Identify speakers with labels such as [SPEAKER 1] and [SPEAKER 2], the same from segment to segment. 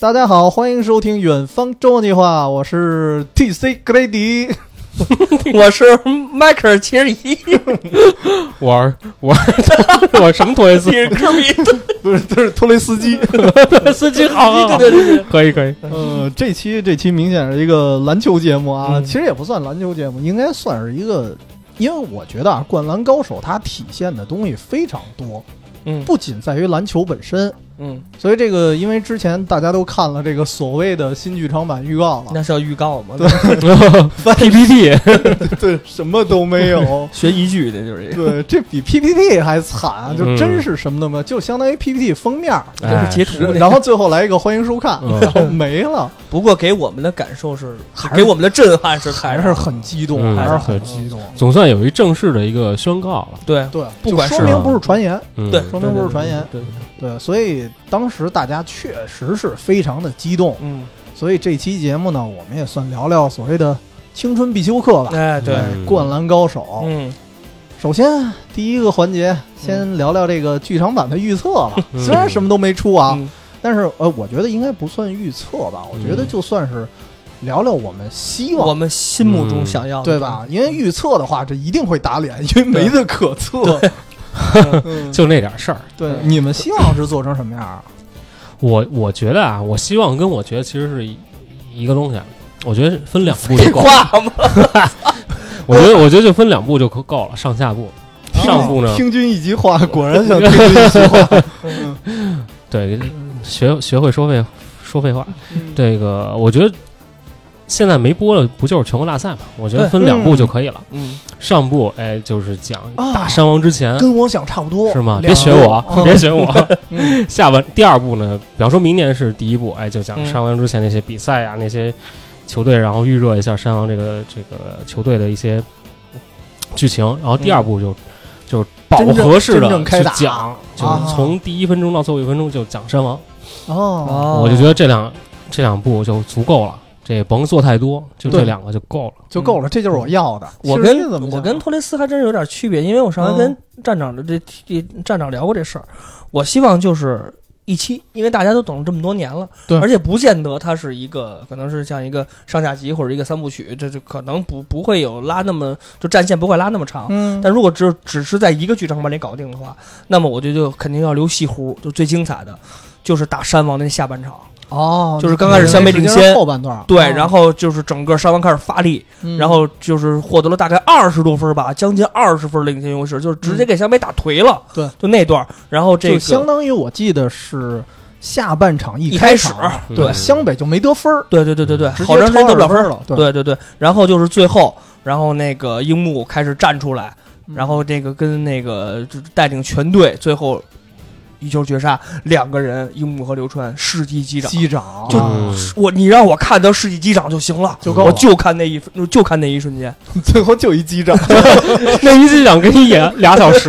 [SPEAKER 1] 大家好，欢迎收听《远方周末计划》，我是 T C 格雷迪。
[SPEAKER 2] 我是迈克尔七十一，
[SPEAKER 3] 我是我是我什么托雷斯
[SPEAKER 2] 你是科比
[SPEAKER 1] 不是，这是托雷斯 基。
[SPEAKER 3] 司机好好好
[SPEAKER 2] 对对对，
[SPEAKER 3] 可以可以，
[SPEAKER 1] 呃，这期这期明显是一个篮球节目啊，
[SPEAKER 3] 嗯
[SPEAKER 1] 其实也不算篮球节目，应该算是一个，因为我觉得啊，《灌篮高手》它体现的东西非常多，
[SPEAKER 3] 嗯
[SPEAKER 1] 不仅在于篮球本身，
[SPEAKER 2] 嗯，
[SPEAKER 1] 所以这个因为之前大家都看了这个所谓的新剧场版预告了，
[SPEAKER 2] 那是要预告吗？。
[SPEAKER 3] PPT
[SPEAKER 1] 对，什么都没有
[SPEAKER 2] 学一句的就是这个，
[SPEAKER 1] 对，这比 PPT 还惨，啊就
[SPEAKER 3] 嗯
[SPEAKER 1] 真是什么都没有，就相当于 PPT 封面儿，
[SPEAKER 2] 就是截图那
[SPEAKER 1] 然后最后来一个欢迎收看，
[SPEAKER 3] 嗯
[SPEAKER 1] 然后没了，
[SPEAKER 2] 不过给我们的感受是
[SPEAKER 1] 还，是
[SPEAKER 2] 给我们的震撼是
[SPEAKER 1] 还是很激动，
[SPEAKER 3] 嗯
[SPEAKER 1] 还是很激动。
[SPEAKER 3] 总算有一正式的一个宣告了，
[SPEAKER 2] 对
[SPEAKER 1] 对，
[SPEAKER 2] 不
[SPEAKER 1] 就
[SPEAKER 2] 管是
[SPEAKER 1] 说明不是传言，
[SPEAKER 3] 嗯
[SPEAKER 2] 对
[SPEAKER 1] 说明不是传言。
[SPEAKER 2] 对，对对
[SPEAKER 1] 对，所以当时大家确实是非常的激动。
[SPEAKER 2] 嗯，
[SPEAKER 1] 所以这期节目呢，我们也算聊聊所谓的青春必修课吧，
[SPEAKER 3] 嗯
[SPEAKER 2] 哎对，
[SPEAKER 1] 哎灌篮高手》
[SPEAKER 2] 嗯，
[SPEAKER 1] 首先第一个环节，先聊聊这个剧场版的预测吧。
[SPEAKER 3] 嗯
[SPEAKER 1] 虽然什么都没出啊，
[SPEAKER 2] 嗯
[SPEAKER 1] 但是呃，我觉得应该不算预测吧，我觉得就算是聊聊我们希望
[SPEAKER 2] 我们心目中想要的
[SPEAKER 1] 对？吧？因为预测的话，这一定会打脸，因为没得可测。嗯
[SPEAKER 3] 就那点事儿，
[SPEAKER 1] 对， 你们希望是做成什么样啊？
[SPEAKER 3] 我我觉得啊，我希望跟我觉得其实是一一个东西啊，我觉得分两
[SPEAKER 2] 废
[SPEAKER 3] 步就够了，
[SPEAKER 2] 话吗？
[SPEAKER 3] 我觉得我觉得就分两步就够够了，上下步，
[SPEAKER 2] 哦
[SPEAKER 3] 上步呢，
[SPEAKER 1] 听君一席话，果然想听君一席 话。嗯
[SPEAKER 3] 对，学学会说废说废话，
[SPEAKER 2] 嗯
[SPEAKER 3] 这个我觉得。现在没播了，不就是全国大赛嘛？我觉得
[SPEAKER 2] 对
[SPEAKER 3] 分两步就可以了。
[SPEAKER 2] 嗯，哦
[SPEAKER 3] 上部，哎，就是讲
[SPEAKER 1] 啊
[SPEAKER 3] 大山王之前，
[SPEAKER 1] 跟我想差不多，
[SPEAKER 3] 是吗？
[SPEAKER 1] 两
[SPEAKER 3] 别学
[SPEAKER 1] 个哦嗯
[SPEAKER 3] 我啊，别学我。下半第二部呢，比方说明年是第一部，哎，就讲
[SPEAKER 2] 嗯
[SPEAKER 3] 山王之前那些比赛啊，那些球队，然后预热一下山王这个这个球队的一些剧情。然后第二部就、就饱和式
[SPEAKER 1] 真正
[SPEAKER 3] 的
[SPEAKER 1] 开
[SPEAKER 3] 去
[SPEAKER 1] 打
[SPEAKER 3] 讲，就是从第一分钟到最后一分钟就讲山王。
[SPEAKER 1] 哦，
[SPEAKER 2] 哦
[SPEAKER 3] 我就觉得这两这两部就足够了，这也甭做太多，就
[SPEAKER 1] 对
[SPEAKER 3] 这两个就够了。
[SPEAKER 1] 哦就够了，这就是我要的。
[SPEAKER 2] 我
[SPEAKER 1] 其实
[SPEAKER 2] 跟
[SPEAKER 1] 这怎么
[SPEAKER 2] 我
[SPEAKER 1] 讲
[SPEAKER 2] 跟托雷斯还真是有点区别，因为我上回跟站长的这这站长聊过这事儿，我希望就是一期，因为大家都等了这么多年了，
[SPEAKER 1] 对
[SPEAKER 2] 而且不见得它是一个，可能是像一个上下集或者一个三部曲，这就可能不不会有拉那么就战线不会拉那么长。
[SPEAKER 1] 嗯，
[SPEAKER 2] 但如果只只是在一个剧场版里搞定的话，那么我觉得就肯定要留西湖，就最精彩的，就是打山王的下半场。嗯
[SPEAKER 1] 哦，
[SPEAKER 2] 就是刚开始三比零先
[SPEAKER 1] 后半段，哦
[SPEAKER 2] 对，然后就是整个山王开始发力，
[SPEAKER 1] 嗯
[SPEAKER 2] 然后就是获得了大概二十多分吧，将近二十分领先优势，就是直接给湘北打颓了。
[SPEAKER 1] 嗯对，
[SPEAKER 2] 就那段儿，然后这
[SPEAKER 1] 就
[SPEAKER 2] 个
[SPEAKER 1] 相当于我记得是下半场一
[SPEAKER 2] 一开始
[SPEAKER 1] 场啊，
[SPEAKER 3] 嗯
[SPEAKER 2] 对
[SPEAKER 1] 湘北就没得分儿，
[SPEAKER 2] 对对对对对，
[SPEAKER 1] 嗯直接
[SPEAKER 2] 好长时间得不了
[SPEAKER 1] 超二
[SPEAKER 2] 分
[SPEAKER 1] 分
[SPEAKER 2] 儿
[SPEAKER 1] 了对
[SPEAKER 2] 对对对，然后就是最后，然后那个樱木开始站出来，
[SPEAKER 1] 嗯
[SPEAKER 2] 然后这个跟那个就是带领全队最后一球绝杀，两个人樱木和刘川士气激涨。
[SPEAKER 1] 击掌
[SPEAKER 2] 就
[SPEAKER 1] 啊
[SPEAKER 3] 嗯
[SPEAKER 2] 我你让我看到士气激涨就行了，
[SPEAKER 1] 就够
[SPEAKER 2] 我
[SPEAKER 1] 了，
[SPEAKER 2] 就看那一分就看那一瞬间。
[SPEAKER 1] 最后就一击掌，
[SPEAKER 3] 那一季想给你演俩小时，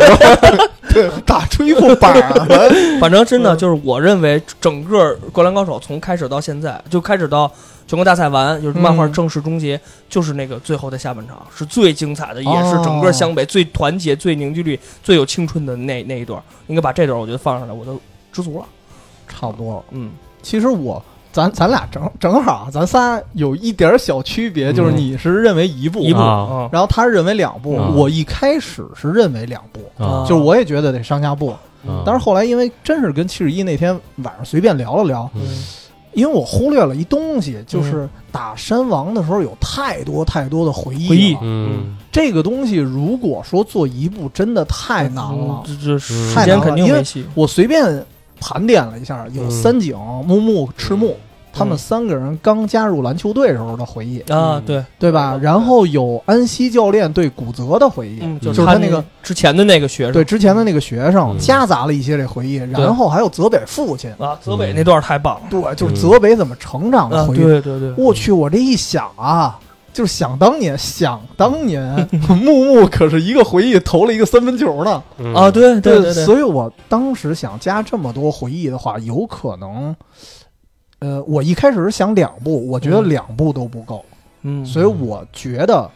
[SPEAKER 1] 对，打出一副板儿
[SPEAKER 2] 反正
[SPEAKER 3] 嗯
[SPEAKER 2] 真的就是，我认为整个《灌篮高手》从开始到现在，就开始到全国大赛完，就是漫画
[SPEAKER 1] 嗯
[SPEAKER 2] 正式终结，就是那个最后的下半场是最精彩的，也
[SPEAKER 1] 哦
[SPEAKER 2] 是整个湘北最团结、最凝聚力、最有青春的那那一段。应该把这段我觉得放上来，我都知足了。
[SPEAKER 1] 差不多了。
[SPEAKER 2] 嗯，
[SPEAKER 1] 其实我。咱咱俩正正好啊，咱仨有一点儿小区别，
[SPEAKER 3] 嗯
[SPEAKER 1] 就是你是认为一部，
[SPEAKER 2] 一部，
[SPEAKER 3] 啊
[SPEAKER 2] 嗯
[SPEAKER 1] 然后他认为两部。
[SPEAKER 3] 嗯
[SPEAKER 1] 我一开始是认为两部，
[SPEAKER 3] 啊
[SPEAKER 1] 就是我也觉得得上下部，
[SPEAKER 2] 嗯
[SPEAKER 3] 啊
[SPEAKER 1] 但是后来因为真是跟七十一那天晚上随便聊了聊，
[SPEAKER 3] 嗯
[SPEAKER 1] 因为我忽略了一东西，就是打山王的时候有太多太多的回忆了。
[SPEAKER 2] 回忆
[SPEAKER 3] 嗯
[SPEAKER 1] 这个东西如果说做一部，真的太难了。
[SPEAKER 2] 嗯这这时
[SPEAKER 3] 太难
[SPEAKER 2] 间
[SPEAKER 1] 了
[SPEAKER 2] 肯定
[SPEAKER 1] 因为
[SPEAKER 2] 没戏。
[SPEAKER 1] 我随便盘点了一下，有
[SPEAKER 3] 嗯
[SPEAKER 1] 三井、木木、赤木。他们三个人刚加入篮球队时候的回忆，
[SPEAKER 2] 啊
[SPEAKER 3] 嗯，
[SPEAKER 2] 对，
[SPEAKER 1] 对吧？然后有安西教练对古泽的回忆，
[SPEAKER 2] 嗯，
[SPEAKER 3] 就是
[SPEAKER 1] 是
[SPEAKER 2] 他
[SPEAKER 1] 他那个
[SPEAKER 2] 之前的那个学生，
[SPEAKER 1] 对之前的那个学生，
[SPEAKER 3] 嗯
[SPEAKER 1] 夹杂了一些这回忆。然后还有泽北父亲，
[SPEAKER 2] 啊，泽北那段太棒了。
[SPEAKER 1] 对，就是
[SPEAKER 3] 嗯
[SPEAKER 1] 泽北怎么成长的
[SPEAKER 2] 啊，
[SPEAKER 1] 嗯回忆。
[SPEAKER 2] 对对对，
[SPEAKER 1] 我去，我这一想啊，就是想当年，想当年， 木木可是一个回忆投了一个三分球呢。
[SPEAKER 3] 嗯
[SPEAKER 2] 啊，对对对对，
[SPEAKER 1] 所以我当时想加这么多回忆的话，有可能，呃，我一开始是想两部，我觉得
[SPEAKER 2] 嗯
[SPEAKER 1] 两部都不够，
[SPEAKER 2] 嗯，
[SPEAKER 1] 所以我觉得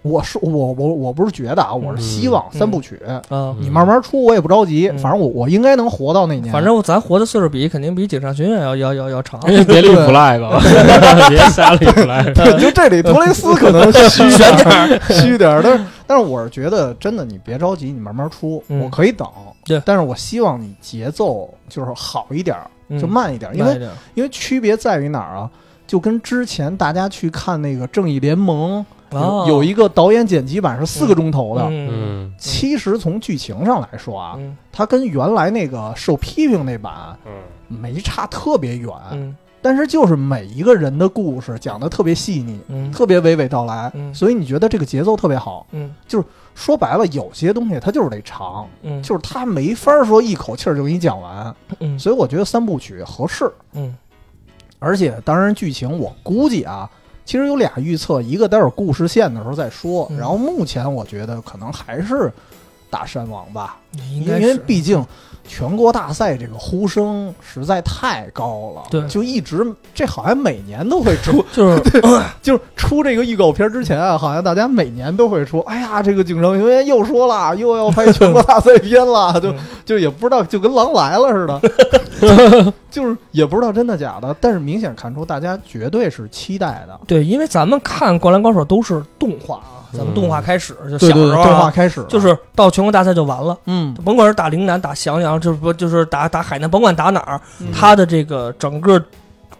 [SPEAKER 1] 我是我我我不是觉得啊，我是希望
[SPEAKER 2] 嗯
[SPEAKER 1] 三部曲，
[SPEAKER 2] 啊
[SPEAKER 3] 嗯。
[SPEAKER 1] 你慢慢出，我也不着急，
[SPEAKER 2] 嗯
[SPEAKER 1] 反正我我应该能活到那年。
[SPEAKER 2] 反正咱活的岁数比肯定比警察学院要要要要长。
[SPEAKER 3] 别立 flag，了 别瞎立 flag。
[SPEAKER 1] 就这里托雷斯可能虚
[SPEAKER 2] 选
[SPEAKER 1] 点儿， 虚点儿，但是但是我是觉得真的，你别着急，你慢慢出，
[SPEAKER 2] 嗯
[SPEAKER 1] 我可以等。
[SPEAKER 2] 对
[SPEAKER 1] 但是我希望你节奏就是好一点儿，
[SPEAKER 2] 嗯
[SPEAKER 1] 就慢一点儿，因
[SPEAKER 2] 慢一
[SPEAKER 1] 为
[SPEAKER 2] 点，
[SPEAKER 1] 因为区别在于哪儿啊？就跟之前大家去看那个《正义联盟》
[SPEAKER 2] 啊
[SPEAKER 1] 有有一个导演剪辑版是四个钟头的。
[SPEAKER 2] 嗯
[SPEAKER 3] 嗯
[SPEAKER 1] 其实从剧情上来说啊，
[SPEAKER 2] 嗯
[SPEAKER 1] 它跟原来那个受批评那版
[SPEAKER 3] 嗯
[SPEAKER 1] 没差特别远，
[SPEAKER 2] 嗯
[SPEAKER 1] 但是就是每一个人的故事讲的特别细腻，
[SPEAKER 2] 嗯
[SPEAKER 1] 特别娓娓道来，
[SPEAKER 2] 嗯
[SPEAKER 1] 所以你觉得这个节奏特别好。
[SPEAKER 2] 嗯
[SPEAKER 1] 说白了，有些东西它就是得长，
[SPEAKER 2] 嗯，
[SPEAKER 1] 就是它没法说一口气儿就给你讲完，
[SPEAKER 2] 嗯
[SPEAKER 1] 所以我觉得三部曲合适。
[SPEAKER 2] 嗯
[SPEAKER 1] 而且，当然剧情我估计啊，其实有俩预测，一个待会儿故事线的时候再说。
[SPEAKER 2] 嗯
[SPEAKER 1] 然后目前我觉得可能还是大山王吧，
[SPEAKER 2] 应
[SPEAKER 1] 因
[SPEAKER 2] 该
[SPEAKER 1] 为
[SPEAKER 2] 是
[SPEAKER 1] 毕竟全国大赛这个呼声实在太高了，
[SPEAKER 2] 对
[SPEAKER 1] 就一直这好像每年都 会出
[SPEAKER 2] 就是
[SPEAKER 1] 就是出这个预告片之前啊，好像大家每年都会说：“哎呀，这个警城学院又说了，又要拍全国大赛片 了。就”就
[SPEAKER 2] 嗯
[SPEAKER 1] 也不知道，就跟狼来了似的， 就是也不知道真的假的。但是明显看出大家绝对是期待的。
[SPEAKER 2] 对，因为咱们看《灌篮高手》都是动画啊，咱们动画
[SPEAKER 3] 嗯
[SPEAKER 2] 开始就小时候
[SPEAKER 1] 动
[SPEAKER 2] 啊
[SPEAKER 1] 画开始了
[SPEAKER 2] 就是到全国大赛就完了。
[SPEAKER 1] 嗯，
[SPEAKER 2] 甭管是打陵南、打襄阳，就是不就是打打海南，甭管打哪儿，
[SPEAKER 1] 嗯
[SPEAKER 2] 它的这个整个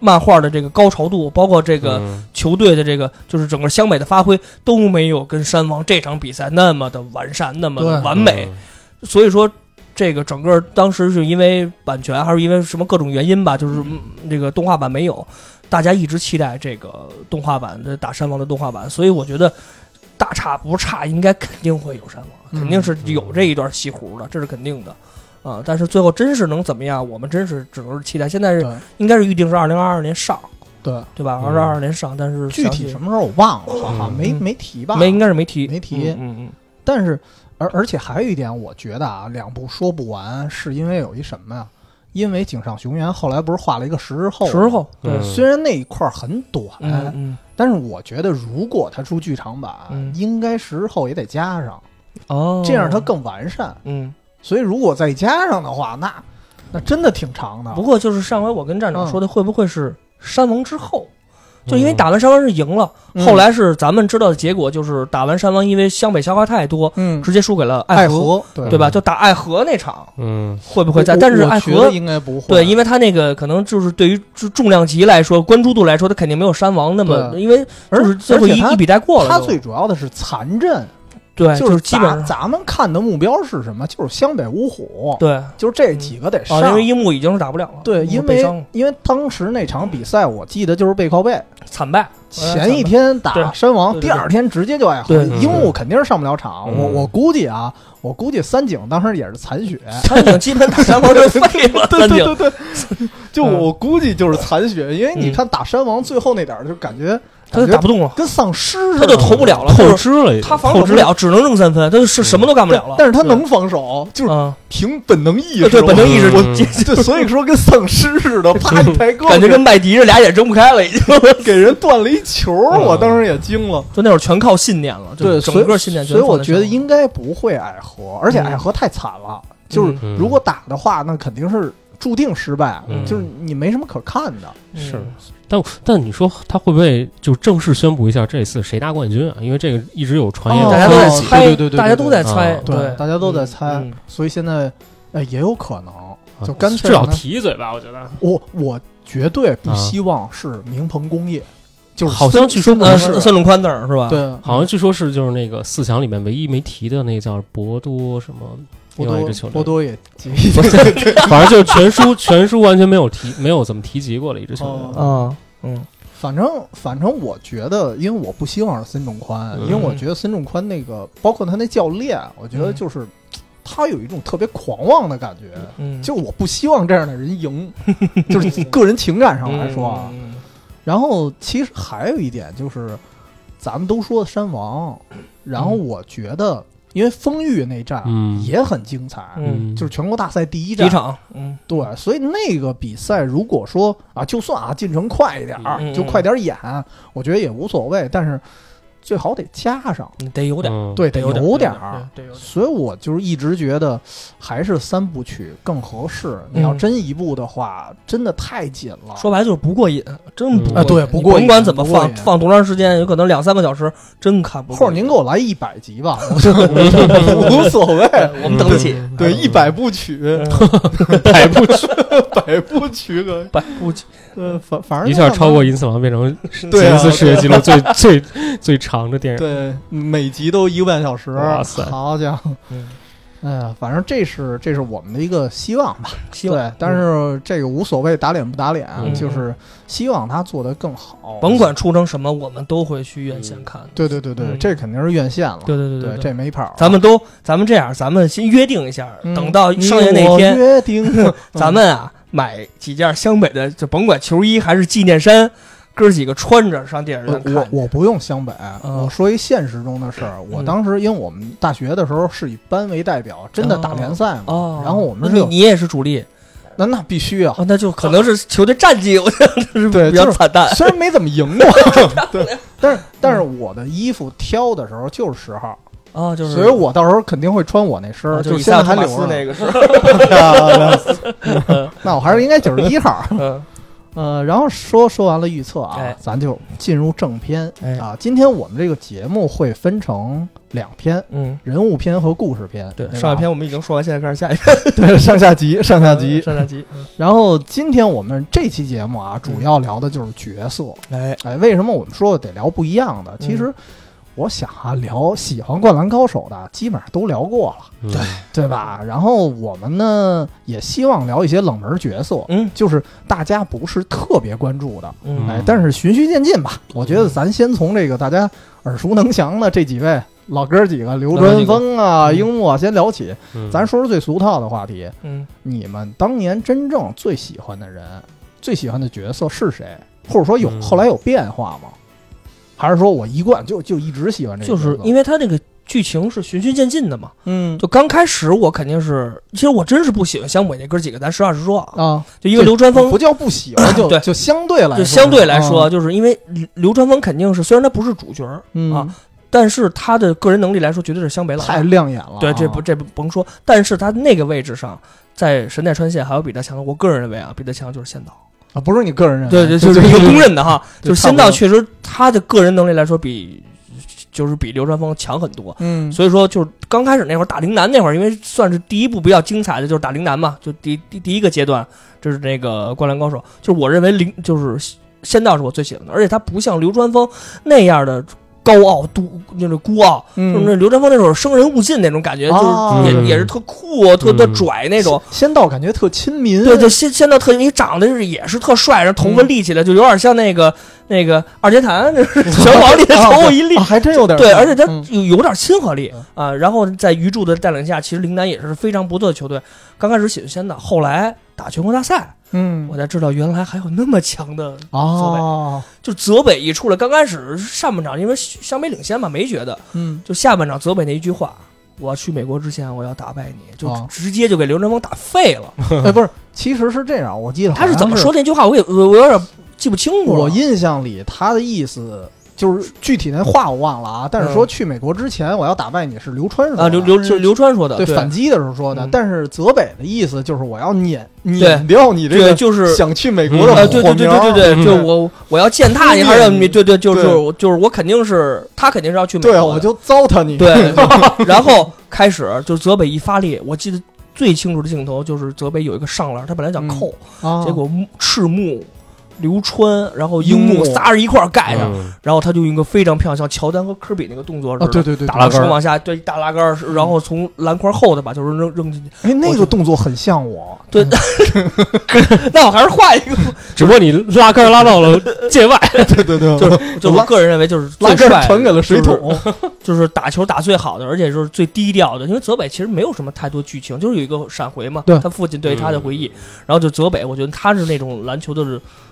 [SPEAKER 2] 漫画的这个高潮度，包括这个
[SPEAKER 3] 嗯
[SPEAKER 2] 球队的这个就是整个湘北的发挥都没有跟山王这场比赛那么的完善，那么的
[SPEAKER 1] 对
[SPEAKER 2] 完美。
[SPEAKER 3] 嗯
[SPEAKER 2] 所以说，这个整个当时是因为版权还是因为什么各种原因吧，就是嗯这个动画版没有，大家一直期待这个动画版的打山王的动画版，所以我觉得大差不差，应该肯定会有山王，
[SPEAKER 1] 嗯
[SPEAKER 2] 肯定是有这一段西湖的，这是肯定的。啊、但是最后真是能怎么样？我们真是只能是期待。现在是
[SPEAKER 1] 对
[SPEAKER 2] 应该是预定是二零二二年上，
[SPEAKER 1] 对，
[SPEAKER 2] 对吧？二
[SPEAKER 3] 嗯
[SPEAKER 2] 零二二年上，但是
[SPEAKER 1] 具
[SPEAKER 2] 详
[SPEAKER 1] 体
[SPEAKER 2] 细
[SPEAKER 1] 什么时候我忘了，好像
[SPEAKER 3] 嗯
[SPEAKER 1] 没
[SPEAKER 2] 嗯
[SPEAKER 1] 没提吧？
[SPEAKER 2] 没应该是没提，
[SPEAKER 1] 没提。
[SPEAKER 2] 嗯嗯
[SPEAKER 1] 但是，而而且还有一点，我觉得啊，两部说不完，是因为有一什么呀？因为井上雄彦后来不是画了一个十日后
[SPEAKER 2] 嗯，
[SPEAKER 1] 吗，
[SPEAKER 2] 十日后，对，
[SPEAKER 3] 嗯
[SPEAKER 1] 虽然那一块儿很短，
[SPEAKER 2] 嗯嗯，
[SPEAKER 1] 但是我觉得如果它出剧场版，
[SPEAKER 2] 嗯
[SPEAKER 1] 应该十日后也得加上，
[SPEAKER 2] 哦，
[SPEAKER 1] 这样它更完善。
[SPEAKER 2] 嗯。
[SPEAKER 1] 所以如果再加上的话，那那真的挺长的
[SPEAKER 2] 不。过就是上回我跟站
[SPEAKER 1] 嗯
[SPEAKER 2] 长说的，会不会是山王之后？
[SPEAKER 3] 嗯
[SPEAKER 2] 就因为打完山王是赢了，
[SPEAKER 1] 嗯
[SPEAKER 2] 后来是咱们知道的结果，就是打完山王，因为湘北消化太多，
[SPEAKER 1] 嗯，
[SPEAKER 2] 直接输给了
[SPEAKER 1] 爱
[SPEAKER 2] 河，
[SPEAKER 1] 河对
[SPEAKER 2] 对吧？就打爱河那场
[SPEAKER 3] 嗯
[SPEAKER 2] 会不会在？
[SPEAKER 1] 我
[SPEAKER 2] 但是
[SPEAKER 1] 我
[SPEAKER 2] 爱
[SPEAKER 1] 觉
[SPEAKER 2] 河
[SPEAKER 1] 得应该不会，啊
[SPEAKER 2] 对，因为他那个可能就是对于重重量级来说，关注度来说，他肯定没有山王那么，
[SPEAKER 1] 对
[SPEAKER 2] 因为
[SPEAKER 1] 而
[SPEAKER 2] 就是最后
[SPEAKER 1] 而
[SPEAKER 2] 一
[SPEAKER 1] 且他
[SPEAKER 2] 一笔带过了就。
[SPEAKER 1] 它最主要的是残阵，
[SPEAKER 2] 对，
[SPEAKER 1] 就是
[SPEAKER 2] 基本
[SPEAKER 1] 咱
[SPEAKER 2] 上
[SPEAKER 1] 咱们看的目标是什么？就是湘北五虎，
[SPEAKER 2] 对啊，
[SPEAKER 1] 就是这几个得上。
[SPEAKER 2] 因为樱木已经是打不了了，
[SPEAKER 1] 对，
[SPEAKER 2] 樱
[SPEAKER 1] 因
[SPEAKER 2] 木被伤
[SPEAKER 1] 为
[SPEAKER 2] 了
[SPEAKER 1] 因为当时那场比赛，我记得就是背靠背，
[SPEAKER 2] 惨败，
[SPEAKER 1] 前一天打
[SPEAKER 2] 哎对
[SPEAKER 1] 山王，
[SPEAKER 2] 对对
[SPEAKER 1] 第
[SPEAKER 2] 对
[SPEAKER 1] 二天直接就爱喝。
[SPEAKER 2] 对
[SPEAKER 3] 嗯
[SPEAKER 1] 樱木肯定是上不了场，
[SPEAKER 3] 嗯
[SPEAKER 1] 我我估计啊，我估计三井当时也是残血。
[SPEAKER 2] 三井基本打山王就废了，
[SPEAKER 1] 对
[SPEAKER 2] 三井
[SPEAKER 1] 对对对， 就
[SPEAKER 2] 嗯
[SPEAKER 1] 我估计就是残血，因为你看打山王最后那点儿，就感觉
[SPEAKER 2] 他
[SPEAKER 1] 感
[SPEAKER 2] 就
[SPEAKER 1] 觉
[SPEAKER 2] 打不动了，
[SPEAKER 1] 跟丧尸似的，
[SPEAKER 2] 他就投不了
[SPEAKER 1] 嗯
[SPEAKER 2] 了，
[SPEAKER 3] 透
[SPEAKER 2] 就是
[SPEAKER 3] 支了已经，
[SPEAKER 2] 他防守不了，只能扔三分，他就是什么都干不了了。
[SPEAKER 1] 但是他能防守，就是
[SPEAKER 2] 啊，
[SPEAKER 1] 凭本能意识，
[SPEAKER 2] 对，本能意识
[SPEAKER 1] 我
[SPEAKER 3] 嗯
[SPEAKER 1] 就所以说跟丧尸似的，啪一抬高，
[SPEAKER 2] 嗯感觉跟麦迪这俩眼睁不开 了，已经。
[SPEAKER 1] 给人断了一球，我
[SPEAKER 2] 嗯
[SPEAKER 1] 当时也惊了。
[SPEAKER 2] 就那会儿全靠信念了，就
[SPEAKER 1] 对，
[SPEAKER 2] 整
[SPEAKER 1] 所以
[SPEAKER 2] 个信念全
[SPEAKER 1] 所以我
[SPEAKER 2] 放在
[SPEAKER 1] 觉得
[SPEAKER 2] 上面
[SPEAKER 1] 应该不会矮河，而且
[SPEAKER 2] 嗯
[SPEAKER 1] 矮河太惨了，就是
[SPEAKER 3] 嗯
[SPEAKER 1] 如果打的话，那肯定是注定失败，
[SPEAKER 3] 嗯
[SPEAKER 1] 就是你没什么可看的。
[SPEAKER 3] 是
[SPEAKER 2] 嗯，
[SPEAKER 3] 但但你说他会不会就正式宣布一下这次谁拿冠军啊？因为这个一直有传言，
[SPEAKER 1] 哦
[SPEAKER 3] 啊
[SPEAKER 2] 大家都在
[SPEAKER 1] 哦
[SPEAKER 2] 猜，
[SPEAKER 1] 对对对对
[SPEAKER 2] 大家都在猜，
[SPEAKER 3] 对
[SPEAKER 1] 对大家都在猜
[SPEAKER 2] 嗯
[SPEAKER 1] 所以现在，呃，也有可能，
[SPEAKER 3] 啊
[SPEAKER 1] 就干脆
[SPEAKER 3] 至少
[SPEAKER 1] 让他
[SPEAKER 3] 提一嘴吧，我觉得。
[SPEAKER 1] 我我绝对不
[SPEAKER 3] 啊
[SPEAKER 1] 希望是明鹏工业，就是
[SPEAKER 3] 好像
[SPEAKER 1] 森
[SPEAKER 3] 据说
[SPEAKER 1] 森
[SPEAKER 3] 不
[SPEAKER 1] 林
[SPEAKER 2] 呃，
[SPEAKER 1] 是
[SPEAKER 2] 孙龙宽子儿是吧？，
[SPEAKER 1] 对，
[SPEAKER 3] 好像据说是就是那个四强里面唯一没提的那个叫博多什么
[SPEAKER 1] 波
[SPEAKER 3] 另外一
[SPEAKER 1] 多
[SPEAKER 3] 支球队
[SPEAKER 1] 波，多 也急，
[SPEAKER 3] 反正就是全书全书完全没有提，没有怎么提及过的一支球
[SPEAKER 1] 哦
[SPEAKER 3] 队。
[SPEAKER 2] 啊，嗯，
[SPEAKER 1] 反正反正我觉得，因为我不希望是孙仲宽，
[SPEAKER 3] 嗯
[SPEAKER 1] 因为我觉得孙仲宽那个，包括他那教练，我觉得
[SPEAKER 2] 嗯
[SPEAKER 1] 就是、他有一种特别狂妄的感觉。
[SPEAKER 2] 嗯，
[SPEAKER 1] 就是我不希望这样的人 赢，就是个人情感上来说啊。
[SPEAKER 2] 嗯，
[SPEAKER 1] 然后其实还有一点就是，咱们都说山王，然后我觉得，因为丰裕那战
[SPEAKER 3] 嗯
[SPEAKER 1] 也很精彩，
[SPEAKER 2] 嗯
[SPEAKER 1] 就是全国大赛第一
[SPEAKER 2] 第
[SPEAKER 1] 战
[SPEAKER 2] 一，场，嗯，
[SPEAKER 1] 对，所以那个比赛如果说啊，就算啊进程快一点儿，
[SPEAKER 2] 嗯
[SPEAKER 1] 就快点儿演，我觉得也无所谓。但是最好得加上，
[SPEAKER 2] 你得有点儿，
[SPEAKER 3] 嗯
[SPEAKER 1] 对，
[SPEAKER 2] 得
[SPEAKER 1] 得
[SPEAKER 2] 点儿，
[SPEAKER 1] 有
[SPEAKER 2] 有
[SPEAKER 1] 点
[SPEAKER 2] 儿
[SPEAKER 1] 儿。，啊
[SPEAKER 2] 对，得有点
[SPEAKER 1] 所以我就是一直觉得还是三部曲更合适。你要
[SPEAKER 2] 嗯
[SPEAKER 1] 真一部的话，真的太紧了。
[SPEAKER 2] 儿。说白了就是不过瘾，真不过
[SPEAKER 3] 嗯
[SPEAKER 1] 啊，
[SPEAKER 2] 瘾
[SPEAKER 1] 对，
[SPEAKER 2] 你
[SPEAKER 1] 不过
[SPEAKER 2] 甭管怎么放，
[SPEAKER 1] 放。
[SPEAKER 2] 放多长时间，有可能两三个小时，真看不过瘾。
[SPEAKER 1] 或者您给我来一百集 吧，我就无所谓。
[SPEAKER 2] 对，我
[SPEAKER 1] 嗯
[SPEAKER 2] 们等得起。
[SPEAKER 3] 嗯
[SPEAKER 1] 对，一百部曲，
[SPEAKER 2] 嗯
[SPEAKER 3] 百步曲
[SPEAKER 1] 百部曲可以。
[SPEAKER 2] 百不起，
[SPEAKER 1] 呃，反反正
[SPEAKER 3] 一下超过《银次郎》，变成
[SPEAKER 1] 对
[SPEAKER 3] 吉尼
[SPEAKER 1] 啊
[SPEAKER 3] 斯世界纪录最最最长的电影。
[SPEAKER 1] 对，每集都一个半小时。
[SPEAKER 3] 哇塞
[SPEAKER 1] 好家伙！
[SPEAKER 2] 嗯
[SPEAKER 1] 哎呀，反正这是这是我们的一个希望 吧。
[SPEAKER 2] 希望
[SPEAKER 1] 对，但是这个无所谓打脸不打脸，
[SPEAKER 3] 嗯
[SPEAKER 1] 就是希望他做得更好。
[SPEAKER 2] 甭管出成什么，我们都会去院线看的。
[SPEAKER 1] 对对对对，
[SPEAKER 2] 嗯
[SPEAKER 1] 这肯定是院线了。
[SPEAKER 2] 对对对
[SPEAKER 1] 对，这没跑儿。
[SPEAKER 2] 咱们都，咱们这样，咱们先约定一下，
[SPEAKER 1] 嗯
[SPEAKER 2] 等到
[SPEAKER 1] 你
[SPEAKER 2] 上映那
[SPEAKER 1] 我
[SPEAKER 2] 天，
[SPEAKER 1] 约 定嗯
[SPEAKER 2] 咱们啊买几件湘北的，就甭管球衣还是纪念衫，哥几个穿着上电影
[SPEAKER 1] 我
[SPEAKER 2] 院看
[SPEAKER 1] 我
[SPEAKER 2] 去。
[SPEAKER 1] 我不用湘北，
[SPEAKER 2] 嗯
[SPEAKER 1] 我说一现实中的事儿。我当时因为我们大学的时候是以班为代表，真的打联赛嘛。
[SPEAKER 2] 哦，
[SPEAKER 1] 然后我们是
[SPEAKER 2] 你
[SPEAKER 1] 有，
[SPEAKER 2] 你也是主力
[SPEAKER 1] 那那必须啊。
[SPEAKER 2] 哦，那就可能是球队战绩，我觉得是
[SPEAKER 1] 对
[SPEAKER 2] 比较
[SPEAKER 1] 就是
[SPEAKER 2] 惨淡。
[SPEAKER 1] 虽然没怎么赢 过，对，但是但是我的衣服挑的时候就是十号，
[SPEAKER 2] 哦，就是，
[SPEAKER 1] 所以我到时候肯定会穿我那身儿，
[SPEAKER 2] 哦就
[SPEAKER 1] 就是
[SPEAKER 2] 以
[SPEAKER 1] 现在
[SPEAKER 2] 萨
[SPEAKER 1] 还
[SPEAKER 2] 托
[SPEAKER 1] 留
[SPEAKER 2] 马斯
[SPEAKER 1] 着
[SPEAKER 2] 那 个是吧，
[SPEAKER 1] 呢。 那我还是应该九十一 号。
[SPEAKER 2] 嗯，
[SPEAKER 1] 呃，然后说说完了预测啊
[SPEAKER 2] 哎，
[SPEAKER 1] 咱就进入正片
[SPEAKER 2] 哎
[SPEAKER 1] 啊。今天我们这个节目会分成两篇，
[SPEAKER 2] 嗯，
[SPEAKER 1] 人物篇和故事篇。
[SPEAKER 2] 对，
[SPEAKER 1] 吧
[SPEAKER 2] 上一篇我们已经说完，现在开始下一篇。
[SPEAKER 1] 对，上下集，上下集。
[SPEAKER 2] 上 下集。嗯
[SPEAKER 1] 然后今天我们这期节目啊，主要聊的就是角色。
[SPEAKER 2] 哎，
[SPEAKER 1] 哎，为什么我们说得聊不一样的？
[SPEAKER 2] 嗯
[SPEAKER 1] 其实我想啊，聊喜欢《灌篮高手》的，基本上都聊过了，
[SPEAKER 3] 嗯
[SPEAKER 2] 对
[SPEAKER 1] 对吧？然后我们呢，也希望聊一些冷门角色，
[SPEAKER 2] 嗯
[SPEAKER 1] 就是大家不是特别关注的，
[SPEAKER 2] 嗯，
[SPEAKER 1] 哎，但是循序渐进吧。我觉得咱先从这个大家耳熟能详的这几位老哥几个，刘
[SPEAKER 2] 老哥
[SPEAKER 1] 春
[SPEAKER 2] 几个
[SPEAKER 1] 风啊、
[SPEAKER 2] 嗯
[SPEAKER 1] 樱木啊，先聊起。
[SPEAKER 3] 嗯
[SPEAKER 1] 咱说说最俗套的话题，
[SPEAKER 2] 嗯，
[SPEAKER 1] 你们当年真正最喜欢的人、最喜欢的角色是谁？或者说有
[SPEAKER 3] 嗯
[SPEAKER 1] 后来有变化吗？还是说我一贯就就一直喜欢这个
[SPEAKER 2] 就
[SPEAKER 1] 角色？
[SPEAKER 2] 是因为他这个剧情是循序渐进的嘛。
[SPEAKER 1] 嗯
[SPEAKER 2] 就刚开始我肯定是，其实我真是不喜欢湘北那哥几个，咱实话实说啊，
[SPEAKER 1] 啊，
[SPEAKER 2] 就因为流川
[SPEAKER 1] 不
[SPEAKER 2] 枫
[SPEAKER 1] 不。叫不喜 欢，就
[SPEAKER 2] 对
[SPEAKER 1] 就相对来说
[SPEAKER 2] 就相对来说，
[SPEAKER 1] 啊
[SPEAKER 2] 就是因为流川枫肯定是，虽然他不是主角儿，
[SPEAKER 1] 嗯
[SPEAKER 2] 啊但是他的个人能力来说，绝对是湘北老大
[SPEAKER 1] 太亮眼了。
[SPEAKER 2] 对，
[SPEAKER 1] 啊
[SPEAKER 2] 这不这不甭说，但是他那个位置上，在神奈川县还有比他强的，我个人认为啊，比他强的就是仙道。
[SPEAKER 1] 啊不是你个人认为，
[SPEAKER 2] 对对，就是一个公认的哈，
[SPEAKER 1] 对
[SPEAKER 2] 就是仙道确实他的个人能力来说比，就是比流川枫强很多。
[SPEAKER 1] 嗯，
[SPEAKER 2] 所以说，就是刚开始那会儿打陵南那会儿，因为算是第一部比较精彩的，就是打陵南嘛，就第第第一个阶段，就是那个《呃灌篮高手》，就是我认为陵就是仙道是我最喜欢的，而且他不像流川枫那样的高傲、独就是孤傲，就是那
[SPEAKER 1] 嗯，
[SPEAKER 2] 流川枫那种生人勿近那种感觉，
[SPEAKER 1] 哦
[SPEAKER 2] 就是
[SPEAKER 3] 嗯
[SPEAKER 2] 也也是特酷、特特
[SPEAKER 3] 嗯
[SPEAKER 2] 拽那种。
[SPEAKER 1] 仙道感觉特亲民，
[SPEAKER 2] 对对，仙仙道特你长得是也是特帅，然后头发
[SPEAKER 1] 嗯
[SPEAKER 2] 立起来，就有点像那个那个二阶堂， 就是拳皇里的头发一立
[SPEAKER 1] 啊，还真有点
[SPEAKER 2] 对，
[SPEAKER 1] 像
[SPEAKER 2] 而且他
[SPEAKER 1] 嗯
[SPEAKER 2] 有有点亲和力
[SPEAKER 1] 嗯
[SPEAKER 2] 啊。然后在鱼柱的带领下，其实陵南也是非常不错的球队。刚开始喜欢仙道，后来打全国大赛，
[SPEAKER 1] 嗯
[SPEAKER 2] 我才知道原来还有那么强的。
[SPEAKER 1] 哦，
[SPEAKER 2] 就泽北一出来，刚开始上半场因为湘北领先嘛，没觉得。
[SPEAKER 1] 嗯
[SPEAKER 2] 就下半场泽北那一句话：“我去美国之前，我要打败你。”就
[SPEAKER 1] 啊
[SPEAKER 2] 直接就给流川枫打废了。
[SPEAKER 1] 哎不是，其实是这样，我记得好
[SPEAKER 2] 嗯他
[SPEAKER 1] 像
[SPEAKER 2] 是
[SPEAKER 1] 是
[SPEAKER 2] 怎么说那句话？我给我我有点记不清楚了。
[SPEAKER 1] 我印象里他的意思就是具体那话我忘了啊，但是说去美国之前我要打败你是刘川说的
[SPEAKER 2] 嗯啊，刘刘
[SPEAKER 1] 就是
[SPEAKER 2] 刘川说的，
[SPEAKER 1] 对
[SPEAKER 2] 对
[SPEAKER 1] 反击的时候说的，
[SPEAKER 2] 嗯
[SPEAKER 1] 但是泽北的意思就是我要撵
[SPEAKER 2] 对
[SPEAKER 1] 撵掉你这
[SPEAKER 2] 对，
[SPEAKER 1] 个
[SPEAKER 2] 就是
[SPEAKER 1] 想去美国
[SPEAKER 3] 我
[SPEAKER 1] 的
[SPEAKER 2] 呃，
[SPEAKER 1] 火
[SPEAKER 2] 对对对
[SPEAKER 1] 苗儿
[SPEAKER 2] 对对对，
[SPEAKER 3] 嗯
[SPEAKER 2] 就我我要践踏你，还是要
[SPEAKER 1] 嗯
[SPEAKER 2] 你对对，就是
[SPEAKER 1] 对
[SPEAKER 2] 就是就是我肯定是他肯定是要去美国
[SPEAKER 1] 对啊
[SPEAKER 2] 的，
[SPEAKER 1] 我就糟蹋你，
[SPEAKER 2] 对，然后开始就是泽北一发力，我记得最清楚的镜头就是泽北有一个上篮，他本来想扣，
[SPEAKER 1] 啊，
[SPEAKER 2] 结果赤木、流川，然后
[SPEAKER 1] 樱
[SPEAKER 2] 樱木
[SPEAKER 1] 木
[SPEAKER 2] 仨人一块儿盖上，
[SPEAKER 3] 嗯
[SPEAKER 2] 然后他就用一个非常漂亮，像乔丹和科比那个动作似
[SPEAKER 1] 啊
[SPEAKER 2] 的。
[SPEAKER 1] 对对对，
[SPEAKER 3] 打
[SPEAKER 1] 对
[SPEAKER 3] 拉
[SPEAKER 2] 把
[SPEAKER 3] 杆
[SPEAKER 2] 手
[SPEAKER 3] 儿
[SPEAKER 2] 往下，对，大拉杆儿，然后从篮筐后头把球扔扔进去。
[SPEAKER 1] 哎那
[SPEAKER 2] 我
[SPEAKER 1] 个
[SPEAKER 2] 就
[SPEAKER 1] 动作很像我，
[SPEAKER 2] 对
[SPEAKER 1] 嗯
[SPEAKER 2] 那我还是换一 个，
[SPEAKER 3] 只不过你拉杆儿拉到了界外，
[SPEAKER 1] 对对对，
[SPEAKER 2] 就是就我个人认为就是
[SPEAKER 1] 拉
[SPEAKER 2] 最
[SPEAKER 1] 杆儿
[SPEAKER 2] 帅
[SPEAKER 1] 传给了水
[SPEAKER 2] 就是
[SPEAKER 1] 桶，
[SPEAKER 2] 就是打球打最好的，而且就是最低调的，因为泽北其实没有什么太多剧情，就是有一个闪回嘛，
[SPEAKER 1] 对
[SPEAKER 2] 他父 亲对他的回忆，
[SPEAKER 3] 嗯
[SPEAKER 2] 然后就泽北，我觉得他是那种篮球的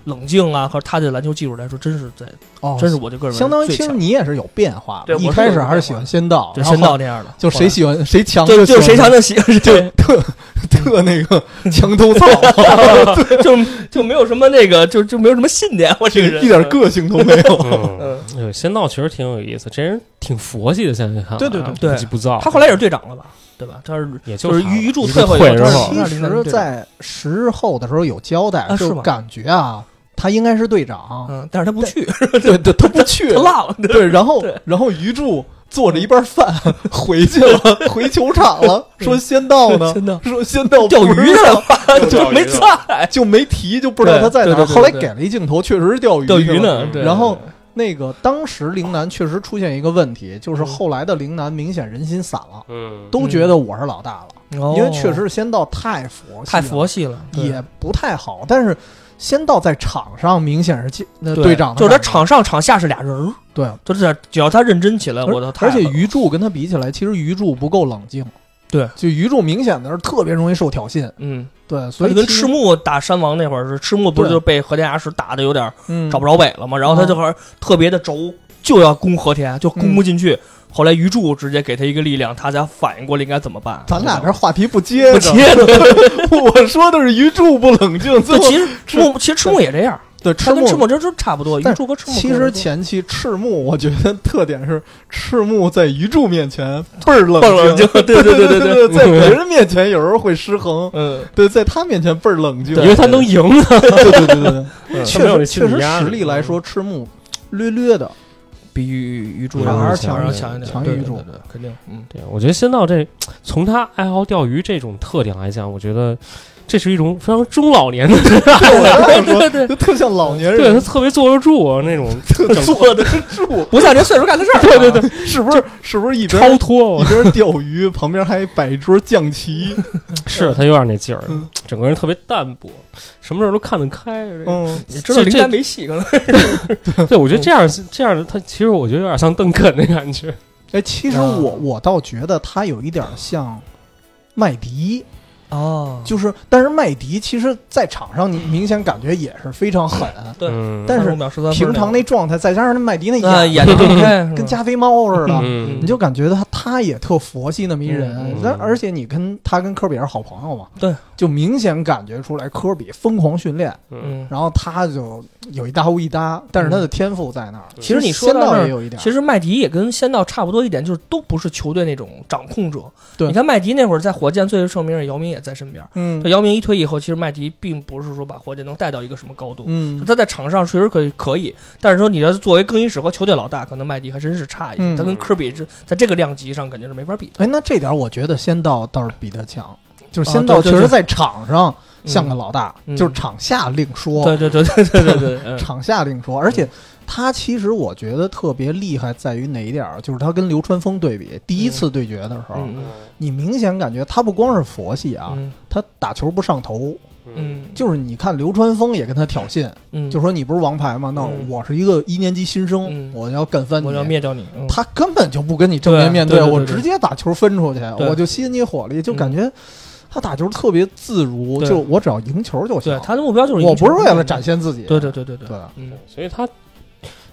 [SPEAKER 2] 冷静啊，和他的篮球技术来说，真是在，
[SPEAKER 1] 哦，
[SPEAKER 2] 真是我就个人
[SPEAKER 1] 相当于
[SPEAKER 2] 最
[SPEAKER 1] 其实
[SPEAKER 2] 强，
[SPEAKER 1] 你也是有变化的，
[SPEAKER 2] 对
[SPEAKER 1] 一
[SPEAKER 2] 我是
[SPEAKER 1] 开
[SPEAKER 2] 有
[SPEAKER 1] 始还是
[SPEAKER 2] 变
[SPEAKER 1] 喜
[SPEAKER 2] 化
[SPEAKER 1] 欢仙道，
[SPEAKER 2] 就
[SPEAKER 1] 然后
[SPEAKER 2] 仙道那样的，
[SPEAKER 1] 就谁喜欢谁强
[SPEAKER 2] 对，
[SPEAKER 1] 就
[SPEAKER 2] 就是
[SPEAKER 1] 喜
[SPEAKER 2] 谁
[SPEAKER 1] 欢
[SPEAKER 2] 强就喜
[SPEAKER 1] 就
[SPEAKER 2] 对
[SPEAKER 1] 特特那 个墙头草，
[SPEAKER 2] 就就没有什么那个，就就没有什么信念，我这个 人
[SPEAKER 1] 一点个性都没有。
[SPEAKER 3] 嗯，哎呦仙道确实挺有意思，这人挺佛系的，现在看来
[SPEAKER 1] 对对
[SPEAKER 3] 啊
[SPEAKER 2] 对
[SPEAKER 3] 不急不躁。
[SPEAKER 2] 他后来也是队长了吧？对吧？他是
[SPEAKER 3] 也
[SPEAKER 2] 就是是
[SPEAKER 3] 他
[SPEAKER 2] 一柱
[SPEAKER 3] 一
[SPEAKER 2] 退
[SPEAKER 3] 柱
[SPEAKER 2] 后
[SPEAKER 3] 退
[SPEAKER 2] 以后
[SPEAKER 3] 之
[SPEAKER 2] 他
[SPEAKER 3] 后
[SPEAKER 2] 是
[SPEAKER 1] 其实，在十日后的时候有交代，
[SPEAKER 2] 啊是
[SPEAKER 1] 就
[SPEAKER 2] 吗
[SPEAKER 1] 感觉啊，他应该是队长，
[SPEAKER 2] 嗯，但是他不去，
[SPEAKER 1] 对对，他不去，
[SPEAKER 2] 他浪，
[SPEAKER 1] 对，然后
[SPEAKER 2] 对
[SPEAKER 1] 然后鱼柱做着一半 饭回去了，回球场了，说仙道呢，
[SPEAKER 2] 真的
[SPEAKER 1] 说仙道
[SPEAKER 2] 嗯钓鱼
[SPEAKER 1] 不知道
[SPEAKER 2] 去了， 就
[SPEAKER 3] 钓鱼
[SPEAKER 2] 没
[SPEAKER 3] 了
[SPEAKER 2] 在
[SPEAKER 1] 就没提，就不知道他在哪
[SPEAKER 2] 对对
[SPEAKER 1] 儿。
[SPEAKER 2] 对对
[SPEAKER 1] 后来
[SPEAKER 2] 对
[SPEAKER 1] 给了一镜头，确实是钓鱼
[SPEAKER 2] 钓
[SPEAKER 1] 去
[SPEAKER 2] 鱼
[SPEAKER 1] 了。
[SPEAKER 2] 嗯呢。嗯对
[SPEAKER 1] 然后那个当时陵南确实出现一个问题，就是
[SPEAKER 2] 嗯
[SPEAKER 1] 后来的陵南明显人心散了，
[SPEAKER 3] 嗯，
[SPEAKER 1] 都觉得我是老大了，因
[SPEAKER 2] 因
[SPEAKER 1] 为确实是仙道哦太佛系了
[SPEAKER 2] 哦太佛系了，对
[SPEAKER 1] 也不太好，但是。仙道在场上明显是进那
[SPEAKER 2] 对
[SPEAKER 1] 队长的
[SPEAKER 2] 就是他
[SPEAKER 1] 感觉
[SPEAKER 2] 场上场下是俩人儿，
[SPEAKER 1] 对，
[SPEAKER 2] 就是只要他认真起来，我
[SPEAKER 1] 而
[SPEAKER 2] 操，太
[SPEAKER 1] 而且
[SPEAKER 2] 狠了
[SPEAKER 1] 鱼柱跟他比起来，其实鱼柱不够冷静。
[SPEAKER 2] 对，
[SPEAKER 1] 就鱼柱明显的是特别容易受挑衅。
[SPEAKER 2] 嗯，
[SPEAKER 1] 对，所
[SPEAKER 2] 所
[SPEAKER 1] 以
[SPEAKER 2] 以跟
[SPEAKER 1] 其实
[SPEAKER 2] 赤木打山王那会儿是赤木不是
[SPEAKER 1] 对
[SPEAKER 2] 就被和田牙石打的有点儿
[SPEAKER 1] 嗯嗯
[SPEAKER 2] 找不着北了嘛，然后他这会儿特别的轴，就要攻和田，就攻不进去。后来鱼柱直接给他一个力量，他才反应过来应该怎么办。
[SPEAKER 1] 咱俩
[SPEAKER 2] 这
[SPEAKER 1] 这话题不接
[SPEAKER 2] 不
[SPEAKER 1] 着，
[SPEAKER 2] 接着，
[SPEAKER 1] 我说的是鱼柱不冷静，最
[SPEAKER 2] 这
[SPEAKER 1] 后
[SPEAKER 2] 其实赤木其实赤木也这样，
[SPEAKER 1] 对
[SPEAKER 2] 他
[SPEAKER 1] 赤
[SPEAKER 2] 跟
[SPEAKER 1] 木
[SPEAKER 2] 赤木真是差不多，
[SPEAKER 1] 但
[SPEAKER 2] 鱼柱和赤木
[SPEAKER 1] 其实前期赤木，我觉得特点是赤木在鱼柱面前倍儿冷
[SPEAKER 2] 蹦了就
[SPEAKER 1] 静，
[SPEAKER 2] 对
[SPEAKER 1] 对
[SPEAKER 2] 对
[SPEAKER 1] 对
[SPEAKER 2] 对对对，
[SPEAKER 1] 在别 人面前有时候会失衡，
[SPEAKER 2] 嗯，
[SPEAKER 1] 对，在他面前倍儿冷静，
[SPEAKER 3] 因为他能赢呢，
[SPEAKER 1] 对对对对对对，
[SPEAKER 3] 他 没
[SPEAKER 1] 确
[SPEAKER 3] 有
[SPEAKER 1] 实确
[SPEAKER 3] 那心理
[SPEAKER 1] 实
[SPEAKER 3] 压啊
[SPEAKER 1] 实力来说，赤木略略的，
[SPEAKER 2] 比鱼鱼柱
[SPEAKER 3] 嗯还是
[SPEAKER 2] 强
[SPEAKER 3] 强
[SPEAKER 2] 要
[SPEAKER 3] 一
[SPEAKER 2] 强一
[SPEAKER 3] 点
[SPEAKER 2] 点，
[SPEAKER 1] 强于
[SPEAKER 2] 对
[SPEAKER 1] 鱼
[SPEAKER 2] 对
[SPEAKER 1] 柱
[SPEAKER 2] 对对肯定，嗯，
[SPEAKER 3] 对，我觉得仙道这从他爱好钓鱼这种特点来讲，我觉得这是一种非常中老年的，啊
[SPEAKER 1] 对
[SPEAKER 2] 对
[SPEAKER 1] 对对，
[SPEAKER 2] 对
[SPEAKER 1] 就特像老年
[SPEAKER 3] 对他
[SPEAKER 1] 人，
[SPEAKER 3] 特别坐得住啊那种，
[SPEAKER 1] 特 整
[SPEAKER 2] 坐得
[SPEAKER 1] 住，
[SPEAKER 2] 不像这岁数干的事儿。啊
[SPEAKER 3] 对对对，
[SPEAKER 1] 是不是？是不是一
[SPEAKER 3] 超
[SPEAKER 1] 边
[SPEAKER 3] 脱啊
[SPEAKER 1] 一，边钓鱼，旁边还摆一桌象棋？
[SPEAKER 3] 是他有点那劲儿
[SPEAKER 1] 嗯，
[SPEAKER 3] 整个人特别淡泊，什么事儿都看得开。啊这个
[SPEAKER 1] 嗯，
[SPEAKER 2] 你知道
[SPEAKER 3] 这
[SPEAKER 2] 林
[SPEAKER 3] 这
[SPEAKER 2] 丹没戏，可能
[SPEAKER 3] 对，我觉得这样这样的他，其实我觉得有点像邓肯的感觉。
[SPEAKER 1] 哎，其实我我倒觉得他有一点像麦迪，
[SPEAKER 2] 哦
[SPEAKER 1] 就是，但是麦迪其实在场上你明显感觉也是非常狠，
[SPEAKER 2] 对
[SPEAKER 3] 嗯
[SPEAKER 1] 但是
[SPEAKER 2] 秒十三分
[SPEAKER 1] 平常那状态，再加上那麦迪那
[SPEAKER 2] 啊
[SPEAKER 1] 眼
[SPEAKER 2] 演的正开，
[SPEAKER 1] 跟加菲猫似的，
[SPEAKER 3] 嗯
[SPEAKER 1] 你就感觉他他也特佛系那么一
[SPEAKER 2] 嗯
[SPEAKER 1] 人
[SPEAKER 3] 嗯。
[SPEAKER 1] 但而且你跟他跟科比也是好朋友嘛，
[SPEAKER 2] 对，
[SPEAKER 1] 就明显感觉出来科比疯狂训练，
[SPEAKER 3] 嗯
[SPEAKER 2] 嗯。
[SPEAKER 1] 然后他就有一搭无一搭，但是他的天赋在那儿。
[SPEAKER 2] 其实你说
[SPEAKER 1] 仙
[SPEAKER 2] 到那
[SPEAKER 1] 道
[SPEAKER 2] 儿
[SPEAKER 1] 也有一点，
[SPEAKER 2] 嗯其实麦迪也跟仙道差不多一点，就是都不是球队那种掌控者。
[SPEAKER 1] 对
[SPEAKER 2] 你看麦迪那会儿在火箭最盛名的时候，姚明也在身边。
[SPEAKER 1] 嗯
[SPEAKER 2] 姚明一退役以后，其实麦迪并不是说把火箭能带到一个什么高度。
[SPEAKER 1] 嗯
[SPEAKER 2] 他在场上确实可以可以，但是说你要作为更衣室和球队老大，可能麦迪还真是差一些。
[SPEAKER 1] 嗯
[SPEAKER 2] 他跟科比是在这个量级上肯定是没法比的。
[SPEAKER 1] 哎，那这点我觉得仙道倒是比他强，就是
[SPEAKER 2] 啊
[SPEAKER 1] 仙
[SPEAKER 2] 对
[SPEAKER 1] 道
[SPEAKER 2] 对
[SPEAKER 1] 确实
[SPEAKER 2] 对
[SPEAKER 1] 在场上像个
[SPEAKER 2] 嗯
[SPEAKER 1] 老大，
[SPEAKER 2] 嗯
[SPEAKER 1] 就是场下另说，
[SPEAKER 2] 对对对对对对对，嗯
[SPEAKER 1] 场下另说。而且他其实我觉得特别厉害在于哪一点儿，就是他跟流川枫对比，第一次对决的时候，
[SPEAKER 2] 嗯
[SPEAKER 1] 你明显感觉他不光是佛系啊，
[SPEAKER 2] 嗯
[SPEAKER 1] 他打球不上头，
[SPEAKER 2] 嗯，
[SPEAKER 1] 就是你看流川枫也跟他挑衅，
[SPEAKER 2] 嗯
[SPEAKER 1] 就说你不是王牌吗？那
[SPEAKER 2] 嗯
[SPEAKER 1] 我是一个一年级新生，
[SPEAKER 2] 嗯
[SPEAKER 1] 我要干翻你，
[SPEAKER 2] 我要灭掉你。嗯
[SPEAKER 1] 他根本就不跟你正面面
[SPEAKER 2] 对对对
[SPEAKER 1] 我
[SPEAKER 2] 对对
[SPEAKER 1] 直接把球分出去，
[SPEAKER 2] 对嗯
[SPEAKER 1] 我就吸引你火力，就感觉他打球特别自如，
[SPEAKER 2] 对
[SPEAKER 1] 就我只要赢球就行
[SPEAKER 2] 对。他的目标就是赢
[SPEAKER 1] 我不是
[SPEAKER 2] 球
[SPEAKER 1] 为了展。现自己，
[SPEAKER 2] 对对对对对，
[SPEAKER 1] 对
[SPEAKER 2] 嗯
[SPEAKER 3] 所以他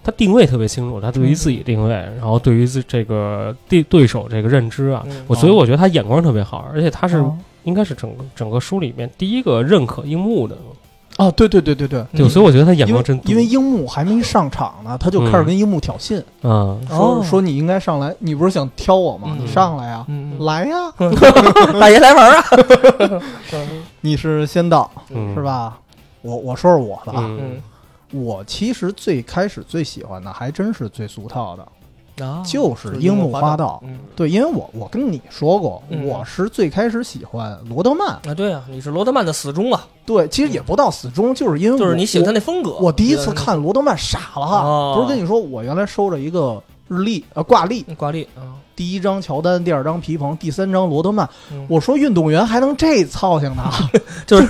[SPEAKER 3] 他定位特别清楚，他对于自己定位，
[SPEAKER 1] 嗯
[SPEAKER 3] 然后对于自这个对对手这个认知啊，
[SPEAKER 2] 嗯
[SPEAKER 3] 我所以我觉得他眼光特别好，而且他是、
[SPEAKER 1] 哦
[SPEAKER 3] 应该是整个整个书里面第一个认可樱木的，
[SPEAKER 1] 啊，对对对对对，
[SPEAKER 2] 嗯
[SPEAKER 3] 对，所以我觉得他眼
[SPEAKER 1] 因
[SPEAKER 3] 光
[SPEAKER 1] 为
[SPEAKER 3] 真多
[SPEAKER 1] 因为樱木还没上场呢，他就开
[SPEAKER 2] 嗯
[SPEAKER 1] 始跟樱木挑衅，
[SPEAKER 3] 啊，
[SPEAKER 2] 哦
[SPEAKER 1] 说说你应该上来，你不是想挑我吗？
[SPEAKER 2] 嗯
[SPEAKER 1] 你上来呀，
[SPEAKER 2] 嗯，嗯
[SPEAKER 1] 来呀，
[SPEAKER 2] 大爷来玩儿啊，
[SPEAKER 1] 你是仙道
[SPEAKER 3] 嗯
[SPEAKER 1] 是？吧？我我说说我的啊，
[SPEAKER 3] 嗯，
[SPEAKER 1] 我其实最开始最喜欢的还真是最俗套的，
[SPEAKER 2] 啊
[SPEAKER 1] 就是樱木花道。
[SPEAKER 2] 嗯
[SPEAKER 1] 对，因为我我跟你说过，
[SPEAKER 2] 嗯
[SPEAKER 1] 我是最开始喜欢罗德曼。
[SPEAKER 2] 啊，对啊，你是罗德曼的死忠啊，
[SPEAKER 1] 对，其实也不到死忠，就是因为
[SPEAKER 2] 就是你喜欢他
[SPEAKER 1] 那。
[SPEAKER 2] 那风格。
[SPEAKER 1] 我第一次看罗德曼傻了哈，
[SPEAKER 2] 哦
[SPEAKER 1] 不是跟你说我原来收着一个日历呃挂历，
[SPEAKER 2] 嗯挂历啊，
[SPEAKER 1] 第一张乔丹，第二张皮蓬，第三张罗德曼。
[SPEAKER 2] 嗯
[SPEAKER 1] 我说运动员还能这操性呢，
[SPEAKER 2] 就是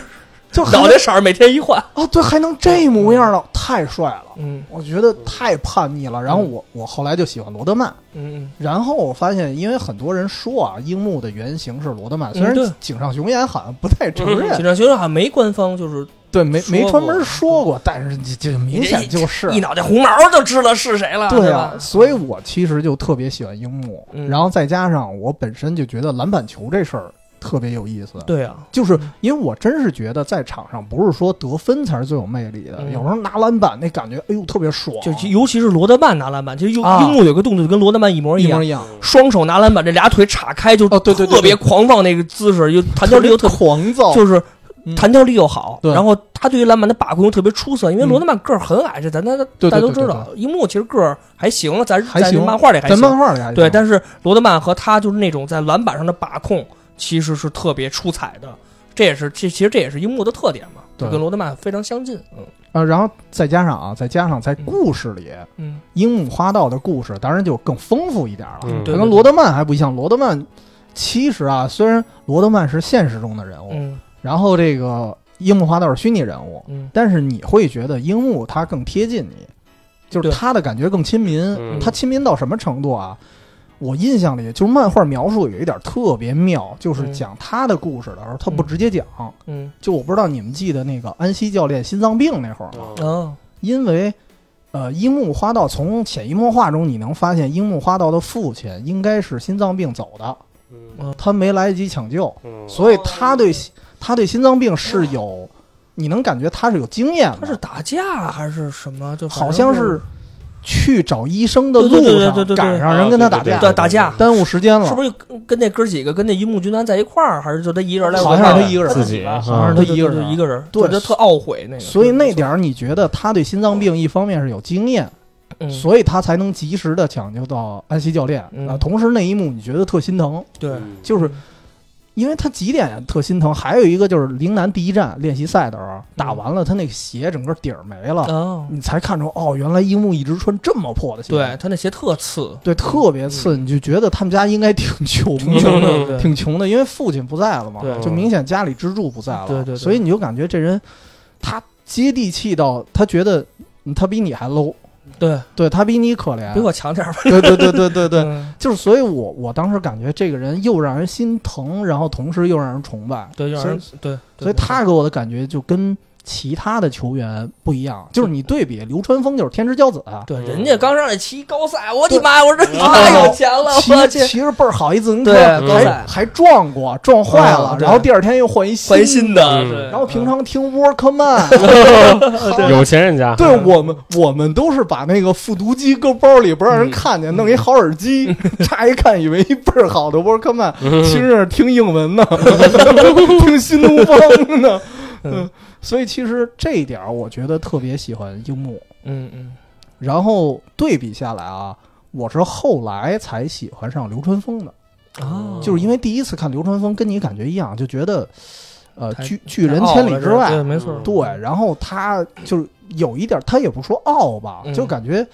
[SPEAKER 1] 就还
[SPEAKER 2] 脑
[SPEAKER 1] 能
[SPEAKER 2] 袋色儿每天 一换。
[SPEAKER 1] 哦对，还能这模样了，太帅了，
[SPEAKER 2] 嗯
[SPEAKER 1] 我觉得太叛逆了。然后我我后来就喜欢罗德曼。
[SPEAKER 2] 嗯
[SPEAKER 1] 然后我发现，因为很多人说啊，樱木的原型是罗德曼，
[SPEAKER 2] 嗯
[SPEAKER 1] 虽然
[SPEAKER 2] 对
[SPEAKER 1] 井上雄彦好像 不太承
[SPEAKER 2] 嗯，
[SPEAKER 1] 认，
[SPEAKER 2] 警察学生好像没官方就是
[SPEAKER 1] 对，没
[SPEAKER 2] 说
[SPEAKER 1] 没
[SPEAKER 2] 过
[SPEAKER 1] 专门说过，但是这这明显就是
[SPEAKER 2] 一脑袋红毛就知道是谁了，
[SPEAKER 1] 对
[SPEAKER 2] 吧
[SPEAKER 1] 啊，？所以我其实就特别喜欢樱木
[SPEAKER 2] 嗯，
[SPEAKER 1] 然后再加上我本身就觉得篮板球这事儿特别有意思。
[SPEAKER 2] 对啊，
[SPEAKER 1] 就是因为我真是觉得在场上不是说得分才是最有魅力的，
[SPEAKER 2] 嗯
[SPEAKER 1] 有时候拿篮板那感觉，哎呦特别爽，
[SPEAKER 2] 就尤其是罗德曼拿篮板，其实樱
[SPEAKER 1] 啊
[SPEAKER 2] 樱木有个动作跟罗德曼一模
[SPEAKER 1] 一
[SPEAKER 2] 样
[SPEAKER 1] 模，一样，
[SPEAKER 2] 双手拿篮板，这俩腿岔开就
[SPEAKER 1] 哦对对对
[SPEAKER 2] 特别狂放那个姿势，又弹跳力又特
[SPEAKER 1] 狂躁，
[SPEAKER 2] 就是
[SPEAKER 1] 嗯
[SPEAKER 2] 弹跳力又好，
[SPEAKER 1] 对
[SPEAKER 2] 然后他对于篮板的把控又特别出色，因为
[SPEAKER 1] 嗯
[SPEAKER 2] 罗德曼个儿很矮，这咱咱
[SPEAKER 1] 对对对
[SPEAKER 2] 大家都知道，樱木其实个儿还行，咱
[SPEAKER 1] 还行
[SPEAKER 2] 在漫画里还
[SPEAKER 1] 咱
[SPEAKER 2] 行，
[SPEAKER 1] 漫画里还
[SPEAKER 2] 对，
[SPEAKER 1] 行
[SPEAKER 2] 但是罗德曼和他就是那种在篮板上的把控其实是特别出彩的，这也是这其实这也是樱木的特点嘛，就
[SPEAKER 1] 对
[SPEAKER 2] 跟罗德曼非常相近，嗯
[SPEAKER 1] 呃，然后再加上啊，再加上在故事里，
[SPEAKER 2] 嗯，
[SPEAKER 1] 樱木花道的故事当然就更丰富一点了。
[SPEAKER 3] 嗯
[SPEAKER 1] 他
[SPEAKER 2] 对
[SPEAKER 1] 跟罗德曼还不一样，罗德曼其实啊，虽然罗德曼是现实中的人物，
[SPEAKER 2] 嗯
[SPEAKER 1] 然后这个樱木花道是虚拟人物，
[SPEAKER 2] 嗯，
[SPEAKER 1] 但是你会觉得樱木他更贴近你，就是
[SPEAKER 2] 对
[SPEAKER 1] 他的感觉更亲民。
[SPEAKER 3] 嗯
[SPEAKER 1] 他亲民到什么程度啊？我印象里，就是漫画描述有一点特别妙，就是
[SPEAKER 2] 嗯
[SPEAKER 1] 讲他的故事的时候，他不
[SPEAKER 2] 嗯
[SPEAKER 1] 直接讲。
[SPEAKER 2] 嗯
[SPEAKER 1] 就我不知道你们记得那个安西教练心脏病那会儿吗？
[SPEAKER 2] 嗯哦
[SPEAKER 1] 因为呃，樱木花道从潜移默化中你能发现，樱木花道的父亲应该是心脏病走的，
[SPEAKER 3] 嗯
[SPEAKER 2] 嗯
[SPEAKER 1] 他没来得及抢救，
[SPEAKER 3] 嗯
[SPEAKER 1] 所以他对他对心脏病是有，你能感觉他是有经验的，
[SPEAKER 2] 他是打架还是什么？就
[SPEAKER 1] 好像是去找医生的
[SPEAKER 2] 对对对
[SPEAKER 1] 路上
[SPEAKER 2] 对对对对
[SPEAKER 1] 赶上人跟他打架
[SPEAKER 2] 对，打架
[SPEAKER 1] 耽误时间了，
[SPEAKER 2] 是不是跟跟那哥几个跟那樱木军团在一块儿，还是就他一人来？
[SPEAKER 1] 好像是他一个人
[SPEAKER 3] 自己
[SPEAKER 1] 好像是他一个人啊
[SPEAKER 2] 对对对一个人，啊
[SPEAKER 1] 对
[SPEAKER 2] 就他特懊悔那个。
[SPEAKER 1] 所以那点儿你觉得他对心脏病一方面是有经验，
[SPEAKER 2] 嗯，
[SPEAKER 1] 所以他才能及时的抢救到安西教练
[SPEAKER 2] 嗯
[SPEAKER 1] 啊。同时那一幕你觉得特心疼，
[SPEAKER 2] 对，
[SPEAKER 1] 就是因为他几点呀特心疼，还有一个就是陵南第一站练习赛的时候打完了，他那个鞋整个底儿没了，
[SPEAKER 2] 哦，
[SPEAKER 1] 你才看出哦，原来樱木一直穿这么破的鞋，
[SPEAKER 2] 对他那鞋特次，
[SPEAKER 1] 对特别次，你就觉得他们家应该挺穷
[SPEAKER 2] 挺
[SPEAKER 1] 的。
[SPEAKER 2] 穷的，对
[SPEAKER 1] 挺穷的，因为父亲不在了嘛
[SPEAKER 2] 对，
[SPEAKER 1] 就明显家里支柱不在了，
[SPEAKER 2] 对对对
[SPEAKER 1] 所以你就感觉这人他接地气到他觉得嗯他比你还 low，
[SPEAKER 2] 对，
[SPEAKER 1] 对他比你可怜
[SPEAKER 2] 比，我强点儿吧。
[SPEAKER 1] 对对对对啊对对，
[SPEAKER 2] 嗯
[SPEAKER 1] 就是所以我我当时感觉这个人又让人心疼，然后同时又让人崇拜，
[SPEAKER 2] 对，让
[SPEAKER 1] 所
[SPEAKER 2] 人
[SPEAKER 1] 以
[SPEAKER 2] 对，对
[SPEAKER 1] 所以他给我的感觉就跟其他的球员不一样，就是你对比流川枫就是天之骄子，
[SPEAKER 2] 对
[SPEAKER 3] 嗯
[SPEAKER 2] 人家刚上来骑高赛，我的妈，我这他妈
[SPEAKER 1] 啊
[SPEAKER 2] 有钱了，
[SPEAKER 1] 骑
[SPEAKER 2] 我去，
[SPEAKER 1] 骑着倍儿好一自行车，
[SPEAKER 2] 对高
[SPEAKER 1] 还
[SPEAKER 2] 赛
[SPEAKER 1] 还撞过，撞坏了
[SPEAKER 2] 啊，对
[SPEAKER 1] 然后第二天又换一新
[SPEAKER 2] 烦心的。
[SPEAKER 3] 嗯
[SPEAKER 2] 对
[SPEAKER 1] 然后平常听 Walkman，
[SPEAKER 3] 有钱人家，
[SPEAKER 1] 对我们我们都是把那个复读机搁包里，不让人
[SPEAKER 2] 嗯
[SPEAKER 1] 看见，弄一好耳机，乍一看以为一倍儿好的 Walkman，
[SPEAKER 3] 嗯
[SPEAKER 1] 其 实是听英文 呢，听新东方呢。嗯，所以其实这一点儿我觉得特别喜欢樱木。
[SPEAKER 2] 嗯嗯
[SPEAKER 1] 然后对比下来啊，我是后来才喜欢上流川枫的，
[SPEAKER 2] 啊，
[SPEAKER 1] 就是因为第一次看流川枫跟你感觉一样，就觉得，呃，
[SPEAKER 2] 太
[SPEAKER 1] 拒拒人千里之外，
[SPEAKER 2] 对，没错，
[SPEAKER 1] 对，然后他就是有一点儿，他也不说傲吧，
[SPEAKER 2] 嗯
[SPEAKER 1] 就感觉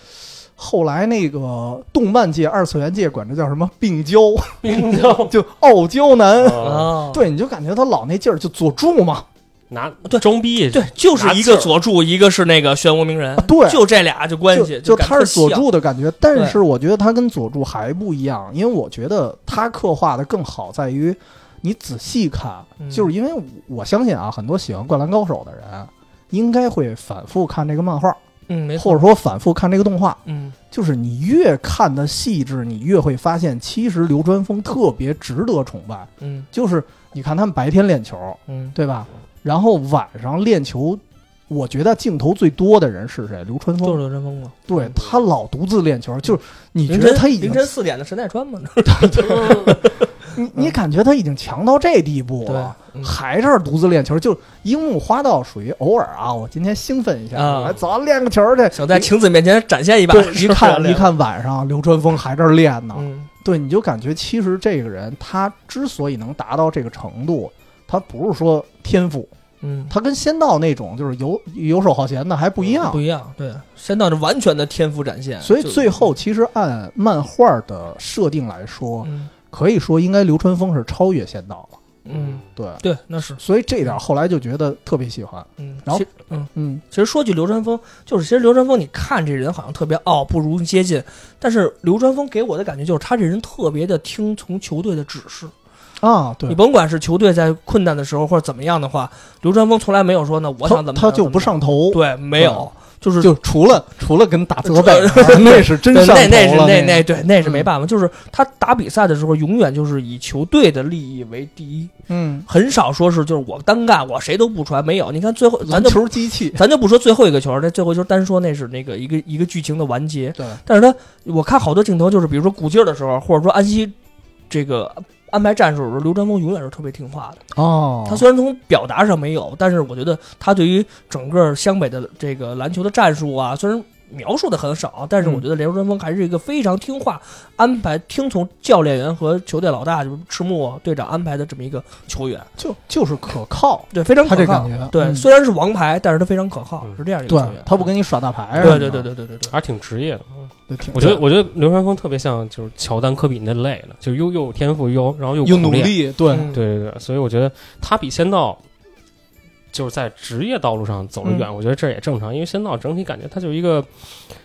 [SPEAKER 1] 后来那个动漫界、二次元界管这叫什么病娇，
[SPEAKER 3] 冰雕
[SPEAKER 1] 就傲娇男。
[SPEAKER 3] 啊，
[SPEAKER 2] 啊，
[SPEAKER 1] 对，你就感觉他老那劲儿，就佐助嘛，
[SPEAKER 3] 拿
[SPEAKER 2] 对
[SPEAKER 3] 装逼
[SPEAKER 2] 对，就是一
[SPEAKER 3] 拿
[SPEAKER 2] 个
[SPEAKER 3] 劲儿
[SPEAKER 2] 佐助，一个是那个漩涡鸣人
[SPEAKER 1] 啊，对
[SPEAKER 2] 就这俩就关系，
[SPEAKER 1] 就
[SPEAKER 2] 感觉
[SPEAKER 1] 他是
[SPEAKER 2] 特像
[SPEAKER 1] 佐助的感觉。但是我觉得他跟佐助还不一样，因为我觉得他刻画的更好，在于你仔细看，
[SPEAKER 2] 嗯
[SPEAKER 1] 就是因为我我相信啊，很多喜欢《灌篮高手》的人应该会反复看这个漫画，
[SPEAKER 2] 嗯，没
[SPEAKER 1] 或
[SPEAKER 2] 错，
[SPEAKER 1] 者说反复看这个动画。
[SPEAKER 2] 嗯，
[SPEAKER 1] 就是你越看的细致，你越会发现，其实流川枫特别值得崇拜。
[SPEAKER 2] 嗯
[SPEAKER 1] 就是你看他们白天练球，
[SPEAKER 2] 嗯，
[SPEAKER 1] 对吧？然后晚上练球，我觉得镜头最多的人是谁？流川
[SPEAKER 2] 就
[SPEAKER 1] 枫。
[SPEAKER 2] 是真风格。
[SPEAKER 1] 对他老独自练球，就是你觉
[SPEAKER 2] 嗯凌
[SPEAKER 1] 得
[SPEAKER 2] 晨
[SPEAKER 1] 他已经
[SPEAKER 2] 凌，晨四点的神奈川嘛，
[SPEAKER 1] 你你感觉他已经强到这地步了，
[SPEAKER 2] 对嗯
[SPEAKER 1] 还这儿独自练球。就樱木花道属于偶尔啊，我今天兴奋一下，
[SPEAKER 2] 啊
[SPEAKER 1] 来走练个球去。
[SPEAKER 2] 想在晴子面前展现一 把，
[SPEAKER 1] 对，
[SPEAKER 2] 一
[SPEAKER 1] 一看啊一
[SPEAKER 2] 一，
[SPEAKER 1] 看晚上流川枫还这儿练呢，
[SPEAKER 2] 嗯，
[SPEAKER 1] 对，你就感觉其实这个人他之所以能达到这个程度，他不是说天赋，
[SPEAKER 2] 嗯，
[SPEAKER 1] 他跟仙道那种就是游游手好闲的还不一样
[SPEAKER 2] 不。一样，对，仙道是完全的天赋展现，
[SPEAKER 1] 所以
[SPEAKER 2] 就
[SPEAKER 1] 最后，其实按漫画的设定来说，
[SPEAKER 2] 嗯
[SPEAKER 1] 可以说应该流川枫是超越仙道了。
[SPEAKER 2] 嗯，
[SPEAKER 1] 对，
[SPEAKER 2] 对，那是，
[SPEAKER 1] 所以这点后来就觉得特别喜欢。
[SPEAKER 2] 嗯，
[SPEAKER 1] 然后
[SPEAKER 2] 其实嗯，
[SPEAKER 1] 嗯，
[SPEAKER 2] 其实说起流川枫，就是其实流川枫，你看这人好像特别傲，不如接近，但是流川枫给我的感觉就是他这人特别的听从球队的指示，
[SPEAKER 1] 啊，对
[SPEAKER 2] 你，甭管是球队在困难的时候或者怎么样的话，流川枫从来没有说呢，我
[SPEAKER 1] 他
[SPEAKER 2] 想怎么
[SPEAKER 1] 他
[SPEAKER 2] 样
[SPEAKER 1] 就不，上头。嗯
[SPEAKER 2] 怎么样对，没有，就是
[SPEAKER 1] 就除了 除了跟打泽北啊，那是真
[SPEAKER 2] 对
[SPEAKER 1] 上头
[SPEAKER 2] 那
[SPEAKER 1] 了。
[SPEAKER 2] 那是那
[SPEAKER 1] 那
[SPEAKER 2] 那对那是
[SPEAKER 1] 嗯
[SPEAKER 2] 没办法，就是他打比赛的时候，永远就是以球队的利益为第一，
[SPEAKER 1] 嗯，
[SPEAKER 2] 很少说是就是我单干，我谁都不传，没有。你看最后咱
[SPEAKER 1] 篮
[SPEAKER 2] 就
[SPEAKER 1] 球机器，
[SPEAKER 2] 咱就不说最后一个球，那最后一球单说那是那个一个一个剧情的完结，
[SPEAKER 1] 对，
[SPEAKER 2] 但是他我看好多镜头就是比如说鼓劲儿的时候，或者说安西这个安排战术的时候，刘占峰永远是特别听话的。
[SPEAKER 1] 哦
[SPEAKER 2] 他虽然从表达上没有，但是我觉得他对于整个湘北的这个篮球的战术啊，虽然描述的很少，但是我觉得连州春风还是一个非常听话、安排、听从教练员和球队老大就是赤木队长安排的这么一个球员，
[SPEAKER 1] 就就是可靠，
[SPEAKER 2] 对，非常
[SPEAKER 1] 他
[SPEAKER 2] 可
[SPEAKER 1] 这感
[SPEAKER 2] 靠。
[SPEAKER 1] 觉
[SPEAKER 2] 对，
[SPEAKER 1] 嗯
[SPEAKER 2] 虽然是王牌，但是他非常可靠，
[SPEAKER 3] 嗯
[SPEAKER 2] 是这样一个
[SPEAKER 1] 对
[SPEAKER 2] 球员。
[SPEAKER 1] 他不跟你耍大牌，啊
[SPEAKER 2] 对对对，对对对对，
[SPEAKER 3] 还是挺职业的。
[SPEAKER 1] 对挺
[SPEAKER 3] 我觉得，我觉得流川枫特别像就是乔丹、科比那类的，就是又又有天赋，又然后又
[SPEAKER 1] 又
[SPEAKER 3] 苦
[SPEAKER 1] 努
[SPEAKER 3] 练。
[SPEAKER 1] 力，对，
[SPEAKER 2] 嗯
[SPEAKER 3] 对对对，所以我觉得他比仙道就是在职业道路上走得远，我觉得这也正常，因为仙道整体感觉他就是一个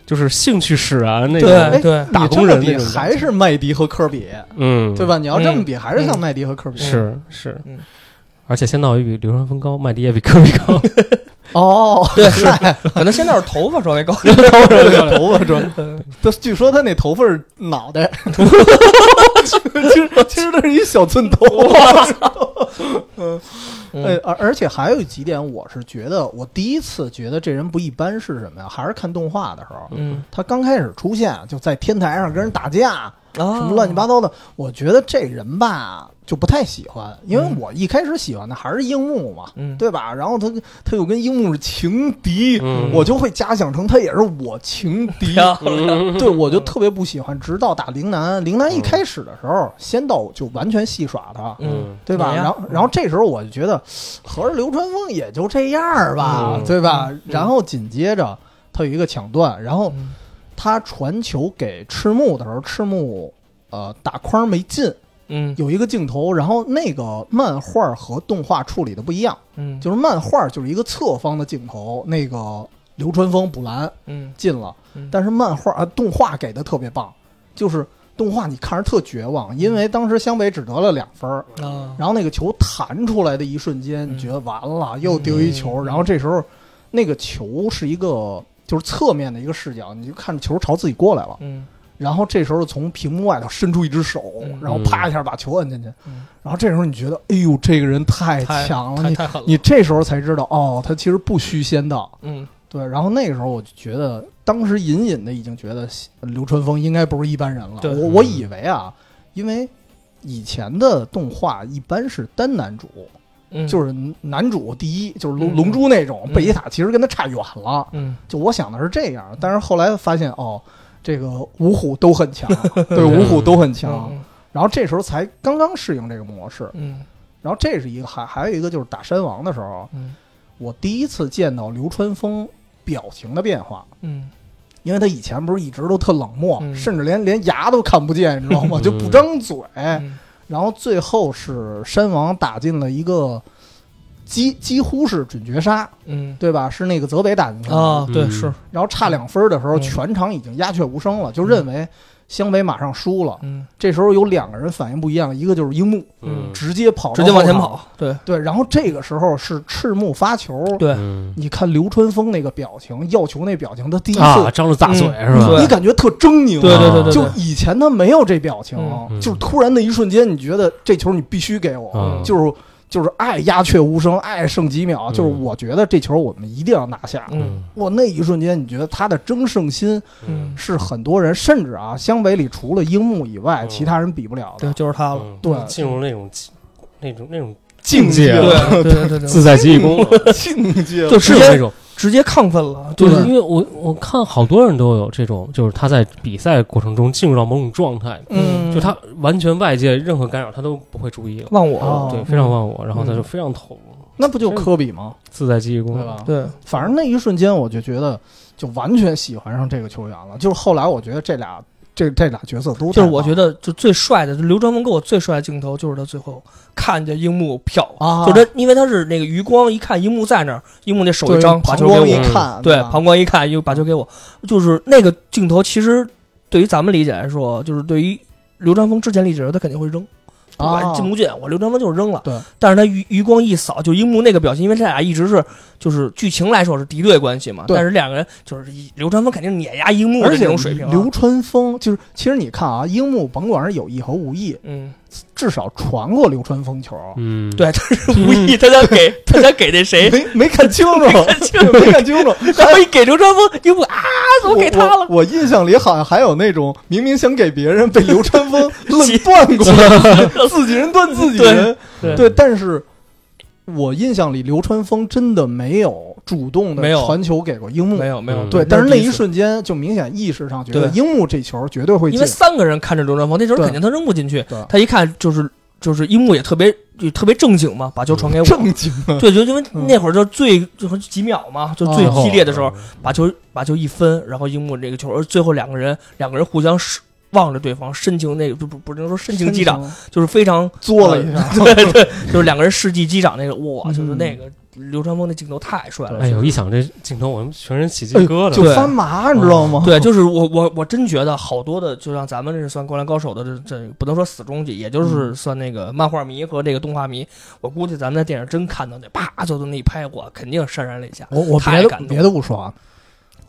[SPEAKER 3] 就是兴趣使然那
[SPEAKER 2] 对
[SPEAKER 3] 种，
[SPEAKER 2] 对
[SPEAKER 3] 打
[SPEAKER 1] 你这
[SPEAKER 3] 工
[SPEAKER 1] 么
[SPEAKER 3] 人
[SPEAKER 1] 比
[SPEAKER 3] 那种感
[SPEAKER 1] 还
[SPEAKER 3] 觉
[SPEAKER 1] 是麦迪和科比，
[SPEAKER 3] 嗯，
[SPEAKER 1] 对？吧？你要这么比，还是像麦迪和科比。
[SPEAKER 3] 是是
[SPEAKER 2] 嗯，
[SPEAKER 3] 而且仙道也比流川枫高，麦迪也比科比高，
[SPEAKER 1] 哦，
[SPEAKER 2] 对，是可能现在是头发稍微 高，
[SPEAKER 1] 头发说，他据说他那头发是脑 袋，其实其实那是一小寸头。 呃
[SPEAKER 2] 嗯，
[SPEAKER 1] 而而且还有几点，我是觉得我第一次觉得这人不一般是什么呀？还是看动画的时候，
[SPEAKER 2] 嗯，
[SPEAKER 1] 他刚开始出现就在天台上跟人打架，
[SPEAKER 2] 啊
[SPEAKER 1] 什么乱七八糟的，我觉得这人吧就不太喜欢，因为
[SPEAKER 2] 嗯
[SPEAKER 1] 我一开始喜欢的还是樱木嘛，
[SPEAKER 2] 嗯
[SPEAKER 1] 对吧？然后他他又跟樱木是情敌，
[SPEAKER 3] 嗯
[SPEAKER 1] 我就会假想成他也是我 情敌。
[SPEAKER 2] 漂亮，
[SPEAKER 3] 嗯
[SPEAKER 1] 对，我就特别不喜欢，直到打陵南，陵南一开始的时候，仙道就完全戏耍他，
[SPEAKER 2] 嗯，
[SPEAKER 1] 对吧？
[SPEAKER 2] 怎么样
[SPEAKER 1] 然后，然后这时候我就觉得，合着流川枫也就这样儿吧，
[SPEAKER 3] 嗯
[SPEAKER 1] 对吧？然后紧接着他有一个抢断，然后
[SPEAKER 2] 嗯
[SPEAKER 1] 他传球给赤木的时候，赤木呃打框没进，
[SPEAKER 2] 嗯
[SPEAKER 1] 有一个镜头，然后那个漫画和动画处理的不一样，
[SPEAKER 2] 嗯，
[SPEAKER 1] 就是漫画就是一个侧方的镜头，那个流川枫补篮
[SPEAKER 2] 嗯
[SPEAKER 1] 进了
[SPEAKER 2] 嗯，
[SPEAKER 1] 但是漫画啊动画给的特别棒，就是动画你看着特绝
[SPEAKER 2] 嗯
[SPEAKER 1] 望，因为当时湘北只得了两分儿，
[SPEAKER 2] 啊，
[SPEAKER 1] 然后那个球弹出来的一瞬间，
[SPEAKER 2] 嗯
[SPEAKER 1] 你觉得完了，又丢一球。
[SPEAKER 2] 嗯
[SPEAKER 1] 然后这时候，那个球是一个就是侧面的一个视角，你就看着球朝自己过来了。
[SPEAKER 2] 嗯
[SPEAKER 1] 然后这时候从屏幕外头伸出一只手，
[SPEAKER 2] 嗯
[SPEAKER 1] 然后啪一下把球摁进去。
[SPEAKER 2] 嗯
[SPEAKER 1] 然后这时候你觉得，哎呦，这个人太
[SPEAKER 2] 太
[SPEAKER 1] 强了！
[SPEAKER 2] 太
[SPEAKER 1] 你
[SPEAKER 2] 太狠了，
[SPEAKER 1] 你这时候才知道，哦，他其实不虚仙道。
[SPEAKER 2] 嗯
[SPEAKER 1] 对，然后那个时候我就觉得，当时隐隐的已经觉得流川枫应该不是一般人了。
[SPEAKER 2] 对
[SPEAKER 1] 我我以为啊，因为以前的动画一般是单男主，
[SPEAKER 2] 嗯，
[SPEAKER 1] 就是男主第一就是龙
[SPEAKER 2] 嗯
[SPEAKER 1] 龙珠那种，
[SPEAKER 2] 嗯
[SPEAKER 1] 贝吉塔其实跟他差远了。
[SPEAKER 2] 嗯
[SPEAKER 1] 就我想的是这样，但是后来发现哦，这个五虎都很 强，对，
[SPEAKER 3] 嗯
[SPEAKER 1] 五虎都很强。
[SPEAKER 2] 嗯
[SPEAKER 1] 然后这时候才刚刚适应这个模式。
[SPEAKER 2] 嗯
[SPEAKER 1] 然后这是一个，还还有一个就是打山王的时候，
[SPEAKER 2] 嗯
[SPEAKER 1] 我第一次见到流川枫表情的变化。
[SPEAKER 2] 嗯
[SPEAKER 1] 因为他以前不是一直都特冷漠，
[SPEAKER 2] 嗯
[SPEAKER 1] 甚至连连牙都看不见，你知道吗？
[SPEAKER 3] 嗯
[SPEAKER 1] 就不张嘴。
[SPEAKER 2] 嗯
[SPEAKER 1] 然后最后是山王打进了一个几几乎是准绝杀，
[SPEAKER 2] 嗯
[SPEAKER 1] 对吧？是那个泽北打进去的
[SPEAKER 2] 啊，对
[SPEAKER 3] 嗯
[SPEAKER 2] 是，
[SPEAKER 1] 然后差两分的时候，
[SPEAKER 2] 嗯
[SPEAKER 1] 全场已经鸦雀无声了，就认为湘北马上输了。
[SPEAKER 2] 嗯，
[SPEAKER 1] 这时候有两个人反应不一样，一个就是樱木，
[SPEAKER 3] 嗯
[SPEAKER 1] 直接跑，
[SPEAKER 2] 直接往前。跑，对
[SPEAKER 1] 对，然后这个时候是赤木发球，
[SPEAKER 2] 对，
[SPEAKER 3] 嗯
[SPEAKER 1] 你看流川枫那个表情，要球那表情，他第一次、
[SPEAKER 3] 啊，张着大嘴
[SPEAKER 2] 嗯
[SPEAKER 3] 是吧
[SPEAKER 2] 对？
[SPEAKER 1] 你感觉特狰狞，啊
[SPEAKER 2] 对对对对，
[SPEAKER 1] 就以前他没有这表情，
[SPEAKER 2] 嗯
[SPEAKER 1] 就是突然的一瞬间，你觉得这球你必须给我，
[SPEAKER 3] 嗯
[SPEAKER 1] 就是就是爱鸦雀无声，爱剩几秒，
[SPEAKER 3] 嗯
[SPEAKER 1] 就是我觉得这球我们一定要拿下。
[SPEAKER 2] 嗯
[SPEAKER 1] 哇，那一瞬间，你觉得他的争胜心
[SPEAKER 2] 嗯，
[SPEAKER 1] 是很多人，甚至啊，湘北里除了樱木以外，
[SPEAKER 3] 嗯
[SPEAKER 1] 其他人比不了的
[SPEAKER 2] 对，就是他了，
[SPEAKER 3] 嗯
[SPEAKER 1] 对
[SPEAKER 3] 进入那种那种那种
[SPEAKER 1] 境界
[SPEAKER 3] 境界
[SPEAKER 2] 对对对对，
[SPEAKER 3] 自在极意功了。
[SPEAKER 1] 境 界
[SPEAKER 2] 就直
[SPEAKER 3] 是有那
[SPEAKER 2] 接
[SPEAKER 3] 种，
[SPEAKER 2] 直接亢奋了，就
[SPEAKER 3] 就是是因为我我看好多人都有这种，就是他在比赛过程中进入到某种状态，
[SPEAKER 2] 嗯，
[SPEAKER 3] 就他完全外界任何干扰他都不会注意了，
[SPEAKER 2] 忘我，
[SPEAKER 1] 哦
[SPEAKER 3] 对，非常忘我，然后他就非常投入，
[SPEAKER 1] 那不就科比吗？
[SPEAKER 3] 自在记忆功
[SPEAKER 1] 对吧？
[SPEAKER 2] 对，
[SPEAKER 1] 反正那一瞬间，我就觉得就完全喜欢上这个球员了。就是后来我觉得这俩这这俩角色都
[SPEAKER 2] 就是我觉
[SPEAKER 1] 得
[SPEAKER 2] 得就最帅的，就刘传峰给我最帅的镜头就是他最后看见樱木瞟。
[SPEAKER 1] 啊，
[SPEAKER 2] 就他，因为他是那个余光一看樱木在那儿，樱木那手一张，把
[SPEAKER 1] 膀
[SPEAKER 2] 球给
[SPEAKER 1] 胱
[SPEAKER 2] 我
[SPEAKER 1] 一
[SPEAKER 3] 我
[SPEAKER 1] 看，啊
[SPEAKER 2] 对，
[SPEAKER 1] 吧
[SPEAKER 2] 旁观一看又把球给我，就是那个镜头，其实对于咱们理解来说，就是对于刘传峰之前理解来说，他肯定会扔，不管
[SPEAKER 1] 啊
[SPEAKER 2] 进不进，我刘传芳就是扔了。
[SPEAKER 1] 对，
[SPEAKER 2] 但是他余余光一扫，就樱木那个表情，因为这俩一直是就是剧情来说是敌对关系嘛，
[SPEAKER 1] 对
[SPEAKER 2] 但是两个人就是以刘传芳肯定碾压樱木的
[SPEAKER 1] 而
[SPEAKER 2] 这
[SPEAKER 1] 且
[SPEAKER 2] 种水平、啊。
[SPEAKER 1] 流川枫就是，其实你看啊，樱木甭管是有意和无意，
[SPEAKER 2] 嗯，
[SPEAKER 1] 至少传过流川枫球，
[SPEAKER 3] 嗯，
[SPEAKER 2] 对，他是无意，他想给他想给那谁，
[SPEAKER 1] 没没看清楚，没看清楚。
[SPEAKER 2] 然后一给刘传芳，樱木啊，怎么给他了？
[SPEAKER 1] 我我印象里好像还有那种明明想给别人，被流川枫愣
[SPEAKER 2] 急
[SPEAKER 1] 断 过来，自己人断自己人。
[SPEAKER 2] 对
[SPEAKER 1] 对，但是我印象里流川枫真的没有主动
[SPEAKER 2] 没
[SPEAKER 1] 的
[SPEAKER 2] 有
[SPEAKER 1] 传球给过樱木
[SPEAKER 2] 没。有没有，
[SPEAKER 3] 嗯
[SPEAKER 1] 对，
[SPEAKER 2] 那
[SPEAKER 1] 但是那
[SPEAKER 2] 第
[SPEAKER 1] 一
[SPEAKER 2] 次。
[SPEAKER 1] 瞬间就明显意识上觉得
[SPEAKER 2] 对
[SPEAKER 1] 樱木这球绝对会
[SPEAKER 2] 因
[SPEAKER 1] 进
[SPEAKER 2] 为，三个人看着刘传芳，那球
[SPEAKER 1] 对
[SPEAKER 2] 肯定他扔不进去
[SPEAKER 1] 对。
[SPEAKER 2] 他一看就是就是樱木也特别就特别正经嘛，把球传给我。
[SPEAKER 1] 正经啊，
[SPEAKER 2] 对，就因为
[SPEAKER 1] 嗯
[SPEAKER 2] 那会儿就是最就是几秒嘛，就最
[SPEAKER 1] 啊
[SPEAKER 2] 激烈的时候，
[SPEAKER 3] 嗯
[SPEAKER 2] 把球把球一分，然后樱木这个球，而最后两个人两个人互相是望着对方，深情那个不不不能说深情击掌，就是非常
[SPEAKER 1] 作了一下，
[SPEAKER 2] 对对，就是两个人世纪击掌那个，哇，就是
[SPEAKER 1] 嗯
[SPEAKER 2] 那个流川枫那镜头太帅了。
[SPEAKER 3] 哎呦，一想这镜头，我们全身起鸡
[SPEAKER 1] 哎呦
[SPEAKER 3] 皮疙瘩。
[SPEAKER 1] 就
[SPEAKER 2] 对嗯
[SPEAKER 1] 翻麻，你知道吗？
[SPEAKER 2] 对，就是我我我真觉得好多的，就像咱们这算《灌篮高手》的这这不能说死忠级，也
[SPEAKER 1] 嗯
[SPEAKER 2] 就是算那个漫画迷和这个动画迷，我估计咱们在电影真看到那啪就这么一拍，我肯定潸然泪下。
[SPEAKER 1] 我我
[SPEAKER 2] 太
[SPEAKER 1] 别的
[SPEAKER 2] 感动
[SPEAKER 1] 别的不说啊，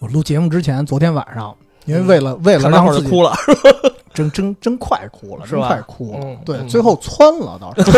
[SPEAKER 1] 我录节目之前，昨天晚上，因为
[SPEAKER 2] 嗯
[SPEAKER 1] 为了为了
[SPEAKER 2] 看漫
[SPEAKER 1] 让
[SPEAKER 2] 画
[SPEAKER 1] 自
[SPEAKER 2] 就
[SPEAKER 1] 己
[SPEAKER 2] 哭了，
[SPEAKER 1] 真真真快哭了，
[SPEAKER 2] 是
[SPEAKER 1] 真
[SPEAKER 2] 吧
[SPEAKER 1] 快哭了
[SPEAKER 2] 嗯。
[SPEAKER 1] 对，
[SPEAKER 2] 嗯
[SPEAKER 1] 最后窜了倒是。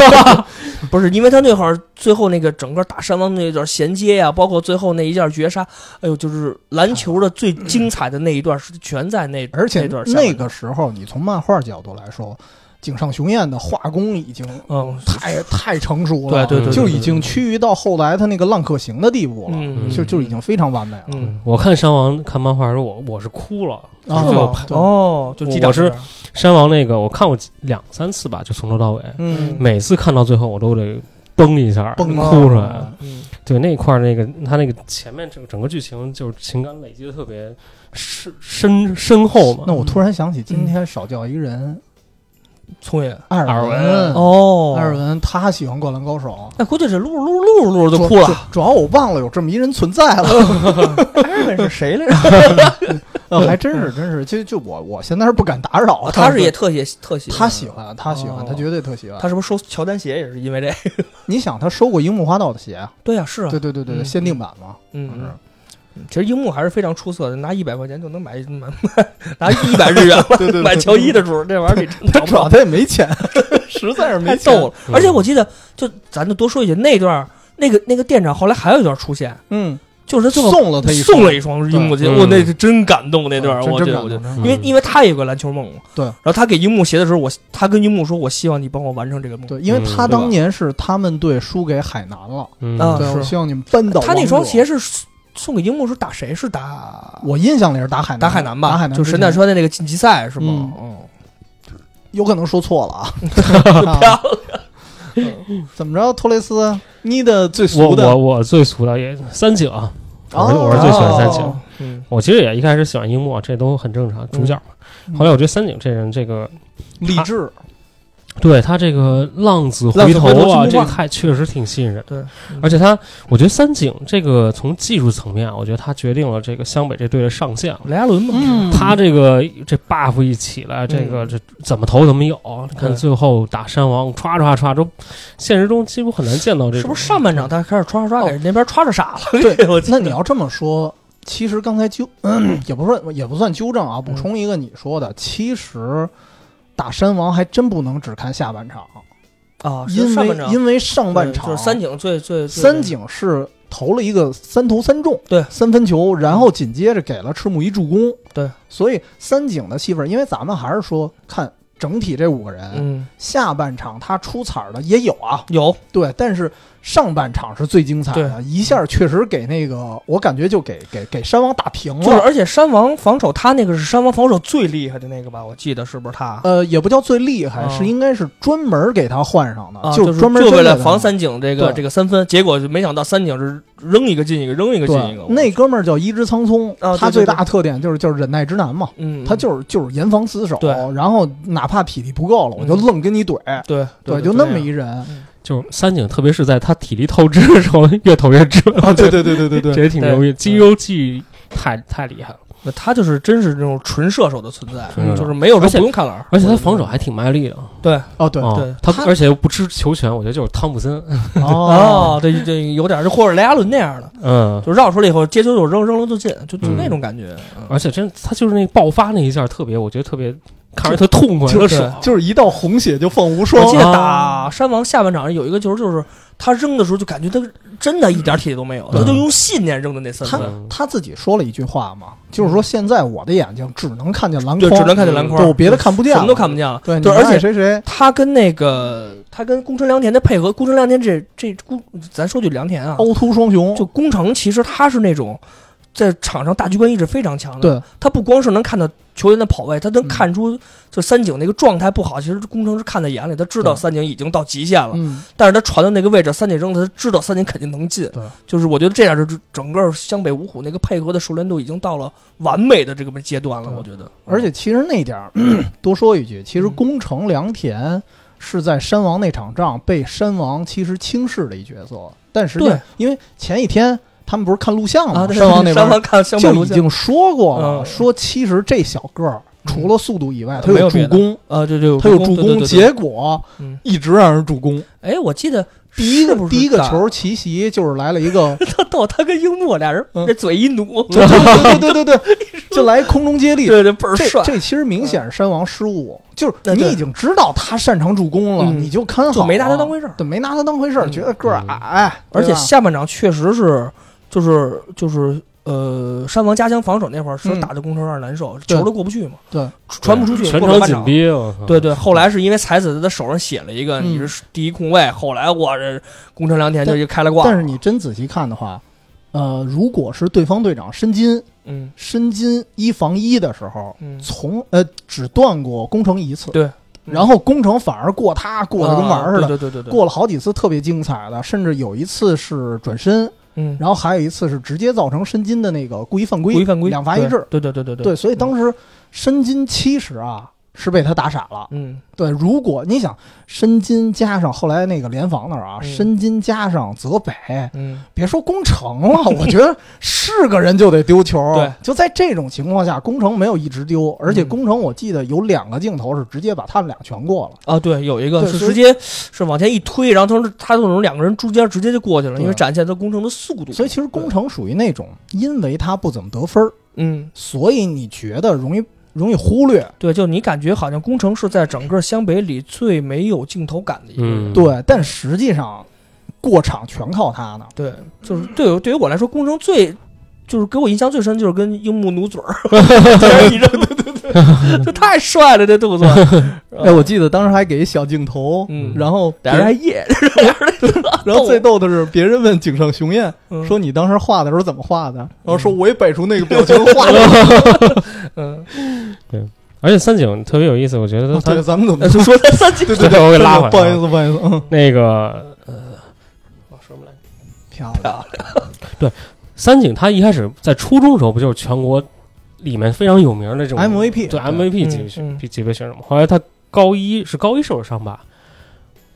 [SPEAKER 2] 不是因为他那会儿最后那个整个打山王那一段衔接呀、包括最后那一下绝杀，哎呦，就是篮球的最精彩的那一段是全在那，
[SPEAKER 1] 而且
[SPEAKER 2] 那段下
[SPEAKER 1] 那
[SPEAKER 2] 面嗯
[SPEAKER 1] 个时候，你从漫画角度来说，井上雄彦的画工已经
[SPEAKER 2] 嗯，
[SPEAKER 1] 太太成熟了，
[SPEAKER 2] 对
[SPEAKER 3] 对对
[SPEAKER 1] 就
[SPEAKER 3] 对
[SPEAKER 1] 已经趋于到后来他那个浪客行的地步了，
[SPEAKER 2] 嗯，
[SPEAKER 1] 就就已经非常完美了。
[SPEAKER 2] 嗯
[SPEAKER 3] 我看山王看漫画的时候，我我是哭了。
[SPEAKER 1] 啊
[SPEAKER 2] 是
[SPEAKER 3] 就
[SPEAKER 2] 吗？哦，就击掌
[SPEAKER 3] 我是
[SPEAKER 2] 那边
[SPEAKER 3] 山王那个，我看过几两三次吧，就从头到尾，
[SPEAKER 1] 嗯，
[SPEAKER 3] 每次看到最后，我都得崩一下，
[SPEAKER 1] 崩
[SPEAKER 2] 啊
[SPEAKER 3] 哭出来。
[SPEAKER 2] 嗯
[SPEAKER 3] 对那块儿那个他那个前面整整个剧情就是情感累积的特别深深深厚嘛。
[SPEAKER 1] 那我突然想起今天少叫一人，
[SPEAKER 2] 聪爷
[SPEAKER 1] 艾尔
[SPEAKER 3] 艾尔文
[SPEAKER 2] 哦
[SPEAKER 1] 艾尔文他喜欢《灌篮高手
[SPEAKER 2] 那估计是录着录着录着录着》，就哭
[SPEAKER 1] 主
[SPEAKER 2] 了。。
[SPEAKER 1] 主主要我忘了有这么一人存在了。
[SPEAKER 2] 艾文是谁来着？
[SPEAKER 1] 呃，还真是，真是，就就我我现在是不敢打扰
[SPEAKER 2] 他是也特写特写，
[SPEAKER 1] 他喜欢，他喜
[SPEAKER 2] 哦
[SPEAKER 1] 欢，他绝对特喜欢。
[SPEAKER 2] 他是不是收乔丹鞋也是因为这？
[SPEAKER 1] 你想，他收过樱木花道的鞋啊？
[SPEAKER 2] 对呀，是啊
[SPEAKER 1] 对，对对对，
[SPEAKER 2] 嗯
[SPEAKER 1] 对限定版嘛。
[SPEAKER 2] 嗯
[SPEAKER 1] 是。
[SPEAKER 2] 其实樱木还是非常出色的，拿一百块钱就能买买拿一百日元了
[SPEAKER 1] 对对
[SPEAKER 2] 买乔伊的时候，这玩意儿你真
[SPEAKER 1] 他主
[SPEAKER 2] 找不着
[SPEAKER 1] 要，他也没 钱，实在是没
[SPEAKER 2] 太
[SPEAKER 1] 钱。
[SPEAKER 2] 逗了。
[SPEAKER 3] 嗯
[SPEAKER 2] 而且我记得，就咱就多说一句，那段儿那个那个店长后来还有一段出现，
[SPEAKER 1] 嗯，
[SPEAKER 2] 就是最后
[SPEAKER 1] 送了他一
[SPEAKER 2] 送了
[SPEAKER 1] 一，
[SPEAKER 2] 一双樱木鞋，
[SPEAKER 3] 对
[SPEAKER 2] 我
[SPEAKER 3] 嗯
[SPEAKER 2] 那是真感动那段儿，
[SPEAKER 1] 真
[SPEAKER 2] 我
[SPEAKER 1] 真
[SPEAKER 2] 觉得
[SPEAKER 1] 感
[SPEAKER 2] 我觉得
[SPEAKER 1] 动。真感
[SPEAKER 2] 因为
[SPEAKER 3] 嗯
[SPEAKER 2] 因为他也有个篮球梦嘛，
[SPEAKER 1] 对
[SPEAKER 2] 然后他给樱木鞋的时候，我他跟樱木说，我希望你帮我完成这个梦。
[SPEAKER 1] 动对，因为他
[SPEAKER 3] 嗯
[SPEAKER 1] 当年是他们队输给海南了，
[SPEAKER 3] 嗯
[SPEAKER 2] 啊
[SPEAKER 1] 对，
[SPEAKER 2] 是
[SPEAKER 1] 我希望你们扳倒
[SPEAKER 2] 他那双
[SPEAKER 1] 王者
[SPEAKER 2] 鞋，是送送给樱木是打谁？是打
[SPEAKER 1] 我印象里是打海南，
[SPEAKER 2] 打海南吧？
[SPEAKER 1] 打海南
[SPEAKER 2] 就
[SPEAKER 1] 之
[SPEAKER 2] 神
[SPEAKER 1] 前
[SPEAKER 2] 奈川的那个晋级赛是吗
[SPEAKER 1] 嗯？
[SPEAKER 2] 嗯，
[SPEAKER 1] 有可能说错了啊。嗯
[SPEAKER 2] 漂 亮。
[SPEAKER 1] 怎么着，托雷斯，你的最
[SPEAKER 3] 我
[SPEAKER 1] 俗的
[SPEAKER 3] 我我最俗的也三井啊，我是
[SPEAKER 1] 哦
[SPEAKER 3] 我是最喜欢三井。
[SPEAKER 1] 哦
[SPEAKER 2] 嗯，
[SPEAKER 3] 我其实也一开始喜欢樱木，啊，这都很正常，主角嘛。
[SPEAKER 1] 嗯
[SPEAKER 3] 后来我觉得三井这人，这个
[SPEAKER 1] 励志，
[SPEAKER 3] 对他这个浪子
[SPEAKER 2] 浪
[SPEAKER 3] 回
[SPEAKER 2] 子回头
[SPEAKER 3] 头啊，
[SPEAKER 2] 金木
[SPEAKER 3] 这
[SPEAKER 2] 棒
[SPEAKER 3] 个太确实挺吸引人。
[SPEAKER 2] 对，
[SPEAKER 1] 嗯
[SPEAKER 3] 而且他，我觉得三井这个从技术层面啊，我觉得他决定了这个湘北这队的上限。
[SPEAKER 2] 雷阿伦嘛，
[SPEAKER 1] 嗯
[SPEAKER 3] 他这个这 buff 一起来，这个
[SPEAKER 2] 嗯
[SPEAKER 3] 这怎么投怎么有。你看
[SPEAKER 2] 对
[SPEAKER 3] 最后打山王，歘歘歘，都现实中几乎很难见到这
[SPEAKER 2] 是不
[SPEAKER 3] 种。
[SPEAKER 2] 是上半场他开始刷刷刷给人那边刷着傻了？
[SPEAKER 1] 哦对
[SPEAKER 2] 我记
[SPEAKER 1] 那
[SPEAKER 2] 得
[SPEAKER 1] 你要这么说，其实刚才纠、嗯也不算也不算纠正啊，补充一个你说
[SPEAKER 2] 嗯
[SPEAKER 1] 的，其实打山王还真不能只看下半场，
[SPEAKER 2] 啊，是
[SPEAKER 1] 因
[SPEAKER 2] 上半
[SPEAKER 1] 为
[SPEAKER 2] 场
[SPEAKER 1] 因为上半
[SPEAKER 2] 对
[SPEAKER 1] 场
[SPEAKER 2] 就是三井最最最
[SPEAKER 1] 三井是投了一个三投三中，
[SPEAKER 2] 对
[SPEAKER 1] 三分球，然后紧接着给了赤木一助攻，
[SPEAKER 2] 对，
[SPEAKER 1] 所以三井的戏份，因为咱们还是说看整体这五个人，
[SPEAKER 2] 嗯
[SPEAKER 1] 下半场他出彩儿的也有啊，
[SPEAKER 2] 有
[SPEAKER 1] 对，但是上半场是最精彩的，一下确实给那个，我感觉就给给给山王打平了。
[SPEAKER 2] 就是，而且山王防守他那个是山王防守最厉害的那个吧？我记得是不是他？
[SPEAKER 1] 呃，也不叫最厉害，
[SPEAKER 2] 啊
[SPEAKER 1] 是应该是专门给他换上的，
[SPEAKER 2] 啊，
[SPEAKER 1] 就是专门
[SPEAKER 2] 就为
[SPEAKER 1] 针对
[SPEAKER 2] 了
[SPEAKER 1] 他
[SPEAKER 2] 防。三井这个
[SPEAKER 1] 对
[SPEAKER 2] 这个三分，结果就没想到三井是扔一个进一个，扔一个进一
[SPEAKER 1] 对
[SPEAKER 2] 个。，
[SPEAKER 1] 那哥们儿叫伊之苍松，
[SPEAKER 2] 啊对
[SPEAKER 1] 他
[SPEAKER 2] 对
[SPEAKER 1] 最
[SPEAKER 2] 对
[SPEAKER 1] 大特点就是就是忍耐之男嘛，
[SPEAKER 2] 嗯，
[SPEAKER 1] 他就是就是严防死守
[SPEAKER 2] 对，
[SPEAKER 1] 然后哪怕体力不够了，我就
[SPEAKER 2] 嗯
[SPEAKER 1] 愣跟你怼，
[SPEAKER 2] 对
[SPEAKER 1] 对，就那么一人
[SPEAKER 3] 就是三井，特别是在他体力透支的时候，越投越准。
[SPEAKER 1] 啊，对对对对对
[SPEAKER 3] 这，也挺牛逼。G U G 太太厉害了。
[SPEAKER 2] 那他就是真是那种纯射手的存在
[SPEAKER 3] 纯
[SPEAKER 1] 射，手
[SPEAKER 2] 就是没有
[SPEAKER 3] 而
[SPEAKER 2] 说
[SPEAKER 3] 且
[SPEAKER 2] 不用看篮儿，
[SPEAKER 3] 而且他防守还挺卖力的，
[SPEAKER 2] 对
[SPEAKER 1] 哦，对，
[SPEAKER 3] 啊
[SPEAKER 2] 对
[SPEAKER 3] 他
[SPEAKER 1] 他
[SPEAKER 3] 而且又不吃球权，我觉得就是汤普森，
[SPEAKER 1] 哦，
[SPEAKER 2] 哦，这这有点儿就或者雷阿伦那样的，
[SPEAKER 3] 嗯，
[SPEAKER 2] 就绕出来以后接球就扔，扔了就进，就就
[SPEAKER 3] 嗯
[SPEAKER 2] 那种感觉。嗯
[SPEAKER 3] 而且真他就是那个爆发那一下特别，我觉得特别看着特痛快，
[SPEAKER 2] 就
[SPEAKER 3] 特
[SPEAKER 2] 是
[SPEAKER 3] 爽，
[SPEAKER 1] 就是一道红血就放无
[SPEAKER 2] 我
[SPEAKER 1] 双
[SPEAKER 2] 记得打
[SPEAKER 1] 哦
[SPEAKER 3] 啊
[SPEAKER 2] 山王下半场有一个球，就是他扔的时候就感觉他真的一点体力都没有，
[SPEAKER 3] 嗯
[SPEAKER 2] 他就用信念扔的那三
[SPEAKER 1] 他
[SPEAKER 2] 分，
[SPEAKER 1] 他自己说了一句话嘛，就是说现在我的眼睛只能看见篮
[SPEAKER 2] 就
[SPEAKER 1] 筐，
[SPEAKER 2] 只能看见篮筐，
[SPEAKER 1] 哦对我别的看不见，
[SPEAKER 2] 什么都看不。见了。
[SPEAKER 1] 对，
[SPEAKER 2] 对，
[SPEAKER 1] 你
[SPEAKER 2] 而
[SPEAKER 1] 爱
[SPEAKER 2] 且
[SPEAKER 1] 谁谁
[SPEAKER 2] 他跟那个他跟宫城良田的配合，宫城良田这这宫，咱说句良田啊，
[SPEAKER 1] 凹凸双雄，
[SPEAKER 2] 就宫城其实他是那种在场上大局观意识非常强的，
[SPEAKER 1] 对，
[SPEAKER 2] 他不光是能看到球员的跑位，他能
[SPEAKER 1] 嗯
[SPEAKER 2] 看出就三井那个状态不好，其实宫城是看在眼里，他知道
[SPEAKER 1] 对
[SPEAKER 2] 三井已经到极限了，
[SPEAKER 1] 嗯，
[SPEAKER 2] 但是他传的那个位置，三井扔的，他知道三井肯定能进
[SPEAKER 1] 对，
[SPEAKER 2] 就是我觉得这样是整个湘北五虎那个配合的熟练度已经到了完美的这个阶段了，
[SPEAKER 1] 对
[SPEAKER 2] 我觉得，
[SPEAKER 1] 而且其实那点儿多说一句，其实
[SPEAKER 2] 嗯
[SPEAKER 1] 宫城良田是在山王那场仗被山王其实轻视的一角色，但实际上
[SPEAKER 2] 对
[SPEAKER 1] 因为前一天他们不是看录像
[SPEAKER 2] 啊，
[SPEAKER 1] 吗？
[SPEAKER 2] 对
[SPEAKER 1] 山王那边
[SPEAKER 2] 山
[SPEAKER 1] 儿
[SPEAKER 2] 王看湘北
[SPEAKER 1] 就
[SPEAKER 2] 录
[SPEAKER 1] 已
[SPEAKER 2] 像，
[SPEAKER 1] 经说过了，
[SPEAKER 2] 嗯
[SPEAKER 1] 说其实这小个儿除了速度以外，
[SPEAKER 2] 嗯
[SPEAKER 1] 他
[SPEAKER 2] 没有
[SPEAKER 1] 助
[SPEAKER 2] 别的
[SPEAKER 1] 攻，
[SPEAKER 2] 呃，对对，
[SPEAKER 1] 他有助
[SPEAKER 2] 对对
[SPEAKER 1] 攻，
[SPEAKER 2] 对
[SPEAKER 1] 结果
[SPEAKER 2] 嗯，
[SPEAKER 1] 一直让人助攻。
[SPEAKER 2] 哎，我记得
[SPEAKER 1] 第一个
[SPEAKER 2] 是不是
[SPEAKER 1] 第一个
[SPEAKER 2] 打
[SPEAKER 1] 球奇袭就是来了一个，
[SPEAKER 2] 特逗，他跟樱木俩人
[SPEAKER 1] 嗯
[SPEAKER 2] 这嘴一努，
[SPEAKER 1] 对对对对对对，就来空中接力。
[SPEAKER 2] 对对倍儿
[SPEAKER 1] 这
[SPEAKER 2] 帅，嗯
[SPEAKER 1] 这其实明显是山王失误，就是
[SPEAKER 2] 对
[SPEAKER 1] 你
[SPEAKER 2] 对
[SPEAKER 1] 已经知道他擅长助攻了，
[SPEAKER 2] 嗯
[SPEAKER 1] 你就看好
[SPEAKER 2] 就
[SPEAKER 1] 啊，
[SPEAKER 2] 没拿他当回事儿。
[SPEAKER 1] 对，没拿他当回事儿，
[SPEAKER 2] 嗯
[SPEAKER 1] 觉得个儿矮，
[SPEAKER 2] 而且
[SPEAKER 1] 对吧
[SPEAKER 2] 下半场确实是，就是就是呃，山王加强防守那会儿是
[SPEAKER 1] 嗯
[SPEAKER 2] 打的工程有点难受，
[SPEAKER 1] 对
[SPEAKER 2] 球都过不去嘛，
[SPEAKER 1] 对，
[SPEAKER 2] 传不出去，
[SPEAKER 3] 全
[SPEAKER 2] 过不了
[SPEAKER 3] 场
[SPEAKER 2] 半
[SPEAKER 3] 紧逼，啊我靠，
[SPEAKER 2] 对对，后来是因为才子在他手上写了一个
[SPEAKER 1] 嗯
[SPEAKER 2] 你是第一控卫，后来我这宫城良田就就开了挂。
[SPEAKER 1] 但是你真仔细看的话，呃，如果是对方队长申金
[SPEAKER 2] 嗯
[SPEAKER 1] 申金一防一的时候，
[SPEAKER 2] 嗯，
[SPEAKER 1] 从呃只断过攻城一次，
[SPEAKER 2] 对嗯
[SPEAKER 1] 然后攻城反而过他过得跟玩儿似
[SPEAKER 2] 啊
[SPEAKER 1] 的，
[SPEAKER 2] 对对对对，对
[SPEAKER 1] 过了好几次特别精彩的，甚至有一次是转身，
[SPEAKER 2] 嗯，
[SPEAKER 1] 然后还有一次是直接造成申金的那个故意犯规，
[SPEAKER 2] 规犯规
[SPEAKER 1] 两罚一掷，
[SPEAKER 2] 对对对对对
[SPEAKER 1] 对，所以当时申金其实啊是被他打傻了。
[SPEAKER 2] 嗯
[SPEAKER 1] 对，如果你想申金加上后来那个联防那儿啊，
[SPEAKER 2] 嗯
[SPEAKER 1] 申金加上泽北，
[SPEAKER 2] 嗯
[SPEAKER 1] 别说攻城 了，我觉得是个人就得丢球。
[SPEAKER 2] 对，
[SPEAKER 1] 就在这种情况下，攻城没有一直丢，而且
[SPEAKER 2] 嗯
[SPEAKER 1] 攻城我记得有两个镜头是直接把他们俩全过了。
[SPEAKER 2] 啊，对，有一个
[SPEAKER 1] 对
[SPEAKER 2] 是
[SPEAKER 1] 所以
[SPEAKER 2] 直接是往前一推，然后他说他从两个人中间直接就过去了，
[SPEAKER 1] 对
[SPEAKER 2] 因为展现他工程的速度。
[SPEAKER 1] 所以其实攻城属于那种，因为他不怎么得分儿，
[SPEAKER 2] 嗯，
[SPEAKER 1] 所以你觉得容易容易忽略。
[SPEAKER 2] 对，就你感觉好像工程是在整个湘北里最没有镜头感的一个人。
[SPEAKER 3] 嗯
[SPEAKER 1] 对，但实际上过场全靠他呢。
[SPEAKER 2] 对，就是对于对于我来说，工程最就是给我印象最深就是跟樱木努嘴儿， 对对对对，这太帅了，这嗯动作。
[SPEAKER 1] 哎，我记得当时还给一小镜头，
[SPEAKER 2] 嗯
[SPEAKER 1] 然后别
[SPEAKER 2] 俩人还 耶，
[SPEAKER 1] 然 后最逗的是，别人问井上雄彦
[SPEAKER 2] 嗯
[SPEAKER 1] 说：“你当时画的时候怎么画的？”然后说：“我也摆出那个表情画的。
[SPEAKER 2] 嗯，
[SPEAKER 3] 而且三井特别有意思，我觉得
[SPEAKER 2] 啊
[SPEAKER 1] 哦”
[SPEAKER 3] 他
[SPEAKER 1] 对，咱们怎么
[SPEAKER 2] 那就说他三井
[SPEAKER 1] 对
[SPEAKER 3] 对对我给拉回来
[SPEAKER 1] 不好意思，不好意思，嗯，
[SPEAKER 3] 那个
[SPEAKER 1] 漂
[SPEAKER 2] 亮，
[SPEAKER 3] 三井他一开始在初中时候不就是全国里面非常有名的这种
[SPEAKER 1] MVP
[SPEAKER 3] 对
[SPEAKER 1] 对
[SPEAKER 3] MVP
[SPEAKER 2] 嗯
[SPEAKER 3] 级别选
[SPEAKER 2] 嗯
[SPEAKER 3] 级别选手嘛，后来他高一是高一受的伤吧，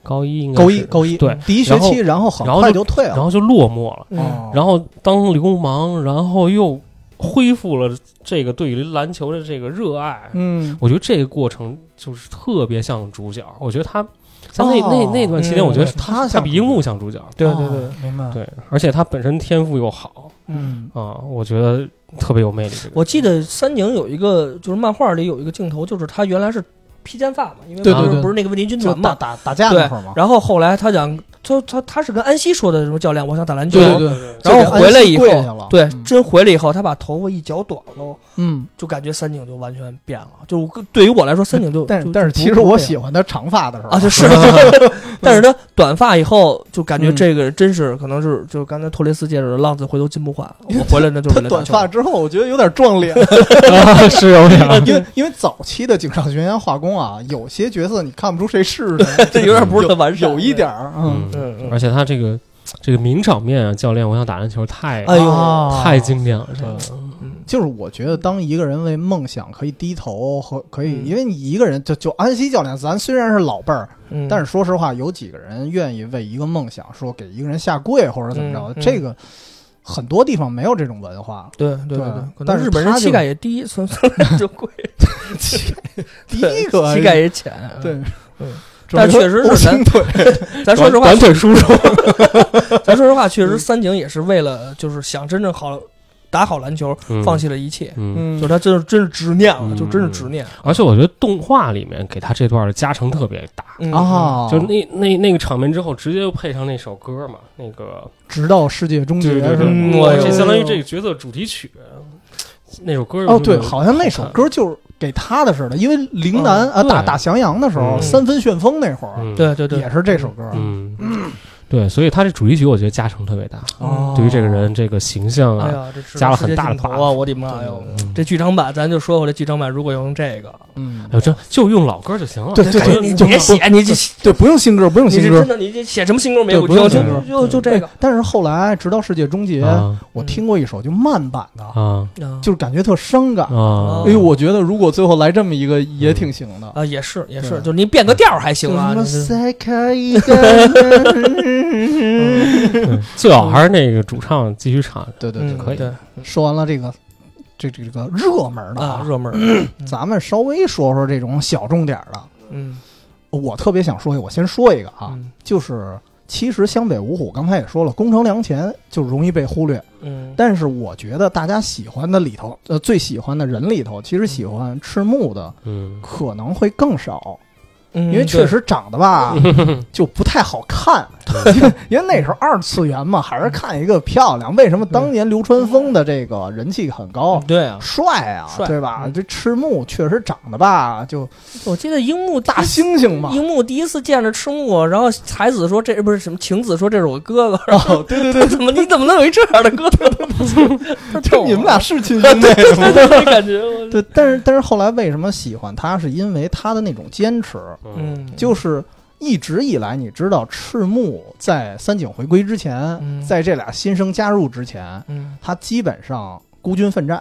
[SPEAKER 3] 高一应该
[SPEAKER 1] 高一啊
[SPEAKER 3] 是
[SPEAKER 1] 高一
[SPEAKER 3] 对，
[SPEAKER 1] 第一学期，然后很
[SPEAKER 3] 然后
[SPEAKER 1] 快
[SPEAKER 3] 就
[SPEAKER 1] 就退
[SPEAKER 3] 然
[SPEAKER 1] 了，
[SPEAKER 3] 后就落寞了，
[SPEAKER 2] 嗯，
[SPEAKER 1] 哦
[SPEAKER 3] 然后当流氓，然后又恢复了这个对于篮球的这个热爱，
[SPEAKER 1] 嗯，
[SPEAKER 3] 我觉得这个过程就是特别像主角，我觉得他在那、
[SPEAKER 1] 哦
[SPEAKER 3] 那那段期间，
[SPEAKER 2] 嗯
[SPEAKER 3] 我觉得是
[SPEAKER 1] 他
[SPEAKER 3] 他
[SPEAKER 1] 像
[SPEAKER 3] 比樱木像主角，
[SPEAKER 2] 对对对，
[SPEAKER 1] 哦，明白，
[SPEAKER 3] 对，而且他本身天赋又好
[SPEAKER 1] 嗯，
[SPEAKER 3] 啊、我觉得特别有魅力。这个
[SPEAKER 2] 我记得三井有一个就是漫画里有一个镜头，就是他原来是披肩发嘛，因为
[SPEAKER 1] 对
[SPEAKER 2] 不是
[SPEAKER 1] 对对
[SPEAKER 2] 不是那个问题军
[SPEAKER 1] 就
[SPEAKER 2] 团
[SPEAKER 1] 打
[SPEAKER 2] 嘛，
[SPEAKER 1] 打打架那会儿嘛，
[SPEAKER 2] 然后后来他想他他他是跟安西说的什么教练，我想打篮球，
[SPEAKER 1] 对对
[SPEAKER 3] 对
[SPEAKER 1] 就
[SPEAKER 2] 然后回来以后
[SPEAKER 1] 给安西跪下了，
[SPEAKER 2] 对
[SPEAKER 1] 嗯
[SPEAKER 2] 真回来以后，他把头发一绞短喽，
[SPEAKER 1] 嗯，
[SPEAKER 2] 就感觉三井就完全变了，就我对于我来说，三井就
[SPEAKER 1] 但是
[SPEAKER 2] 就
[SPEAKER 1] 但是
[SPEAKER 2] 就不
[SPEAKER 1] 其实我
[SPEAKER 2] 不一样
[SPEAKER 1] 喜欢他长发的时候
[SPEAKER 2] 啊，就是， 但是他短发以后，就感觉这
[SPEAKER 1] 嗯
[SPEAKER 2] 个人真是，可能是就刚才托雷斯介绍的浪子回头金不换，我回来那就
[SPEAKER 1] 他
[SPEAKER 2] 是为了打
[SPEAKER 1] 短
[SPEAKER 2] 球
[SPEAKER 1] 发之后，我觉得有点撞脸，
[SPEAKER 3] 啊， 是 有点儿
[SPEAKER 1] 因为因为早期的井上雄彦画工啊，有些角色你看不出谁是
[SPEAKER 2] 这
[SPEAKER 1] 谁，
[SPEAKER 2] 有点不是很完 善，
[SPEAKER 1] 有一点儿，嗯，
[SPEAKER 2] 嗯嗯
[SPEAKER 3] 而且他这个这个名场面啊，教练，我想打篮球太、
[SPEAKER 2] 哎呦
[SPEAKER 1] 啊
[SPEAKER 3] 太经典了，这个
[SPEAKER 1] 就是我觉得，当一个人为梦想可以低头和可以，
[SPEAKER 2] 嗯
[SPEAKER 1] 因为你一个人就就安西教练，咱虽然是老辈儿，
[SPEAKER 2] 嗯，
[SPEAKER 1] 但是说实话，有几个人愿意为一个梦想说给一个人下跪或者怎么着
[SPEAKER 2] 嗯嗯
[SPEAKER 1] 的？这个很多地方没有这种文 化了。
[SPEAKER 2] 对对
[SPEAKER 1] 对
[SPEAKER 2] 对，可能
[SPEAKER 1] 但是
[SPEAKER 2] 日本人
[SPEAKER 1] 他就
[SPEAKER 2] 膝盖也低，所以 所以就贵，
[SPEAKER 1] 第一个
[SPEAKER 2] 膝盖也浅。
[SPEAKER 1] 对
[SPEAKER 2] 嗯，
[SPEAKER 1] 这
[SPEAKER 2] 但
[SPEAKER 1] 是
[SPEAKER 2] 确实 是
[SPEAKER 1] 欧
[SPEAKER 2] 咱
[SPEAKER 1] 型腿，
[SPEAKER 2] 咱说实话
[SPEAKER 3] 短，腿叔叔，
[SPEAKER 2] 咱说实话，
[SPEAKER 1] 嗯
[SPEAKER 2] 确实三井也是为了就是想真正好打好篮球，
[SPEAKER 3] 嗯
[SPEAKER 2] 放弃了一切，
[SPEAKER 3] 嗯，
[SPEAKER 1] 嗯
[SPEAKER 2] 就是他真是真是执念了，
[SPEAKER 3] 嗯
[SPEAKER 2] 就真是执念
[SPEAKER 3] 而且我觉得动画里面给他这段的加成特别大，
[SPEAKER 2] 嗯
[SPEAKER 1] 啊，
[SPEAKER 3] 就那那那个场面之后，直接就配上那首歌嘛，那个
[SPEAKER 1] 直到世界终结
[SPEAKER 3] 对对
[SPEAKER 1] 是
[SPEAKER 3] 对，
[SPEAKER 1] 吧？
[SPEAKER 2] 嗯
[SPEAKER 3] 哇
[SPEAKER 2] 哎呦
[SPEAKER 3] 这相当于这个角色主题曲，那首歌
[SPEAKER 1] 哦，对，好像那首
[SPEAKER 3] 看
[SPEAKER 1] 歌就是给他的似的，因为陵南
[SPEAKER 3] 嗯
[SPEAKER 1] 啊
[SPEAKER 3] 对
[SPEAKER 1] 打打翔阳的时候，
[SPEAKER 3] 嗯
[SPEAKER 1] 三分旋风那会儿
[SPEAKER 3] 嗯
[SPEAKER 2] 对对对，
[SPEAKER 1] 也是这首歌。
[SPEAKER 3] 嗯，对，所以他这主题曲我觉得加成特别大，
[SPEAKER 1] 哦
[SPEAKER 3] 对于这个人这个形象
[SPEAKER 2] 嗯哎呀，
[SPEAKER 3] 啊，
[SPEAKER 2] 这是
[SPEAKER 3] 加了很大的
[SPEAKER 2] 世界尽头
[SPEAKER 3] buff
[SPEAKER 2] 啊！我的妈哟！
[SPEAKER 3] 嗯
[SPEAKER 2] 这剧场版，咱就说回来，剧场版如果用这个，
[SPEAKER 1] 嗯
[SPEAKER 3] 哎，呦，真就用老歌就行了。
[SPEAKER 1] 对对
[SPEAKER 2] 感
[SPEAKER 1] 对，
[SPEAKER 2] 觉哎你
[SPEAKER 1] 就
[SPEAKER 2] 别写，你这
[SPEAKER 1] 对，不用新歌，不用
[SPEAKER 2] 你
[SPEAKER 1] 新
[SPEAKER 2] 这
[SPEAKER 1] 歌
[SPEAKER 2] 真。的，你这写什么新歌没有
[SPEAKER 1] 对不用
[SPEAKER 2] 听？
[SPEAKER 1] 新
[SPEAKER 2] 就
[SPEAKER 1] 歌
[SPEAKER 3] 嗯
[SPEAKER 2] 就就这个嗯
[SPEAKER 1] 哎，但是后来直到世界终结，
[SPEAKER 3] 啊
[SPEAKER 1] 我听过一首就慢版的，
[SPEAKER 3] 啊
[SPEAKER 2] 啊
[SPEAKER 1] 就是感觉特伤感。
[SPEAKER 3] 啊！
[SPEAKER 1] 哎呦，我觉得如果最后来这么一个也挺行的。
[SPEAKER 2] 嗯啊，也是也是，
[SPEAKER 1] 对
[SPEAKER 2] 就是你变个调儿还行啊。
[SPEAKER 1] 就
[SPEAKER 2] 你
[SPEAKER 1] 什么
[SPEAKER 2] 这
[SPEAKER 1] 再 开一个
[SPEAKER 3] 最好还是那个主唱继续唱。
[SPEAKER 1] 对对
[SPEAKER 2] 嗯
[SPEAKER 1] 对，
[SPEAKER 3] 可以
[SPEAKER 2] 对
[SPEAKER 1] 说完了这个这这个热门的啊，
[SPEAKER 2] 啊，热门儿，
[SPEAKER 1] 咱们稍微说说这种小众点儿的。
[SPEAKER 2] 嗯
[SPEAKER 1] 我特别想说一个，我先说一个啊，
[SPEAKER 2] 嗯
[SPEAKER 1] 就是其实湘北五虎刚才也说了，宫城良田就容易被忽略，
[SPEAKER 2] 嗯，
[SPEAKER 1] 但是我觉得大家喜欢的里头，呃，最喜欢的人里头，其实喜欢赤木的
[SPEAKER 3] 嗯，
[SPEAKER 1] 可能会更少，
[SPEAKER 2] 因
[SPEAKER 1] 因为确实长得 吧就不太好看， 因为那时候二次元嘛，还是
[SPEAKER 2] 嗯
[SPEAKER 1] 看一个漂亮。为什么当年流川枫的这个人气很高？
[SPEAKER 2] 对啊，
[SPEAKER 1] 帅啊，
[SPEAKER 2] 帅
[SPEAKER 1] 对吧？
[SPEAKER 2] 嗯
[SPEAKER 1] 这赤木确实长得吧，就
[SPEAKER 2] 我记得樱木第
[SPEAKER 1] 大
[SPEAKER 2] 一次
[SPEAKER 1] 猩猩嘛。
[SPEAKER 2] 樱木第一次见着赤木，然后才子说这不是什么晴子说这是我哥哥，然后
[SPEAKER 1] 哦，对对对，
[SPEAKER 2] 他 怎么你怎么能有一这样的 哥哥？啊
[SPEAKER 1] 就你们俩是亲兄弟吗？
[SPEAKER 2] 真的没感觉，我
[SPEAKER 1] 对，但是但是后来为什么喜欢他，是因为他的那种坚持，
[SPEAKER 2] 嗯，
[SPEAKER 1] 就是一直以来，你知道赤木在三井回归之前
[SPEAKER 2] 嗯，
[SPEAKER 1] 在这俩新生加入之前，
[SPEAKER 2] 嗯
[SPEAKER 1] 他基本上孤军奋战。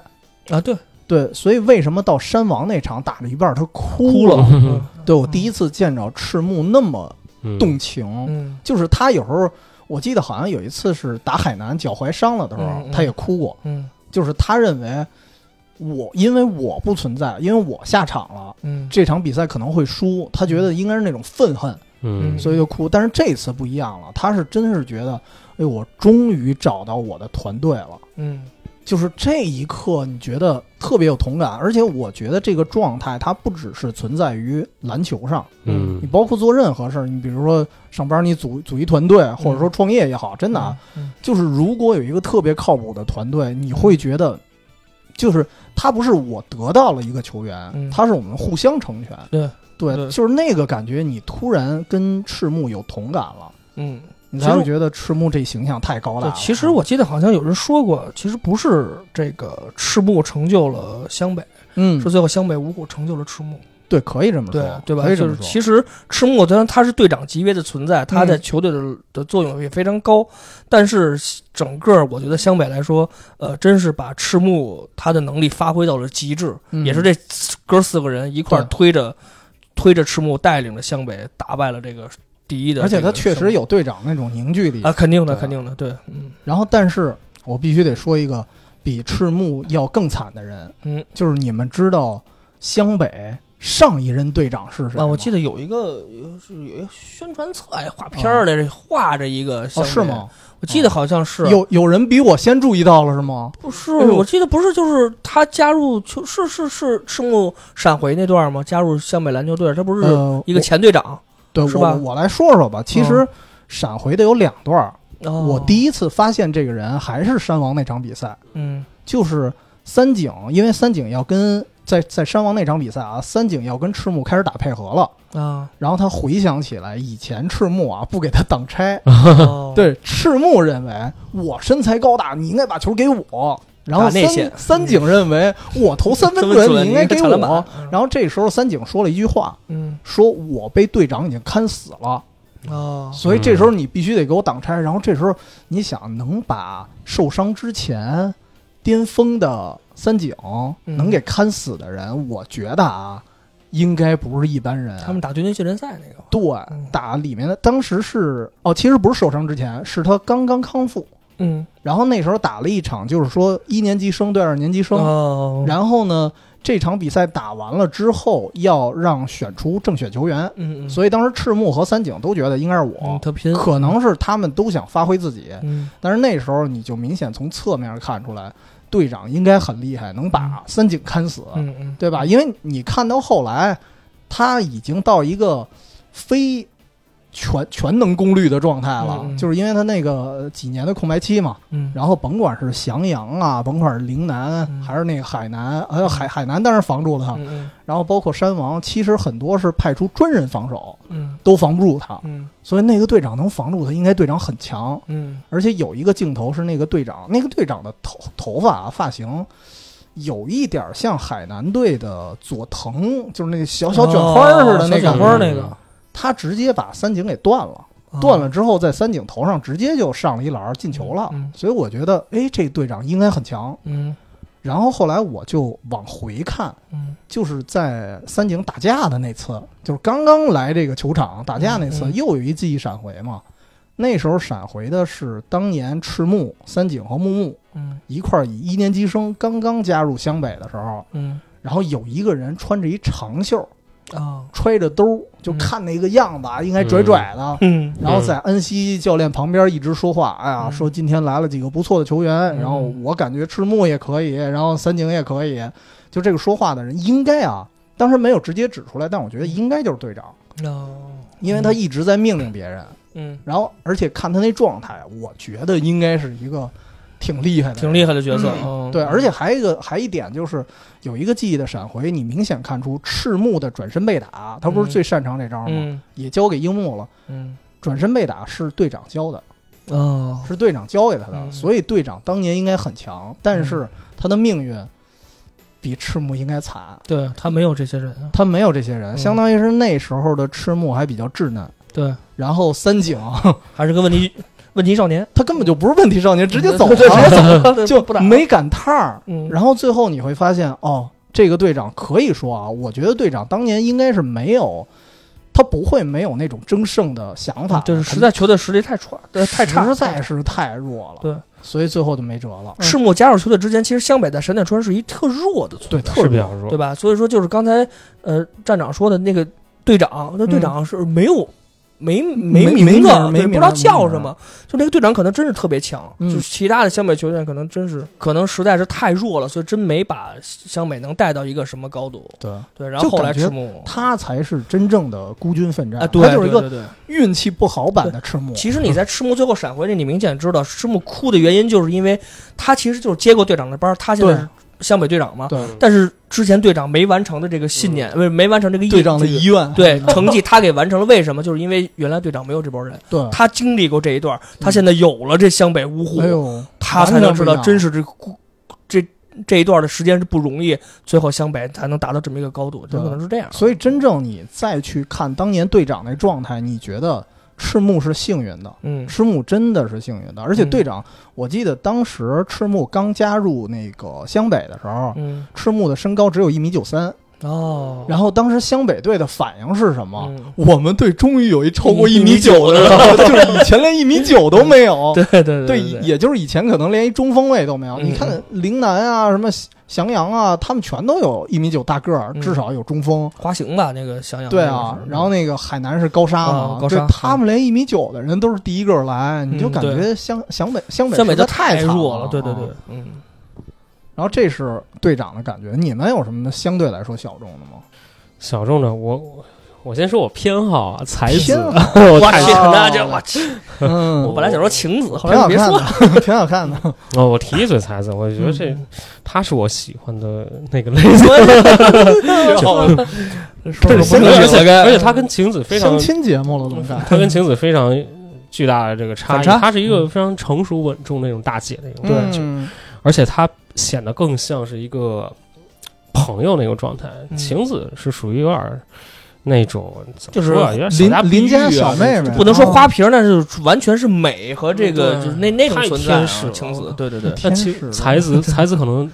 [SPEAKER 2] 啊对，
[SPEAKER 1] 对，所以为什么到山王那场打着一半他哭
[SPEAKER 2] 了
[SPEAKER 1] 了？
[SPEAKER 2] 嗯
[SPEAKER 1] 对我第一次见着赤木那么
[SPEAKER 3] 嗯
[SPEAKER 1] 动情，
[SPEAKER 2] 嗯
[SPEAKER 1] 就是他有时候我记得好像有一次是打海南脚踝伤了的时候
[SPEAKER 2] 嗯嗯，
[SPEAKER 1] 他也哭过，
[SPEAKER 2] 嗯
[SPEAKER 1] 就是他认为我因为我不存在，因为我下场了。
[SPEAKER 2] 嗯
[SPEAKER 1] 这场比赛可能会输，他觉得应该是那种愤恨，
[SPEAKER 3] 嗯
[SPEAKER 1] 所以就哭。但是这次不一样了，他是真是觉得，哎，我终于找到我的团队了。
[SPEAKER 2] 嗯
[SPEAKER 1] 就是这一刻，你觉得特别有同感，而且我觉得这个状态它不只是存在于篮球上，
[SPEAKER 3] 嗯
[SPEAKER 1] 你包括做任何事儿，你比如说上班，你组组一团队，或者
[SPEAKER 3] 嗯
[SPEAKER 1] 说创业也好，真的啊，
[SPEAKER 2] 嗯
[SPEAKER 1] 就是如果有一个特别靠谱的团队，你会觉得，就是他不是我得到了一个球
[SPEAKER 2] 嗯
[SPEAKER 1] 员，他是我们互相成全。
[SPEAKER 2] 对
[SPEAKER 1] 对，
[SPEAKER 2] 对
[SPEAKER 1] 就是那个感觉，你突然跟赤木有同感了，
[SPEAKER 2] 嗯。
[SPEAKER 1] 你
[SPEAKER 2] 其
[SPEAKER 1] 才
[SPEAKER 2] 实
[SPEAKER 1] 会觉得赤木这形象太高大
[SPEAKER 2] 对
[SPEAKER 1] 了，。
[SPEAKER 2] 其实我记得好像有人说过，其实不是这个赤木成就了湘北，
[SPEAKER 1] 嗯
[SPEAKER 2] 是，最后湘北五虎成就了赤木，
[SPEAKER 1] 对，可以这么说
[SPEAKER 2] 对，对吧？
[SPEAKER 1] 可以这
[SPEAKER 2] 就
[SPEAKER 1] 么
[SPEAKER 2] 是
[SPEAKER 1] 说。
[SPEAKER 2] 其实赤木虽然他是队长级别的存在，他在球队的、的作用也非常高，但是整个我觉得湘北来说，呃，真是把赤木他的能力发挥到了极致，
[SPEAKER 1] 嗯
[SPEAKER 2] 也是这哥四个人一块儿
[SPEAKER 1] 对
[SPEAKER 2] 推着推着赤木带领着湘北打败了这个第一的
[SPEAKER 1] 而
[SPEAKER 2] 这
[SPEAKER 1] 且
[SPEAKER 2] 个湘北，
[SPEAKER 1] 他确实有队长那种凝聚力
[SPEAKER 2] 啊，肯定的，
[SPEAKER 1] 对啊
[SPEAKER 2] 肯定的，对，嗯
[SPEAKER 1] 然后，但是我必须得说一个比赤木要更惨的人，
[SPEAKER 2] 嗯，
[SPEAKER 1] 就是你们知道湘北上一任队长是谁吗？
[SPEAKER 2] 啊，我记
[SPEAKER 1] 得
[SPEAKER 2] 得有一个有是有一个宣传册哎画片儿来着，画着一个湘
[SPEAKER 1] 哦，
[SPEAKER 2] 北
[SPEAKER 1] 是？吗？
[SPEAKER 2] 我记得好像是
[SPEAKER 1] 有有人比我先注意到了是吗？
[SPEAKER 2] 不是，
[SPEAKER 1] 哎呦
[SPEAKER 2] 我记得不是，就是他加入球是是是赤木闪回那段吗？加入湘北篮球队，他不是
[SPEAKER 1] 呃，
[SPEAKER 2] 一个
[SPEAKER 1] 我
[SPEAKER 2] 前队长？
[SPEAKER 1] 对
[SPEAKER 2] 是
[SPEAKER 1] 我
[SPEAKER 2] 吧嗯
[SPEAKER 1] 我来说说吧。其实闪回的有两段儿，
[SPEAKER 2] 哦
[SPEAKER 1] 我第一次发现这个人还是山王那场比赛，
[SPEAKER 2] 嗯
[SPEAKER 1] 就是三井，因为三井要跟在在山王那场比赛啊，三井要跟赤木开始打配合了。
[SPEAKER 2] 啊
[SPEAKER 1] 然后他回想起来，以前赤木啊不给他挡拆，
[SPEAKER 2] 哦
[SPEAKER 1] 对，赤木认为我身材高大，你应该把球给我。然后
[SPEAKER 2] 打内
[SPEAKER 1] 三
[SPEAKER 2] 线
[SPEAKER 1] 三井认为我投三分
[SPEAKER 2] 三
[SPEAKER 1] 准，
[SPEAKER 2] 分准
[SPEAKER 1] 你应该
[SPEAKER 2] 你应
[SPEAKER 1] 给
[SPEAKER 2] 该抢篮板
[SPEAKER 1] 我。然后这时候三井说了一句话，
[SPEAKER 2] 嗯
[SPEAKER 1] 说我被队长已经看死了，
[SPEAKER 2] 哦
[SPEAKER 1] 所以这时候你必须得给我挡拆。然后这时候你想能把受伤之前巅峰的三井
[SPEAKER 2] 嗯
[SPEAKER 1] 能给看死的人，我觉得啊，应该不是一般人。
[SPEAKER 2] 他们打军队训练赛那个
[SPEAKER 1] 对
[SPEAKER 2] 嗯
[SPEAKER 1] 打里面的当时是哦，其实不是受伤之前，是他刚刚康复。
[SPEAKER 2] 嗯，
[SPEAKER 1] 然后那时候打了一场，就是说一年级生对二年级生，
[SPEAKER 2] 哦，
[SPEAKER 1] 然后呢，这场比赛打完了之后，要让选出正选球员，
[SPEAKER 2] 嗯嗯，
[SPEAKER 1] 所以当时赤木和三井都觉得应该是我
[SPEAKER 2] 嗯，特拼，
[SPEAKER 1] 可能是他们都想发挥自己，
[SPEAKER 2] 嗯
[SPEAKER 1] 但是那时候你就明显从侧面看出来，队长应该很厉害，能把三井砍死，
[SPEAKER 2] 嗯嗯，
[SPEAKER 1] 对吧？因为你看到后来，他已经到一个非全全能功率的状态了，
[SPEAKER 2] 嗯嗯
[SPEAKER 1] 就是因为他那个呃几年的空白期嘛。
[SPEAKER 2] 嗯，
[SPEAKER 1] 然后甭管是襄阳啊，甭管是陵南，
[SPEAKER 2] 嗯
[SPEAKER 1] 还是那个海南，还有海海南当然防住了他，
[SPEAKER 2] 嗯嗯
[SPEAKER 1] 然后包括山王，其实很多是派出专人防守
[SPEAKER 2] 嗯
[SPEAKER 1] 都防不住他，
[SPEAKER 2] 嗯
[SPEAKER 1] 所以那个队长能防住他，应该队长很强。
[SPEAKER 2] 嗯
[SPEAKER 1] 而且有一个镜头是那个队长，那个队长的头头发啊发型，有一点像海南队的佐藤，就是那个啊小小卷花儿似的那
[SPEAKER 2] 哦小
[SPEAKER 1] 个。
[SPEAKER 2] 卷花儿那个
[SPEAKER 1] 他直接把三井给断了，断了之后在三井头上直接就上了一篮儿进球了。
[SPEAKER 2] 嗯嗯
[SPEAKER 1] 所以我觉得，哎，这队长应该很强。
[SPEAKER 2] 嗯
[SPEAKER 1] 然后后来我就往回看，
[SPEAKER 2] 嗯
[SPEAKER 1] 就是在三井打架的那次，就是刚刚来这个球场打架那次，
[SPEAKER 2] 嗯嗯
[SPEAKER 1] 又有一记忆闪回嘛。那时候闪回的是当年赤木、三井和木木
[SPEAKER 2] 嗯
[SPEAKER 1] 一块儿以一年级生刚刚加入湘北的时候，
[SPEAKER 2] 嗯
[SPEAKER 1] 然后有一个人穿着一长袖，
[SPEAKER 2] 啊
[SPEAKER 1] 揣着兜，就
[SPEAKER 2] 嗯
[SPEAKER 1] 看那个样子啊，应该拽拽的。
[SPEAKER 2] 嗯
[SPEAKER 1] 然后在恩熙教练旁边一直说话，哎呀，
[SPEAKER 2] 嗯
[SPEAKER 1] 说今天来了几个不错的球员，
[SPEAKER 2] 嗯
[SPEAKER 1] 然后我感觉赤木也可以，然后三井也可以，就这个说话的人应该啊，当时没有直接指出来，但我觉得
[SPEAKER 2] 嗯
[SPEAKER 1] 应该就是队长，
[SPEAKER 2] 哦
[SPEAKER 1] 因为他一直在命令别人，
[SPEAKER 2] 嗯
[SPEAKER 1] 然后而且看他那状态，啊我觉得应该是一个挺厉害的人，
[SPEAKER 2] 挺厉害的角色，嗯
[SPEAKER 1] 对，而且还有一个还一点就是有一个记忆的闪回，你明显看出赤木的转身被打，他不是
[SPEAKER 2] 嗯
[SPEAKER 1] 最擅长这招吗？
[SPEAKER 2] 嗯
[SPEAKER 1] 也交给樱木了。
[SPEAKER 2] 嗯
[SPEAKER 1] 转身被打是队长教的，
[SPEAKER 2] 哦
[SPEAKER 1] 是队长教给他的，
[SPEAKER 2] 嗯
[SPEAKER 1] 所以队长当年应该很强，但是他的命运比赤木应该惨。
[SPEAKER 2] 对他没有这些人啊，
[SPEAKER 1] 他没有这些人，
[SPEAKER 2] 嗯
[SPEAKER 1] 相当于是那时候的赤木还比较稚嫩，
[SPEAKER 2] 对，
[SPEAKER 1] 然后三 井
[SPEAKER 2] 还是个问题问题少年，嗯
[SPEAKER 1] 他根本就不是问题少年，直接走
[SPEAKER 2] 对直接
[SPEAKER 1] 了，
[SPEAKER 2] 走
[SPEAKER 1] 就
[SPEAKER 2] 不打，
[SPEAKER 1] 没赶趟儿。
[SPEAKER 2] 嗯，
[SPEAKER 1] 然后最后你会发现，哦，这个队长可以说啊，我觉得队长当年应该是没有，他不会没有那种争胜的想法，
[SPEAKER 2] 嗯就是实在球队实力太差，对，太差，
[SPEAKER 1] 实在是太弱了，
[SPEAKER 2] 对，
[SPEAKER 1] 所以最后就没辙了。
[SPEAKER 2] 赤木加入球队之前，其实湘北在闪电川是一特弱的
[SPEAKER 1] 对，
[SPEAKER 2] 存在，
[SPEAKER 1] 特
[SPEAKER 3] 是比
[SPEAKER 1] 别
[SPEAKER 3] 较弱
[SPEAKER 2] 对。吧？所以说就是刚才呃站长说的那个队长，那队长是没有、没没
[SPEAKER 1] 嗯没
[SPEAKER 2] 名字
[SPEAKER 1] 没名儿，没
[SPEAKER 2] 对不
[SPEAKER 1] 名
[SPEAKER 2] 知
[SPEAKER 1] 儿
[SPEAKER 2] 道
[SPEAKER 1] 没
[SPEAKER 2] 叫
[SPEAKER 1] 名儿
[SPEAKER 2] 什么。就那个队长可能真是特别强，
[SPEAKER 1] 嗯
[SPEAKER 2] 就是其他的湘北球员可能真是可能实在是太弱了，所以真没把湘北能带到一个什么高度。
[SPEAKER 1] 对，
[SPEAKER 2] 对，然后后来
[SPEAKER 1] 就感觉
[SPEAKER 2] 赤木
[SPEAKER 1] 他才是真正的孤军奋战，
[SPEAKER 2] 啊，对，
[SPEAKER 1] 他就是一
[SPEAKER 2] 对
[SPEAKER 1] 个
[SPEAKER 2] 对 对
[SPEAKER 1] 运气不好版的赤木。
[SPEAKER 2] 其实你在赤木最后闪回来，你明显知道赤木哭的原因，就是因为他其实就是接过队长的班儿，他现在
[SPEAKER 1] 对
[SPEAKER 2] 是湘北队长嘛。
[SPEAKER 1] 对，
[SPEAKER 2] 但是之前队长没完成的这个信念，不是没完成这个意
[SPEAKER 1] 嗯队长的
[SPEAKER 2] 这个
[SPEAKER 1] 遗 愿，
[SPEAKER 2] 对成绩他给完成了，为什么？就是因为原来队长没有这波人，
[SPEAKER 1] 对，
[SPEAKER 2] 他经历过这一段，他现在有了这湘北五虎，
[SPEAKER 1] 哎呦，
[SPEAKER 2] 他才能知道
[SPEAKER 1] 完全不一样
[SPEAKER 2] 真是这孤这这一段的时间是不容易，最后湘北才能达到这么一个高度，
[SPEAKER 1] 对
[SPEAKER 2] 有可能是这样。
[SPEAKER 1] 所以真正你再去看当年队长那状态，你觉得赤木是幸运的。
[SPEAKER 2] 嗯
[SPEAKER 1] 赤木真的是幸运的，而且队长，我记得当时赤木刚加入那个湘北的时候，
[SPEAKER 2] 嗯
[SPEAKER 1] 赤木的身高只有一米九三，
[SPEAKER 2] 哦，
[SPEAKER 1] 然后当时湘北队的反应是什么？
[SPEAKER 2] 嗯
[SPEAKER 1] 我们队终于有一超过
[SPEAKER 2] 一
[SPEAKER 1] 一
[SPEAKER 2] 米
[SPEAKER 1] 米九的人了，就是以前连一米九都没有。
[SPEAKER 2] 对对对
[SPEAKER 1] 对，
[SPEAKER 2] 哦对，
[SPEAKER 1] 也就是以前可能连一中锋位都没有。
[SPEAKER 2] 嗯
[SPEAKER 1] 你看陵南啊，什么襄阳啊，他们全都有一米九大个儿，
[SPEAKER 2] 嗯
[SPEAKER 1] 至少有中锋。
[SPEAKER 2] 滑行吧，那个想想
[SPEAKER 1] 对啊，然后那个海南是高沙嘛
[SPEAKER 2] 啊，高沙
[SPEAKER 1] 对
[SPEAKER 2] 嗯
[SPEAKER 1] 他们连一米九的人都是第一个来，你就感觉湘湘北湘北
[SPEAKER 2] 湘北
[SPEAKER 1] 实
[SPEAKER 2] 就
[SPEAKER 1] 在太
[SPEAKER 2] 弱
[SPEAKER 1] 了，
[SPEAKER 2] 了，对对对
[SPEAKER 1] 啊。，
[SPEAKER 2] 嗯，
[SPEAKER 1] 然后这是队长的感觉，你们有什么相对来说小众的吗？
[SPEAKER 3] 小众的，我我我先说我偏好啊，才子
[SPEAKER 1] 偏， 好
[SPEAKER 3] 我
[SPEAKER 2] 我
[SPEAKER 3] 太
[SPEAKER 2] 去，
[SPEAKER 1] 子
[SPEAKER 2] 那就我去，我
[SPEAKER 1] 嗯，
[SPEAKER 2] 本来想说晴子，后
[SPEAKER 1] 挺
[SPEAKER 2] 来
[SPEAKER 1] 好
[SPEAKER 2] 你别
[SPEAKER 1] 看
[SPEAKER 2] 说了，
[SPEAKER 1] 的，挺好看的。
[SPEAKER 3] 哦，我提一嘴才子，我觉得这
[SPEAKER 2] 嗯
[SPEAKER 3] 他是我喜欢的那个类 型，
[SPEAKER 1] 对
[SPEAKER 3] 而
[SPEAKER 1] 先
[SPEAKER 3] 且
[SPEAKER 1] 给
[SPEAKER 3] 而且
[SPEAKER 2] 该
[SPEAKER 3] 而且他跟晴子非常
[SPEAKER 1] 相，亲节目了怎么办？
[SPEAKER 3] 他跟晴子非常巨大的这个差异，
[SPEAKER 1] 反差
[SPEAKER 3] 他是一个非常成熟稳重的那种大姐那种
[SPEAKER 2] 对
[SPEAKER 3] 感觉，
[SPEAKER 1] 嗯
[SPEAKER 3] 而且他显得更像是一个朋友那种状态。
[SPEAKER 2] 嗯
[SPEAKER 3] 晴子是属于有点儿那种怎
[SPEAKER 2] 就
[SPEAKER 3] 么
[SPEAKER 2] 是
[SPEAKER 3] 说啊有点小
[SPEAKER 1] 邻
[SPEAKER 3] 家碧
[SPEAKER 1] 邻家
[SPEAKER 3] 玉啊
[SPEAKER 1] 小妹妹，
[SPEAKER 2] 不能说
[SPEAKER 1] 啊
[SPEAKER 2] 花瓶儿，那是完全是美和这个
[SPEAKER 3] 嗯对
[SPEAKER 2] 就是那那种存在
[SPEAKER 3] 太
[SPEAKER 2] 啊
[SPEAKER 3] 天使，了
[SPEAKER 2] 晴子，对对对，
[SPEAKER 3] 但
[SPEAKER 1] 天
[SPEAKER 3] 其
[SPEAKER 1] 使
[SPEAKER 3] 才子 才子可能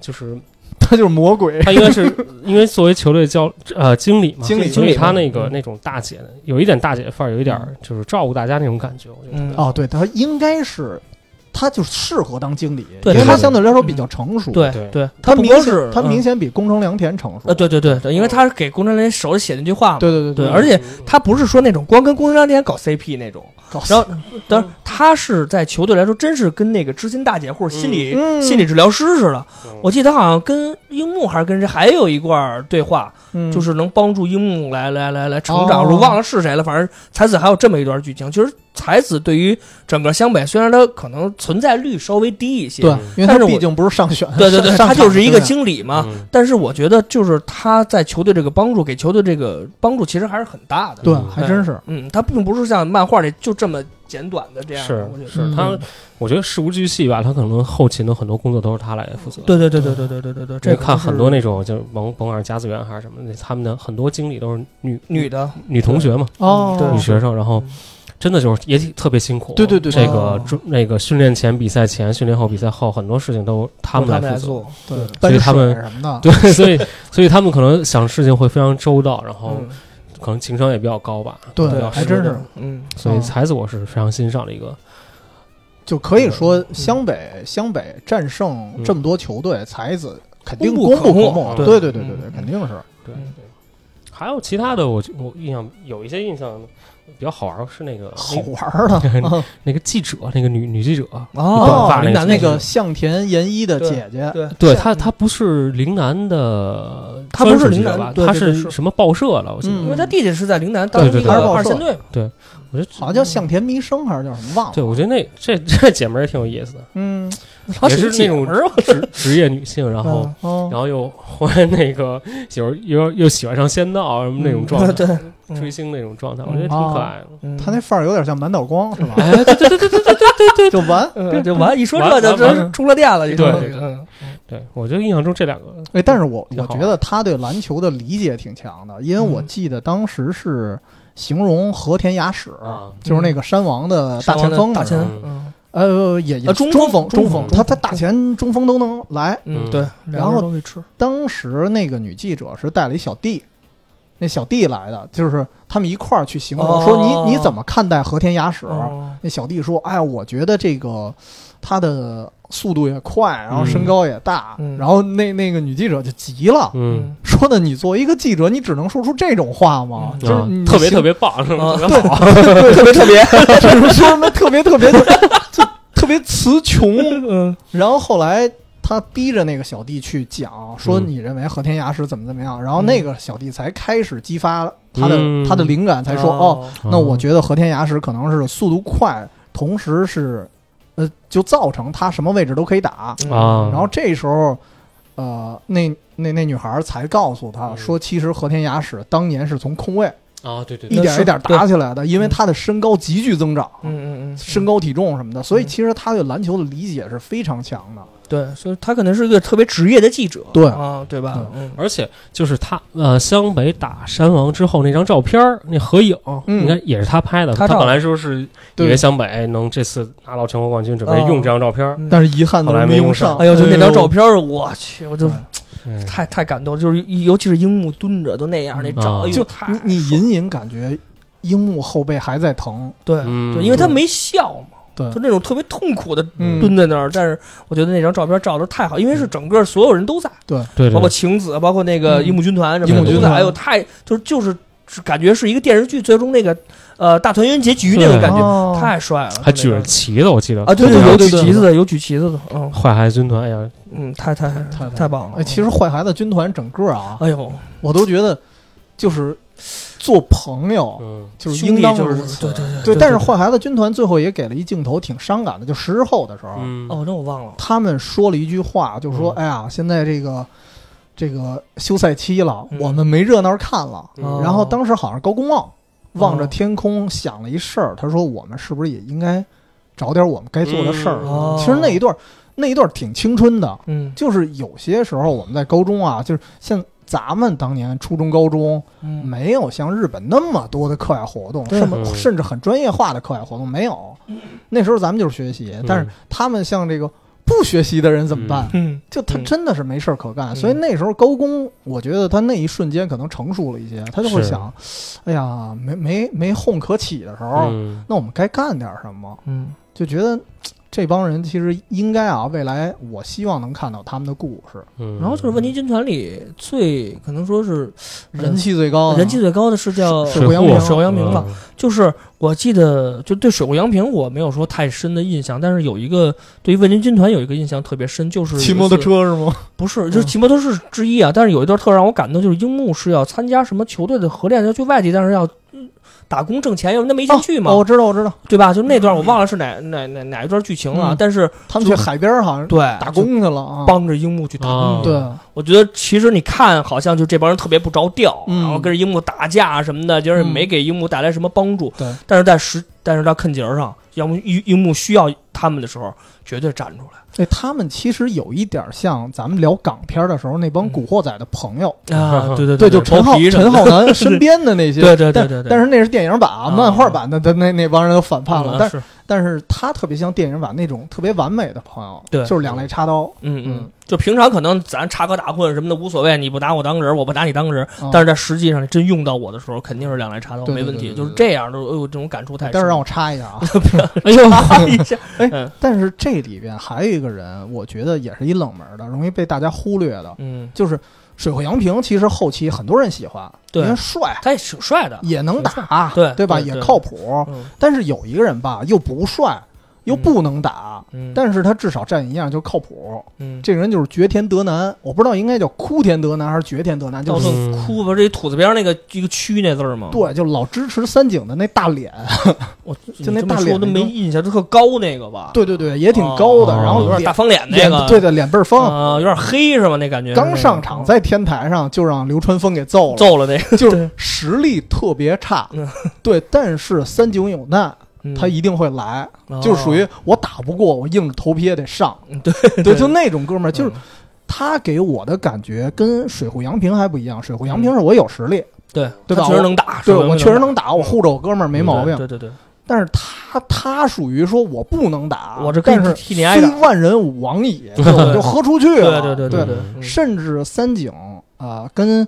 [SPEAKER 3] 就是
[SPEAKER 1] 他就是魔 鬼。
[SPEAKER 3] 他应该是 因为作为球队教呃经理嘛，
[SPEAKER 1] 经理
[SPEAKER 3] 所以他那
[SPEAKER 2] 经理
[SPEAKER 3] 个
[SPEAKER 2] 嗯
[SPEAKER 3] 那种大姐的
[SPEAKER 1] 哦
[SPEAKER 3] 有一点大姐范儿，有一点儿就是照顾大家那种感觉，我觉得。
[SPEAKER 2] 嗯
[SPEAKER 1] 哦，对他应该是他就适合当经理，
[SPEAKER 2] 对嗯
[SPEAKER 1] 因为
[SPEAKER 3] 对
[SPEAKER 1] 他
[SPEAKER 3] 对
[SPEAKER 1] 相对来说比较成熟。
[SPEAKER 2] 对
[SPEAKER 3] 对
[SPEAKER 2] 对，
[SPEAKER 1] 他
[SPEAKER 2] 不
[SPEAKER 1] 明
[SPEAKER 2] 光
[SPEAKER 1] 显
[SPEAKER 2] 是
[SPEAKER 1] 他明
[SPEAKER 2] 嗯
[SPEAKER 1] 显比宫城良田成熟。
[SPEAKER 2] 呃，对对对对，因为他是给工程连手里写那句话嘛，
[SPEAKER 1] 对对对
[SPEAKER 2] 对，
[SPEAKER 1] 对，
[SPEAKER 2] 而且他不是说那种光跟工程连搞 CP 那种，
[SPEAKER 1] 搞
[SPEAKER 2] 然后
[SPEAKER 1] 嗯
[SPEAKER 2] 当然他是在球队来说，真是跟那个知心大姐或者心理、
[SPEAKER 1] 嗯
[SPEAKER 2] 心理治疗师似的。
[SPEAKER 3] 嗯
[SPEAKER 2] 我记得他好像跟樱木还是跟谁还有一段儿对话，
[SPEAKER 1] 嗯
[SPEAKER 2] 就是能帮助樱木来来来来成长。
[SPEAKER 1] 哦
[SPEAKER 2] 我忘了是谁了，反正才子还有这么一段剧情。其实才子对于整个湘北，虽然他可能存在率稍微低一些，
[SPEAKER 1] 对，因为
[SPEAKER 2] 但
[SPEAKER 1] 他
[SPEAKER 2] 是我
[SPEAKER 1] 毕竟不是上选，
[SPEAKER 2] 对对对，
[SPEAKER 1] 上
[SPEAKER 2] 他就是一个
[SPEAKER 1] 上场的
[SPEAKER 2] 经理嘛。
[SPEAKER 3] 嗯
[SPEAKER 2] 但是我觉得，就是他在球队这个帮助，给球队这个帮助其实还是很大的。
[SPEAKER 1] 对，
[SPEAKER 3] 嗯
[SPEAKER 1] 还真是。
[SPEAKER 2] 嗯，他并不是像漫画里就这么简短的这样。
[SPEAKER 3] 是
[SPEAKER 2] 我觉得
[SPEAKER 1] 嗯
[SPEAKER 3] 是，他我觉得事无巨细吧，他可能后勤的很多工作都是他来负责。
[SPEAKER 2] 对对对对对对对对对，
[SPEAKER 3] 这
[SPEAKER 2] 这
[SPEAKER 3] 看
[SPEAKER 2] 可能
[SPEAKER 3] 很
[SPEAKER 2] 是
[SPEAKER 3] 多那种，就是甭甭管是甲子园还是什么的，他们的很多经理都是女
[SPEAKER 2] 女的，
[SPEAKER 3] 女同学嘛，
[SPEAKER 1] 哦，
[SPEAKER 2] 对
[SPEAKER 3] 女学生，然后
[SPEAKER 2] 嗯
[SPEAKER 3] 真的就是也挺特别辛苦。
[SPEAKER 1] 对对对
[SPEAKER 3] 这个
[SPEAKER 2] 哦
[SPEAKER 3] 准那个训练前、比赛前、训练后、比赛后，很多事情都他
[SPEAKER 2] 他
[SPEAKER 3] 们
[SPEAKER 2] 们
[SPEAKER 3] 来
[SPEAKER 2] 来
[SPEAKER 3] 负责。
[SPEAKER 2] 做，
[SPEAKER 1] 对
[SPEAKER 2] 对，
[SPEAKER 1] 搬
[SPEAKER 3] 所以他
[SPEAKER 1] 水
[SPEAKER 3] 们
[SPEAKER 1] 什么的，
[SPEAKER 3] 对，所以所以他们可能想事情会非常周到，然后
[SPEAKER 2] 嗯
[SPEAKER 3] 可能情商也比较高吧。
[SPEAKER 1] 对
[SPEAKER 3] 比
[SPEAKER 2] 对，
[SPEAKER 3] 较
[SPEAKER 1] 还
[SPEAKER 3] 实
[SPEAKER 1] 真
[SPEAKER 3] 用
[SPEAKER 1] 是，
[SPEAKER 2] 嗯，
[SPEAKER 3] 所以
[SPEAKER 1] 哦
[SPEAKER 3] 才子我是非常欣赏的一个。
[SPEAKER 1] 就可以说湘北湘北战胜
[SPEAKER 3] 嗯
[SPEAKER 1] 这么多球队，才子肯定
[SPEAKER 2] 功
[SPEAKER 1] 功
[SPEAKER 2] 不可
[SPEAKER 1] 不可
[SPEAKER 2] 没
[SPEAKER 1] 没。对
[SPEAKER 3] 对
[SPEAKER 1] 对对对对，
[SPEAKER 2] 嗯
[SPEAKER 1] 肯定是。
[SPEAKER 3] 对
[SPEAKER 2] 嗯
[SPEAKER 3] 对，还有其他的我就，我印象有一些印象比较好玩儿是那个
[SPEAKER 1] 好玩儿啊的，
[SPEAKER 3] 那个记者，那个女女记者，
[SPEAKER 2] 哦
[SPEAKER 3] 短发
[SPEAKER 2] 林
[SPEAKER 3] 那
[SPEAKER 2] 楠
[SPEAKER 1] 那
[SPEAKER 2] 那
[SPEAKER 1] 个
[SPEAKER 2] 个，
[SPEAKER 1] 向田研一的姐姐，
[SPEAKER 2] 对
[SPEAKER 3] 对
[SPEAKER 1] 像
[SPEAKER 3] 她，她不是陵南的，
[SPEAKER 2] 嗯她不是
[SPEAKER 3] 算记
[SPEAKER 2] 陵
[SPEAKER 3] 者
[SPEAKER 2] 南
[SPEAKER 3] 吧？
[SPEAKER 2] 对
[SPEAKER 3] 她
[SPEAKER 2] 对对
[SPEAKER 3] 是
[SPEAKER 2] 是
[SPEAKER 3] 什么报社了？我记得，
[SPEAKER 1] 嗯
[SPEAKER 2] 因为他弟弟是在陵南当一
[SPEAKER 3] 对对
[SPEAKER 2] 个
[SPEAKER 3] 对
[SPEAKER 2] 二线队嘛，
[SPEAKER 3] 我觉得
[SPEAKER 1] 好像叫向田弥生还是叫什么，忘了。
[SPEAKER 3] 对，我觉得那这 这姐们儿也挺有意思的，
[SPEAKER 1] 嗯，
[SPEAKER 2] 她
[SPEAKER 3] 也是
[SPEAKER 2] 姐
[SPEAKER 3] 那种
[SPEAKER 2] 们儿嘛，
[SPEAKER 3] 职职业女性，然后
[SPEAKER 2] 嗯
[SPEAKER 1] 哦
[SPEAKER 3] 然，后又 后来那个有又又喜欢上仙道啊什么那种状态，
[SPEAKER 2] 嗯 对，
[SPEAKER 3] 追
[SPEAKER 2] 嗯
[SPEAKER 3] 星那种状态，
[SPEAKER 2] 嗯
[SPEAKER 3] 我觉得挺可爱的。
[SPEAKER 2] 嗯
[SPEAKER 1] 他那范儿有点像满岛光 是吧？
[SPEAKER 3] 哎，对对对对对 对
[SPEAKER 1] 就完。
[SPEAKER 2] 嗯就完，一说
[SPEAKER 3] 完
[SPEAKER 2] 这就
[SPEAKER 3] 完
[SPEAKER 2] 真
[SPEAKER 3] 完
[SPEAKER 2] 是充了电了，你说
[SPEAKER 3] 对对
[SPEAKER 2] 嗯
[SPEAKER 3] 对，我就印象中这两个，
[SPEAKER 1] 哎，但是我
[SPEAKER 3] 挺
[SPEAKER 1] 我
[SPEAKER 3] 好
[SPEAKER 1] 觉得他对篮球的理解挺强的，因为我
[SPEAKER 2] 嗯
[SPEAKER 1] 记得当时是形容和田雅史
[SPEAKER 3] 啊，
[SPEAKER 1] 就是那个山王的大前锋嘛，
[SPEAKER 2] 大前
[SPEAKER 3] 嗯
[SPEAKER 2] 嗯
[SPEAKER 1] 呃，也也
[SPEAKER 2] 啊中
[SPEAKER 1] 中
[SPEAKER 2] 锋
[SPEAKER 1] 中
[SPEAKER 2] 中
[SPEAKER 1] 锋，
[SPEAKER 2] 锋
[SPEAKER 1] 他
[SPEAKER 2] 中
[SPEAKER 1] 他
[SPEAKER 2] 锋
[SPEAKER 1] 大前中锋都能来。
[SPEAKER 2] 嗯
[SPEAKER 3] 嗯
[SPEAKER 2] 对，
[SPEAKER 1] 然后
[SPEAKER 2] 两个都可以吃，
[SPEAKER 1] 当时那个女记者是带了一小弟，那小弟来的，就是他们一块儿去形容，
[SPEAKER 2] 哦
[SPEAKER 1] 说你你怎么看待和田雅史？
[SPEAKER 2] 哦
[SPEAKER 1] 那小弟说，哎呀，我觉得这个他的速度也快，然后
[SPEAKER 3] 嗯
[SPEAKER 1] 身高也大，
[SPEAKER 2] 嗯
[SPEAKER 1] 然后那那个女记者就急了。
[SPEAKER 3] 嗯，
[SPEAKER 1] 说的你作为一个记者，你只能说出这种话吗？
[SPEAKER 2] 嗯
[SPEAKER 1] 就是
[SPEAKER 3] 啊
[SPEAKER 1] 你
[SPEAKER 3] 特别
[SPEAKER 1] 形
[SPEAKER 3] 特别棒，是吧？
[SPEAKER 2] 啊
[SPEAKER 3] 特 别好，
[SPEAKER 1] 对，特别特别，就是说什么特别特别的，就特别词穷。
[SPEAKER 2] 嗯
[SPEAKER 1] 然后后来他逼着那个小弟去讲，说
[SPEAKER 3] 嗯
[SPEAKER 1] 你认为和田雅史怎么怎么样，然后那个小弟才开始激发他的、
[SPEAKER 3] 嗯
[SPEAKER 1] 他的灵感，才
[SPEAKER 2] 啊
[SPEAKER 1] 说哦，那我觉得和田雅史可能是速度快，同时是呃，就造成他什么位置都可以打。
[SPEAKER 2] 嗯
[SPEAKER 3] 啊，
[SPEAKER 1] 然后这时候，呃，那那那女孩才告诉他
[SPEAKER 3] 嗯
[SPEAKER 1] 说，其实和田雅史当年是从空位
[SPEAKER 3] 啊，对对
[SPEAKER 1] 一
[SPEAKER 3] 对，
[SPEAKER 1] 点
[SPEAKER 2] 是
[SPEAKER 1] 一点打起来的，因为
[SPEAKER 2] 嗯
[SPEAKER 1] 他的身高急剧增长，
[SPEAKER 2] 嗯嗯嗯，
[SPEAKER 1] 身高体重什么的，所以其实他对篮球的理解是非常强的。
[SPEAKER 2] 对，所以他可能是一个特别职业的记者，
[SPEAKER 1] 对
[SPEAKER 2] 啊，对吧？嗯，
[SPEAKER 3] 而且就是他呃，湘北打山王之后那张照片儿，那合影，
[SPEAKER 1] 嗯
[SPEAKER 3] 应该也是他拍的。
[SPEAKER 2] 他照
[SPEAKER 3] 他
[SPEAKER 2] 的
[SPEAKER 3] 本来说是以为湘北能这次拿到全国冠军，准备
[SPEAKER 2] 啊
[SPEAKER 3] 用这张照片儿。
[SPEAKER 1] 但是遗憾的
[SPEAKER 3] 后来
[SPEAKER 1] 没
[SPEAKER 3] 没
[SPEAKER 1] 用
[SPEAKER 3] 用上
[SPEAKER 1] 上。
[SPEAKER 2] 哎呦，就那张照片儿，我去，我就
[SPEAKER 1] 对
[SPEAKER 3] 嗯
[SPEAKER 2] 太太感动了，就是尤其是樱木蹲着都那样，那照，
[SPEAKER 3] 啊
[SPEAKER 2] 哎呦
[SPEAKER 1] 就
[SPEAKER 2] 太
[SPEAKER 1] 你你隐隐感觉樱木后背还在疼。
[SPEAKER 2] 对
[SPEAKER 3] 嗯
[SPEAKER 2] 对，因为他没笑嘛，
[SPEAKER 1] 对
[SPEAKER 2] 就那种特别痛苦的
[SPEAKER 1] 嗯
[SPEAKER 2] 蹲在那儿。但是我觉得那张照片照的太好，因为是整个所有人都在，
[SPEAKER 3] 对对，
[SPEAKER 2] 包括晴子，包括那个
[SPEAKER 1] 嗯
[SPEAKER 2] 樱木军团什么
[SPEAKER 3] 樱
[SPEAKER 2] 的
[SPEAKER 3] 木
[SPEAKER 2] 都
[SPEAKER 3] 军
[SPEAKER 2] 在。
[SPEAKER 1] 团
[SPEAKER 2] 哎呦，太就是就是感觉是一个电视剧最终那个呃大团圆结局那种
[SPEAKER 3] 对
[SPEAKER 2] 感觉，
[SPEAKER 1] 哦
[SPEAKER 2] 太帅了，就
[SPEAKER 3] 还
[SPEAKER 2] 那
[SPEAKER 3] 举着
[SPEAKER 2] 张
[SPEAKER 3] 旗子，我记得
[SPEAKER 2] 啊，对
[SPEAKER 1] 对
[SPEAKER 2] 有
[SPEAKER 1] 对
[SPEAKER 2] 举
[SPEAKER 1] 对
[SPEAKER 2] 旗子
[SPEAKER 1] 对
[SPEAKER 2] 的，有举旗子的，嗯
[SPEAKER 3] 坏孩子军团，哎呀，
[SPEAKER 2] 嗯，太太太
[SPEAKER 1] 太
[SPEAKER 2] 太棒了。
[SPEAKER 1] 哎，其实坏孩子军团整个啊，
[SPEAKER 2] 哎呦，
[SPEAKER 1] 我都觉得就是做朋友
[SPEAKER 3] 嗯，
[SPEAKER 1] 就是
[SPEAKER 2] 兄
[SPEAKER 1] 应
[SPEAKER 2] 弟
[SPEAKER 1] 当
[SPEAKER 2] 就是
[SPEAKER 1] 如此。
[SPEAKER 2] 对对
[SPEAKER 1] 对，但是坏孩子军团最后也给了一镜头，挺伤感的，就十日后的时候，
[SPEAKER 3] 嗯
[SPEAKER 2] 哦，那我忘了，
[SPEAKER 1] 他们说了一句话，就说：“
[SPEAKER 3] 嗯
[SPEAKER 1] 哎呀，现在这个这个休赛期了，
[SPEAKER 2] 嗯
[SPEAKER 1] 我们没热闹看了。”
[SPEAKER 2] 哦
[SPEAKER 1] 然后当时好像高公望望着
[SPEAKER 2] 哦
[SPEAKER 1] 天空想了一事儿，他说：“我们是不是也应该找点我们该做的事儿
[SPEAKER 3] 嗯？”
[SPEAKER 2] 哦，
[SPEAKER 1] 其实那一段那一段挺青春的，
[SPEAKER 2] 嗯
[SPEAKER 1] 就是有些时候我们在高中啊，就是像咱们当年初中、高中
[SPEAKER 2] 嗯
[SPEAKER 1] 没有像日本那么多的课外活动，
[SPEAKER 2] 对嗯
[SPEAKER 1] 甚至
[SPEAKER 3] 嗯
[SPEAKER 1] 甚至很专业化的课外活动没有。那时候咱们就是学习，但是他们像这个不学习的人怎么办？
[SPEAKER 2] 嗯
[SPEAKER 1] 就他
[SPEAKER 2] 嗯
[SPEAKER 1] 真的是没事儿可干，
[SPEAKER 2] 嗯
[SPEAKER 1] 所以那时候高工，我觉得他那一瞬间可能成熟了一些，他就会
[SPEAKER 3] 是
[SPEAKER 1] 想，哎呀，
[SPEAKER 2] 哦
[SPEAKER 1] 没没没空可起的时候，
[SPEAKER 3] 嗯
[SPEAKER 1] 那我们该干点什么？
[SPEAKER 2] 嗯
[SPEAKER 1] 就觉得这帮人其实应该啊，未来我希望能看到他们的故事，
[SPEAKER 3] 嗯，
[SPEAKER 2] 然后就是问题军团里最可能说是
[SPEAKER 1] 人气最高的，
[SPEAKER 2] 嗯人气最高的是叫
[SPEAKER 1] 水户
[SPEAKER 3] 水
[SPEAKER 1] 洋
[SPEAKER 3] 户
[SPEAKER 1] 平
[SPEAKER 2] 水户洋平吧，
[SPEAKER 3] 嗯
[SPEAKER 2] 就是我记得，就对水户洋平我没有说太深的印象，但是有一个对于问津军团有一个印象特别深，就是有一次
[SPEAKER 1] 骑摩托车嗯是吗？
[SPEAKER 2] 不是，就是骑摩托车之一啊。但是有一段特让我感动，就是樱木是要参加什么球队的合练，要去外地，但是要嗯打工挣钱，要那没钱去嘛，
[SPEAKER 1] 哦，我知道，我知道，
[SPEAKER 2] 对吧？就那段我忘了是哪哪哪哪一段剧情了、
[SPEAKER 1] 嗯
[SPEAKER 2] 但是
[SPEAKER 1] 他们去海边儿好像
[SPEAKER 2] 对
[SPEAKER 1] 打工去了啊，
[SPEAKER 2] 帮着樱木去打工
[SPEAKER 3] 哦
[SPEAKER 1] 对，
[SPEAKER 2] 我觉得其实你看，好像就这帮人特别不着调，
[SPEAKER 1] 嗯
[SPEAKER 2] 然后跟着樱木打架什么的，就是
[SPEAKER 1] 嗯
[SPEAKER 2] 没给樱木带来什么帮助。
[SPEAKER 1] 对
[SPEAKER 2] 但是在实，但是到坎节儿上，要么樱樱木需要他们的时候，绝对站出
[SPEAKER 1] 哎，他们其实有一点像咱们聊港片儿的时候那帮
[SPEAKER 2] 嗯
[SPEAKER 1] 古惑仔的朋友，
[SPEAKER 2] 来啊！对对
[SPEAKER 1] 对，
[SPEAKER 2] 对，
[SPEAKER 1] 就陈
[SPEAKER 2] 包
[SPEAKER 1] 浩
[SPEAKER 2] 皮什么
[SPEAKER 1] 陈
[SPEAKER 2] 的，
[SPEAKER 1] 浩南身边的那些，
[SPEAKER 2] 对对对
[SPEAKER 1] 但
[SPEAKER 2] 对对。
[SPEAKER 1] 但是那是电影版啊，
[SPEAKER 2] 啊
[SPEAKER 1] 漫画版的的那那帮人都反叛了，
[SPEAKER 2] 嗯
[SPEAKER 1] 但是
[SPEAKER 2] 是
[SPEAKER 1] 但是他特别像电影版那种特别完美的朋友，
[SPEAKER 2] 对
[SPEAKER 1] 就是两肋插刀，
[SPEAKER 2] 嗯嗯
[SPEAKER 1] 嗯，
[SPEAKER 2] 就平常可能咱插科打诨什么的无所谓，你不打我当个人，我不打你当个人。
[SPEAKER 1] 嗯
[SPEAKER 2] 但是在实际上，真用到我的时候，肯定是两肋插刀，
[SPEAKER 1] 对
[SPEAKER 2] 没
[SPEAKER 1] 对
[SPEAKER 2] 问
[SPEAKER 1] 对
[SPEAKER 2] 题。
[SPEAKER 1] 对
[SPEAKER 2] 就是
[SPEAKER 1] 对
[SPEAKER 2] 这样的，哎呦，这种感触太深。
[SPEAKER 1] 但是让我插一下啊，
[SPEAKER 2] 哎呦， 哎一下
[SPEAKER 1] 但是这里边还有一个人，我觉得也是一冷门的，容易被大家忽略的，
[SPEAKER 2] 嗯，
[SPEAKER 1] 就是水户洋平。其实后期很多人喜欢，
[SPEAKER 2] 对
[SPEAKER 1] 因为帅，
[SPEAKER 2] 他也挺帅的。
[SPEAKER 1] 也能打，
[SPEAKER 2] 对
[SPEAKER 1] 吧？
[SPEAKER 2] 对
[SPEAKER 1] 也
[SPEAKER 2] 对
[SPEAKER 1] 靠谱。
[SPEAKER 2] 嗯
[SPEAKER 1] 但是有一个人吧，又不帅，又不能打，
[SPEAKER 2] 嗯，
[SPEAKER 1] 但是他至少占一样，就靠谱。
[SPEAKER 2] 嗯，
[SPEAKER 1] 这个人就是绝田德南，我不知道应该叫哭田德南还是绝田德南，就
[SPEAKER 2] 到
[SPEAKER 1] 是。
[SPEAKER 2] 顿哭不是这土字边儿那个一个区那字儿吗？，
[SPEAKER 1] 对，就老支持三井的那大脸，
[SPEAKER 2] 啊我
[SPEAKER 1] 就那
[SPEAKER 2] 你这么
[SPEAKER 1] 大
[SPEAKER 2] 说
[SPEAKER 1] 脸
[SPEAKER 2] 我都
[SPEAKER 1] 那
[SPEAKER 2] 没
[SPEAKER 1] 个
[SPEAKER 2] 印象，就特高那个吧？，
[SPEAKER 1] 对对对，也挺高的，
[SPEAKER 3] 哦
[SPEAKER 1] 然后
[SPEAKER 2] 有点
[SPEAKER 1] 脸
[SPEAKER 2] 大方脸那
[SPEAKER 1] 脸
[SPEAKER 2] 个，
[SPEAKER 1] 对对，脸倍儿方，
[SPEAKER 2] 啊，有点黑是吧？那感觉
[SPEAKER 1] 刚上场在天台上就让流川枫给揍了，
[SPEAKER 2] 揍了那 个
[SPEAKER 1] 就是实力特别差
[SPEAKER 2] 嗯，
[SPEAKER 1] 对，但是三井有难，
[SPEAKER 2] 嗯，
[SPEAKER 1] 他一定会来，
[SPEAKER 2] 哦
[SPEAKER 1] 就是属于我打不过，我硬着头皮也得上，
[SPEAKER 2] 嗯对
[SPEAKER 1] 对，就那种哥们儿，啊就是
[SPEAKER 2] 嗯
[SPEAKER 1] 他给我的感觉跟水户洋平还不一样，水户洋
[SPEAKER 2] 嗯
[SPEAKER 1] 平是我有实力，
[SPEAKER 2] 对
[SPEAKER 1] 对
[SPEAKER 2] 他
[SPEAKER 1] 吧
[SPEAKER 2] 确实能打，
[SPEAKER 1] 对
[SPEAKER 2] 说明
[SPEAKER 1] 我确实能打，我护着我哥们儿没毛病，
[SPEAKER 2] 对对对，
[SPEAKER 1] 但是他他属于说我不能打，
[SPEAKER 2] 我这可以
[SPEAKER 1] 但是
[SPEAKER 2] 替你挨
[SPEAKER 1] 虽
[SPEAKER 2] 打
[SPEAKER 1] 万人吾往矣，
[SPEAKER 3] 对
[SPEAKER 1] 就 我就喝出去了，
[SPEAKER 2] 对对
[SPEAKER 1] 对
[SPEAKER 2] 对
[SPEAKER 3] 对
[SPEAKER 2] 嗯
[SPEAKER 1] 甚至三井啊、呃跟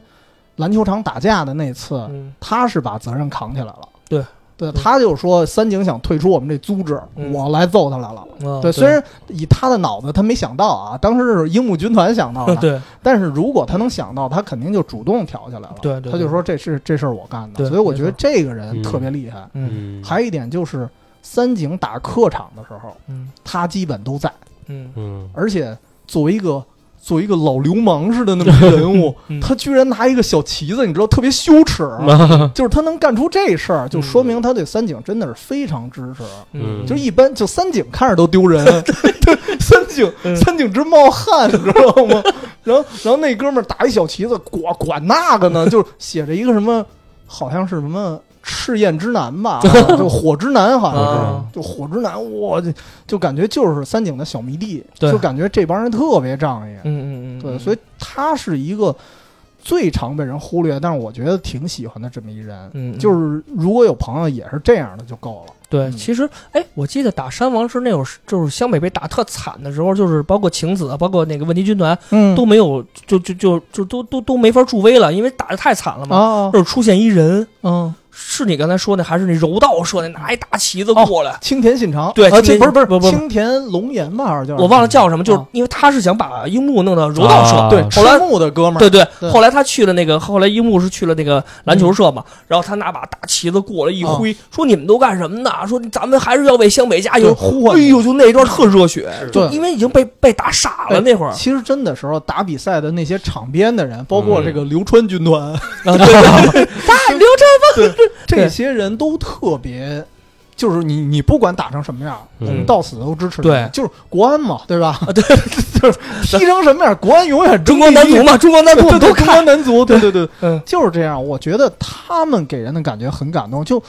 [SPEAKER 1] 篮球场打架的那次，
[SPEAKER 2] 嗯
[SPEAKER 1] 他是把责任扛起来了。
[SPEAKER 2] 对，
[SPEAKER 1] 对，
[SPEAKER 2] 对
[SPEAKER 1] 他就说三井想退出我们这组织，
[SPEAKER 2] 嗯
[SPEAKER 1] 我来揍他来了。
[SPEAKER 2] 啊
[SPEAKER 1] 对，虽然以他的脑子，他没想到啊，当时是樱木军团想到的，
[SPEAKER 2] 对
[SPEAKER 1] 但是如果他能想到，他肯定就主动挑起来了。
[SPEAKER 2] 对对对
[SPEAKER 1] 他就说这是这事儿我干的，
[SPEAKER 2] 对
[SPEAKER 1] 所以我觉得
[SPEAKER 2] 没错
[SPEAKER 1] 这个人特别厉害。
[SPEAKER 2] 嗯
[SPEAKER 3] 嗯，
[SPEAKER 1] 还有一点就是，三井打客场的时候，
[SPEAKER 2] 嗯
[SPEAKER 1] 他基本都在。
[SPEAKER 2] 嗯
[SPEAKER 3] 嗯，
[SPEAKER 1] 而且作为一个作为一个老流氓似的那么一 个人物
[SPEAKER 2] 嗯，
[SPEAKER 1] 他居然拿一个小旗子，你知道特别羞耻啊，
[SPEAKER 2] 嗯
[SPEAKER 1] 就是他能干出这事儿，就说明他对三井真的是非常支持。
[SPEAKER 2] 嗯，
[SPEAKER 1] 就一般就三井看着都丢人，对三井
[SPEAKER 2] 嗯
[SPEAKER 1] 三井直冒汗， 你知道吗？然后然后那哥们儿打一小旗子，管管那个 呢，就是写着一个什么，好像是什么赤焰之男 吧，啊就火之男好像是。
[SPEAKER 2] 啊，
[SPEAKER 1] 就火之男，我就就感觉就是三井的小迷弟，
[SPEAKER 2] 对
[SPEAKER 1] 就感觉这帮人特别仗义，
[SPEAKER 2] 嗯嗯嗯，
[SPEAKER 1] 对，所以他是一个最常被人忽略，但是我觉得挺喜欢的这么一人。
[SPEAKER 2] 嗯。
[SPEAKER 1] 就是是如果有朋友也是这样的就够了。
[SPEAKER 2] 对，
[SPEAKER 1] 嗯
[SPEAKER 2] 其实哎，我记得打山王是那种，就是湘北被打特惨的时候，就是包括晴子，啊包括那个问题军团
[SPEAKER 1] 嗯
[SPEAKER 2] 都没有，就就就就都都都没法助威了，因为打的太惨了嘛。
[SPEAKER 1] 啊，
[SPEAKER 2] 就是出现一人，
[SPEAKER 1] 嗯，
[SPEAKER 2] 是你刚才说的，还是那柔道社那拿一大旗子过来？
[SPEAKER 1] 青田信长，
[SPEAKER 2] 对
[SPEAKER 1] 哦啊，
[SPEAKER 2] 青
[SPEAKER 1] 这
[SPEAKER 2] 田
[SPEAKER 1] 不是不是
[SPEAKER 2] 不不不
[SPEAKER 1] 青田龙岩吧，还是叫
[SPEAKER 2] 我忘了叫什么，
[SPEAKER 1] 嗯
[SPEAKER 2] 就是因为他是想把樱木弄到柔道社，
[SPEAKER 3] 啊
[SPEAKER 1] 对，
[SPEAKER 2] 后
[SPEAKER 1] 赤
[SPEAKER 2] 来
[SPEAKER 1] 木的哥们儿，
[SPEAKER 2] 对对
[SPEAKER 1] 对
[SPEAKER 2] 后来他去了那个，后来樱木是去了那个篮球社嘛，
[SPEAKER 1] 嗯
[SPEAKER 2] 然后他拿把大旗子过来一挥，说你们都干什么呢？说咱们还是要为湘北加油
[SPEAKER 1] 哦就。呼唤
[SPEAKER 2] 哎呦，就那一段特热血，就
[SPEAKER 1] 对
[SPEAKER 2] 因为已经被被打傻了
[SPEAKER 1] 哎
[SPEAKER 2] 那 会儿，
[SPEAKER 1] 其实真的时候打比赛的那些场边的人，包括这个流川军团，
[SPEAKER 2] 啊对对对，他刘川
[SPEAKER 1] 这些人都特别，就是你你不管打成什么样，
[SPEAKER 3] 嗯
[SPEAKER 1] 我们到死都支持你。
[SPEAKER 2] 对啊
[SPEAKER 1] 就是国安嘛，对吧？对，就是踢成什么样，国安永远
[SPEAKER 2] 中国男足
[SPEAKER 1] 嘛，
[SPEAKER 2] 嘛，中国男足
[SPEAKER 1] 对对
[SPEAKER 2] 我们都
[SPEAKER 1] 对，中国
[SPEAKER 2] 看，
[SPEAKER 1] 男足，对对对，
[SPEAKER 2] 嗯
[SPEAKER 1] 就是这样。我觉得他们给人的感觉很感动。就